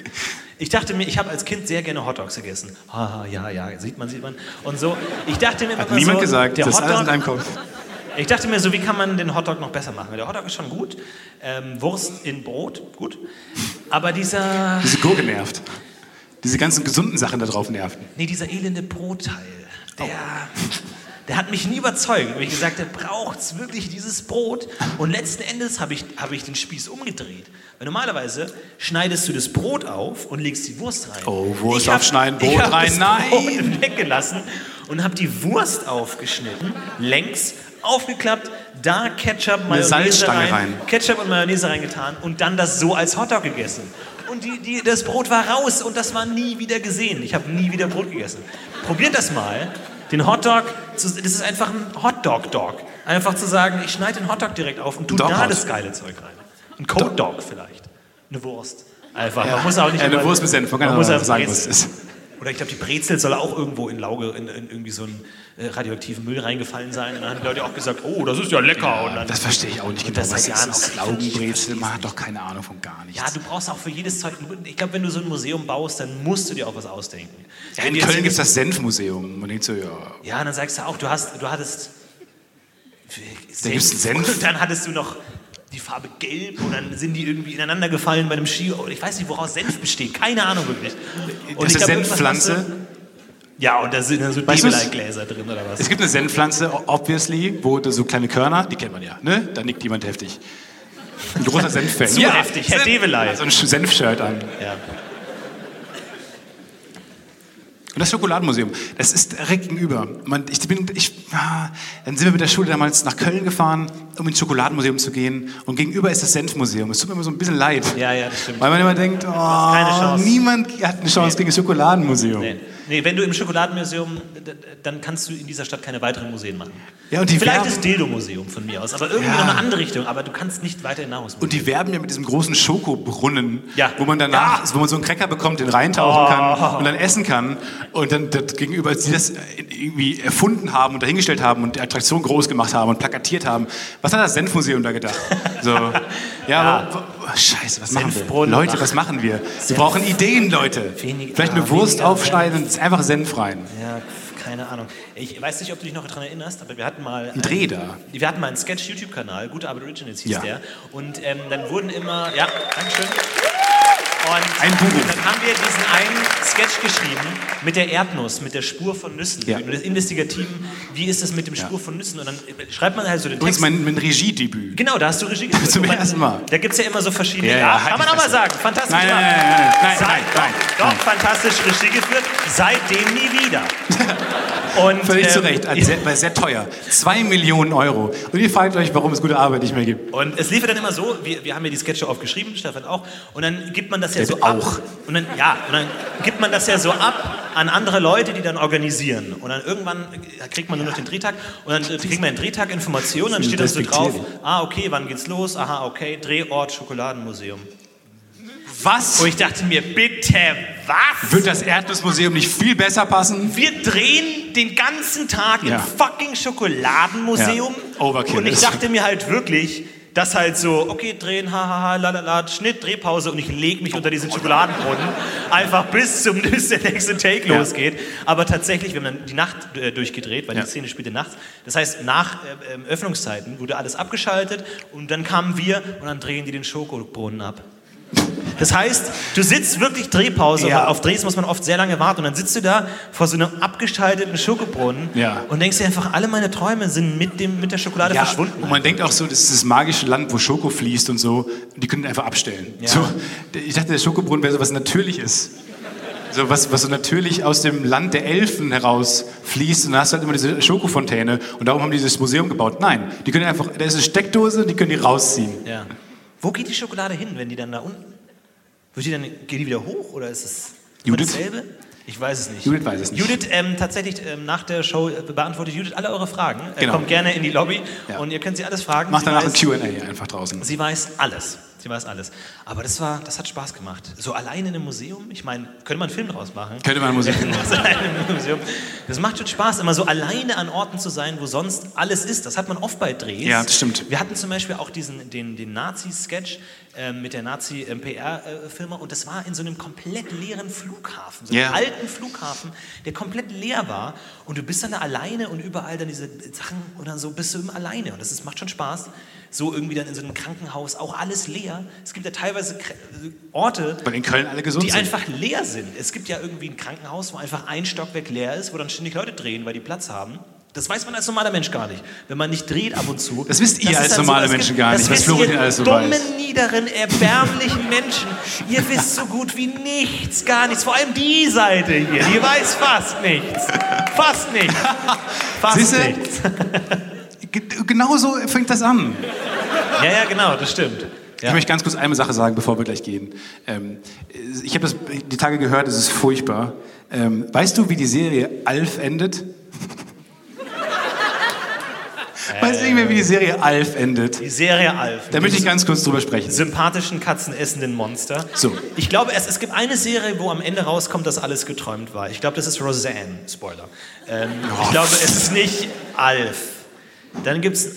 Ich dachte mir, ich habe als Kind sehr gerne Hotdogs gegessen. Haha, ja, ja, sieht man, sieht man. Und so, ich dachte mir
Hat
immer
niemand
so,
gesagt,
der
das ist alles in
Hotdog,
deinem Kopf.
ich dachte mir so, wie kann man den Hotdog noch besser machen? Der Hotdog ist schon gut, ähm, Wurst in Brot, gut. Aber dieser,
Diese Gurke nervt. Diese ganzen gesunden Sachen da drauf nerven.
nee, dieser elende Brotteil, der, der hat mich nie überzeugt. Und ich gesagt, der braucht wirklich dieses Brot. Und letzten Endes habe ich, habe ich den Spieß umgedreht. Weil normalerweise schneidest du das Brot auf und legst die Wurst rein.
Oh, Wurst
Ich hab-
aufschneiden,
ich
Brot
hab
rein,
das
nein.
Brot weggelassen und habe die Wurst aufgeschnitten, längs, aufgeklappt, da Ketchup, Mayonnaise
Salzstange
rein,
rein.
Ketchup und Mayonnaise reingetan und dann das so als Hotdog gegessen. Und die, die, das Brot war raus und das war nie wieder gesehen. Ich habe nie wieder Brot gegessen. Probiert das mal. Den Hotdog, zu, das ist einfach ein Hotdog-Dog. Einfach zu sagen, ich schneide den Hotdog direkt auf und tu
Dog
da
raus.
das geile Zeug rein. Ein Cold Dog vielleicht. Eine Wurst. Einfach. Man muss auch nicht
Ja, eine
immer-
Wurst mit Senf, man kann
man
auch
muss
mal
einfach
sagen,
Brezel.
was es ist.
Oder ich glaube, die Brezel soll auch irgendwo in Lauge, in, in irgendwie so einen äh, radioaktiven Müll reingefallen sein. Und dann haben die Leute auch gesagt, oh, das ist ja lecker. und dann,
Das verstehe ich auch nicht
Und
genau.
das
Was
seit
ist
Jahren
das?
auch- Ich
Laugenbrezel?
versteh's
Man hat doch keine Ahnung von gar nichts.
ja, du brauchst auch für jedes Zeug. Ich glaube, wenn du so ein Museum baust, dann musst du dir auch was ausdenken.
Ja, in
Wenn du
Köln
jetzt-
gibt es das Senfmuseum. Man denkt so, ja,
Ja, und dann sagst du auch, du hast, du hattest
Da gibt's einen Senf.
Und dann hattest du noch die Farbe Gelb und dann sind die irgendwie ineinander gefallen bei einem Ski. Ich weiß nicht, woraus Senf besteht. Keine Ahnung wirklich. Und
das
ich
ist
glaub,
eine
irgendwas hast du-
Senfpflanze.
Ja, und da sind dann so
Weißt du's?
Debelei-Gläser drin oder was?
Es gibt eine Senfpflanze, o- obviously, wo da so kleine Körner, die kennt man ja, ne? Da nickt jemand heftig. Ein großer Senffan.
Zu heftig, Herr Develey.
So ein Sch- Senfshirt an. Und
Ja.
das Schokoladenmuseum, das ist direkt gegenüber. Man, ich bin, ich, ah, dann sind wir mit der Schule damals nach Köln gefahren, um ins Schokoladenmuseum zu gehen. Und gegenüber ist das Senfmuseum. Es tut mir immer so ein bisschen leid.
ja, ja, das stimmt.
Weil man immer denkt, oh,
Chance.
niemand hat eine Chance gegen das Schokoladenmuseum.
Nee. nee, wenn du im Schokoladenmuseum, d- d- dann kannst du in dieser Stadt keine weiteren Museen machen.
Ja, und die
Vielleicht
Werbung-
das Dildo-Museum von mir aus, aber irgendwie
Ja.
noch eine andere Richtung. Aber du kannst nicht weiter in Nahrungsmittel.
Und die werben ja mit diesem großen Schokobrunnen,
Ja.
wo man danach, wo man so einen Cracker bekommt, den reintauchen
Oh.
kann und dann essen kann. Und dann das gegenüber, als die das irgendwie erfunden haben und dahingestellt haben und die Attraktion groß gemacht haben und plakatiert haben, was hat das Senfmuseum da gedacht? So, ja, Aber, oh, scheiße, was machen wir?
Senfbrunnen.
Leute, was machen wir? Sie brauchen Ideen, Leute.
Wenig-
Vielleicht
ah,
eine Wurst
weniger
aufschneiden und einfach Senf rein.
Ja, keine Ahnung. Ich weiß nicht, ob du dich noch daran erinnerst, aber wir hatten mal. Ein
Dreh da.
Wir hatten mal einen Sketch-YouTube-Kanal, Gute Arbeit Originals hieß
Ja.
der. Und ähm, dann wurden immer. Ja, Dankeschön. Und
Ein Bubu.
dann haben wir diesen einen Sketch geschrieben mit der Erdnuss, mit der Spur von Nüssen.
Ja.
Mit dem investigativen, wie ist es mit dem Spur von Nüssen? Und dann schreibt man halt so den
Übrigens
Text.
mein, mein Regiedebüt.
Genau, da hast du Regie geführt.
Zum
Und man-
ersten Mal.
Da gibt es ja immer so verschiedene.
Ja,
Ja,
ja, halt
kann man
die
auch mal
Fresse.
sagen. Fantastisch.
Nein,
gemacht.
nein, nein, nein, nein,
Sei-
nein, nein,
Doch,
nein.
fantastisch Regie geführt. Seitdem nie wieder. Und,
Völlig
ähm,
zu Recht, also sehr, weil sehr teuer. Zwei Millionen Euro. Und ihr fragt euch, warum es gute Arbeit nicht mehr gibt.
Und es lief ja dann immer so, wir, wir haben ja die Sketche aufgeschrieben, Stefan auch, und dann gibt man das ja
Der
so
du auch.
ab. Und dann, ja, und dann gibt man das ja so ab an andere Leute, die dann organisieren. Und dann irgendwann äh, kriegt man nur noch den Drehtag und dann äh, kriegt man den Drehtag Informationen, dann
Das ist
steht das so drauf,
respektierlich.
ah, okay, wann geht's los? Aha, okay, Drehort Schokoladenmuseum.
Was?
Und ich dachte mir, bitte was?
Wird das Erdnussmuseum nicht viel besser passen?
Wir drehen den ganzen Tag
Ja.
im fucking Schokoladenmuseum.
Ja. Overkill
Und ich
ist-
dachte mir halt wirklich, dass halt so, okay, drehen, hahaha, lalala, Schnitt, Drehpause und ich lege mich unter diesen Schokoladenbrunnen. Einfach bis zum bis der nächste Take
Ja.
losgeht. Aber tatsächlich, wir haben dann die Nacht äh, durchgedreht, weil
Ja.
die Szene spielte nachts. Das heißt, nach äh, ähm, Öffnungszeiten wurde alles abgeschaltet und dann kamen wir und dann drehen die den Schokobrunnen ab. Das heißt, du sitzt wirklich Drehpause.
Ja.
Auf Drehs muss man oft sehr lange warten. Und dann sitzt du da vor so einem abgeschalteten Schokobrunnen
Ja.
und denkst dir einfach, alle meine Träume sind mit, dem, mit der Schokolade
Ja,
verschwunden.
und man denkt auch so, das ist das magische Land, wo Schoko fließt und so. Und die können einfach abstellen. So, ich dachte, der Schokobrunnen wäre so was Natürliches. So was, was so natürlich aus dem Land der Elfen heraus fließt. Und da hast du halt immer diese Schokofontäne. Und darum haben die dieses Museum gebaut. Nein, die können einfach, da ist eine Steckdose, die können die rausziehen.
Ja. Wo geht die Schokolade hin, wenn die dann da unten? Wird die dann, geht die wieder hoch oder ist es immer
Judith?
dasselbe? Ich weiß es nicht.
Judith weiß es nicht.
Judith, ähm, tatsächlich ähm, nach der Show äh, beantwortet Judith alle eure Fragen. Äh,
Genau.
Kommt gerne in die Lobby
Ja.
und ihr könnt sie alles fragen.
Mach
Sie
danach ein
weiß-
QA einfach draußen.
Sie weiß alles. Sie weiß alles. Aber das war, das hat Spaß gemacht. So allein in einem Museum, ich meine, könnte man einen Film draus machen.
Könnte man ein Museum machen.
So allein in einem Museum. Das macht schon Spaß, immer so alleine an Orten zu sein, wo sonst alles ist. Das hat man oft bei Drehs.
Ja, das stimmt.
Wir hatten zum Beispiel auch diesen, den, den Nazi-Sketch ähm, mit der Nazi-PR-Firma äh, und das war in so einem komplett leeren Flughafen, so einem
Ja.
alten Flughafen, der komplett leer war und du bist dann da alleine und überall dann diese Sachen und dann so bist du immer alleine und das ist, macht schon Spaß, so irgendwie dann in so einem Krankenhaus, auch alles leer. Es gibt ja teilweise Kr- Orte,
Weil in Köln alle gesund
die
sind.
einfach leer sind. Es gibt ja irgendwie ein Krankenhaus, wo einfach ein Stockwerk leer ist, wo dann ständig Leute drehen, weil die Platz haben. Das weiß man als normaler Mensch gar nicht. Wenn man nicht dreht ab und zu.
Das wisst ihr
ist
als
dann
normale
es gibt-
Menschen gar
das
nicht, was
wisst
Florian
ihr
alles so
dummen,
weiß.
niederen, erbärmlichen Menschen. Ihr wisst so gut wie nichts, gar nichts. Vor allem die Seite hier, die weiß fast nichts. Fast nichts. Fast
Siehst du?
nichts.
Ge- Genauso fängt das an.
Ja, ja, genau, das stimmt.
Ich
Ja.
möchte ganz kurz eine Sache sagen, bevor wir gleich gehen. Ähm, ich habe das die Tage gehört, es ist furchtbar. Ähm, weißt du, wie die Serie Alf endet? Weißt du nicht mehr, wie die Serie Alf endet?
Die Serie Alf.
Da möchte ich ganz kurz drüber sprechen.
sympathischen, katzenessenden Monster.
So.
Ich glaube, es, es gibt eine Serie, wo am Ende rauskommt, dass alles geträumt war. Ich glaube, das ist Roseanne. Spoiler. Ähm,
Oh.
Ich glaube, es ist nicht Alf. Dann gibt es,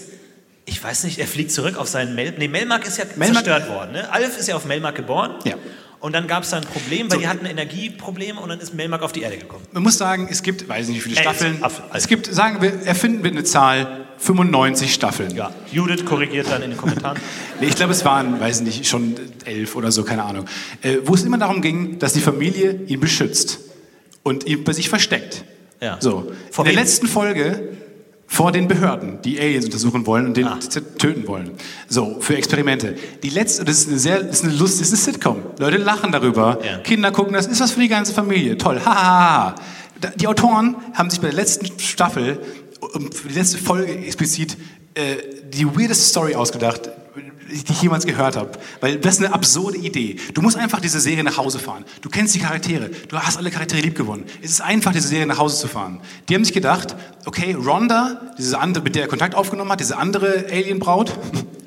ich weiß nicht, er fliegt zurück auf seinen Melmark. Nee, Melmark ist ja
Melmark-
zerstört worden. Ne? Alf ist ja auf Melmark geboren.
Ja.
Und dann gab es da ein Problem, weil
So.
die hatten Energieprobleme und dann ist Melmark auf die Erde gekommen.
Man muss sagen, es gibt, weiß nicht wie viele
Elf,
Staffeln.
Apfel,
Es gibt, sagen wir, erfinden wir eine Zahl, 95 Staffeln.
Ja. Judith korrigiert dann in den Kommentaren.
Nee, ich glaube, es waren, weiß nicht, schon elf oder so, keine Ahnung. Äh, wo es immer darum ging, dass die Familie ihn beschützt und ihn bei sich versteckt.
Ja.
So.
Vor
In der
wem?
letzten Folge vor den Behörden, die Aliens untersuchen wollen und den
Ah.
t- töten wollen. So, für Experimente. Die letzte, das ist eine sehr, das ist eine Lust, das ist eine Sitcom. Leute lachen darüber.
Ja.
Kinder gucken, das ist was für die ganze Familie. Toll, hahaha. Da- Die Autoren haben sich bei der letzten Staffel, um- für die letzte Folge explizit, äh, die weirdeste Story ausgedacht, die ich jemals gehört habe. Weil das ist eine absurde Idee. Du musst einfach diese Serie nach Hause fahren. Du kennst die Charaktere. Du hast alle Charaktere lieb gewonnen. Es ist einfach, diese Serie nach Hause zu fahren. Die haben sich gedacht, okay, Rhonda, diese andere, mit der er Kontakt aufgenommen hat, diese andere Alienbraut,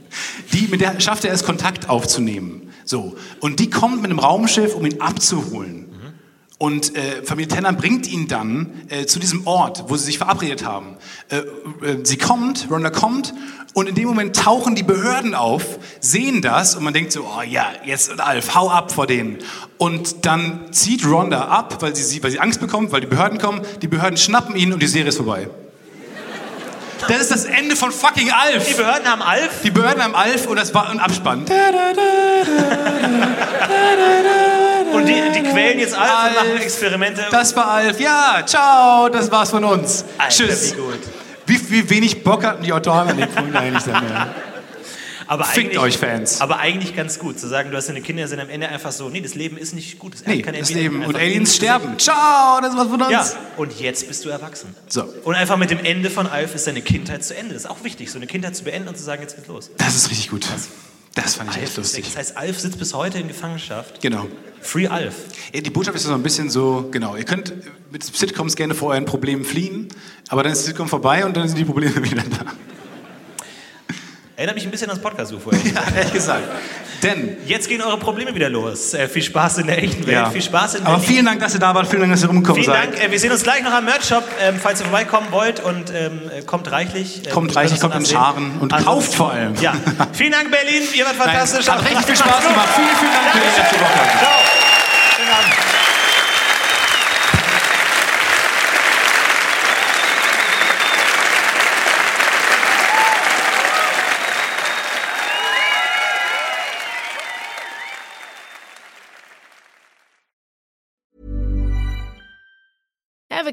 die, mit der schafft er es, Kontakt aufzunehmen. So. Und die kommt mit einem Raumschiff, um ihn abzuholen. Und äh, Familie Tenner bringt ihn dann äh, zu diesem Ort, wo sie sich verabredet haben. Äh, äh, sie kommt, Rhonda kommt, und in dem Moment tauchen die Behörden auf, sehen das, und man denkt so, oh ja, jetzt Alf, hau ab vor denen. Und dann zieht Rhonda ab, weil sie- sie, weil sie Angst bekommt, weil die Behörden kommen, die Behörden schnappen ihn und die Serie ist vorbei. Das ist das Ende von fucking Alf.
Die Behörden haben Alf.
Die Behörden am Alf und das war ein Abspann. Da, da, da,
Und die, die quälen jetzt Alf,
Alf.
und machen Experimente.
da. Das war Alf. Ja, ciao, das war's von uns.
Alter,
Tschüss.
Wie gut.
Wie, wie wenig Bock hatten die Autoren an dem Punkt eigentlich dann mehr?
Aber
Fickt
eigentlich-
euch, Fans.
Aber eigentlich ganz gut, zu sagen, du hast deine Kinder, sind am Ende einfach so, nee, das Leben ist nicht gut.
Nee,
kann
das
Alien
Leben. Und
einfach-
Aliens sterben. Ciao, das war's von uns.
Ja, und jetzt bist du erwachsen.
So.
Und einfach mit dem Ende von Alf ist deine Kindheit zu Ende. Das ist auch wichtig, so eine Kindheit zu beenden und zu sagen, jetzt geht's los.
Das ist richtig gut. Das fand ich echt
Alf ist weg.
lustig.
Das heißt, Alf sitzt bis heute in Gefangenschaft.
Genau.
Free Alf.
Ja, die Botschaft ist so ein bisschen so, genau, ihr könnt mit Sitcoms gerne vor euren Problemen fliehen, aber dann ist die Sitcom vorbei und dann sind die Probleme wieder da.
Erinnert mich ein bisschen ans Podcast vorher.
Ja, ehrlich gesagt. Denn
Jetzt gehen eure Probleme wieder los. Äh, viel Spaß in der echten Welt, viel Spaß in der
Aber vielen Dank, dass ihr da wart. Vielen Dank, dass ihr rumgekommen
Vielen
seid.
Dank. Äh, Wir sehen uns gleich noch am Merch-Shop, ähm, falls ihr vorbeikommen wollt. Und ähm, äh, kommt reichlich. Äh,
Kommt
wir können
reichlich,
uns
kommt in
ansehen.
Scharen und
Ansonsten-
kauft vor allem.
Ja. Vielen Dank, Berlin. Ihr wart
Nein,
fantastisch.
Hat richtig viel Spaß gemacht. Vielen, vielen Dank für die letzte Woche.
Ciao. Schönen Abend.
Ever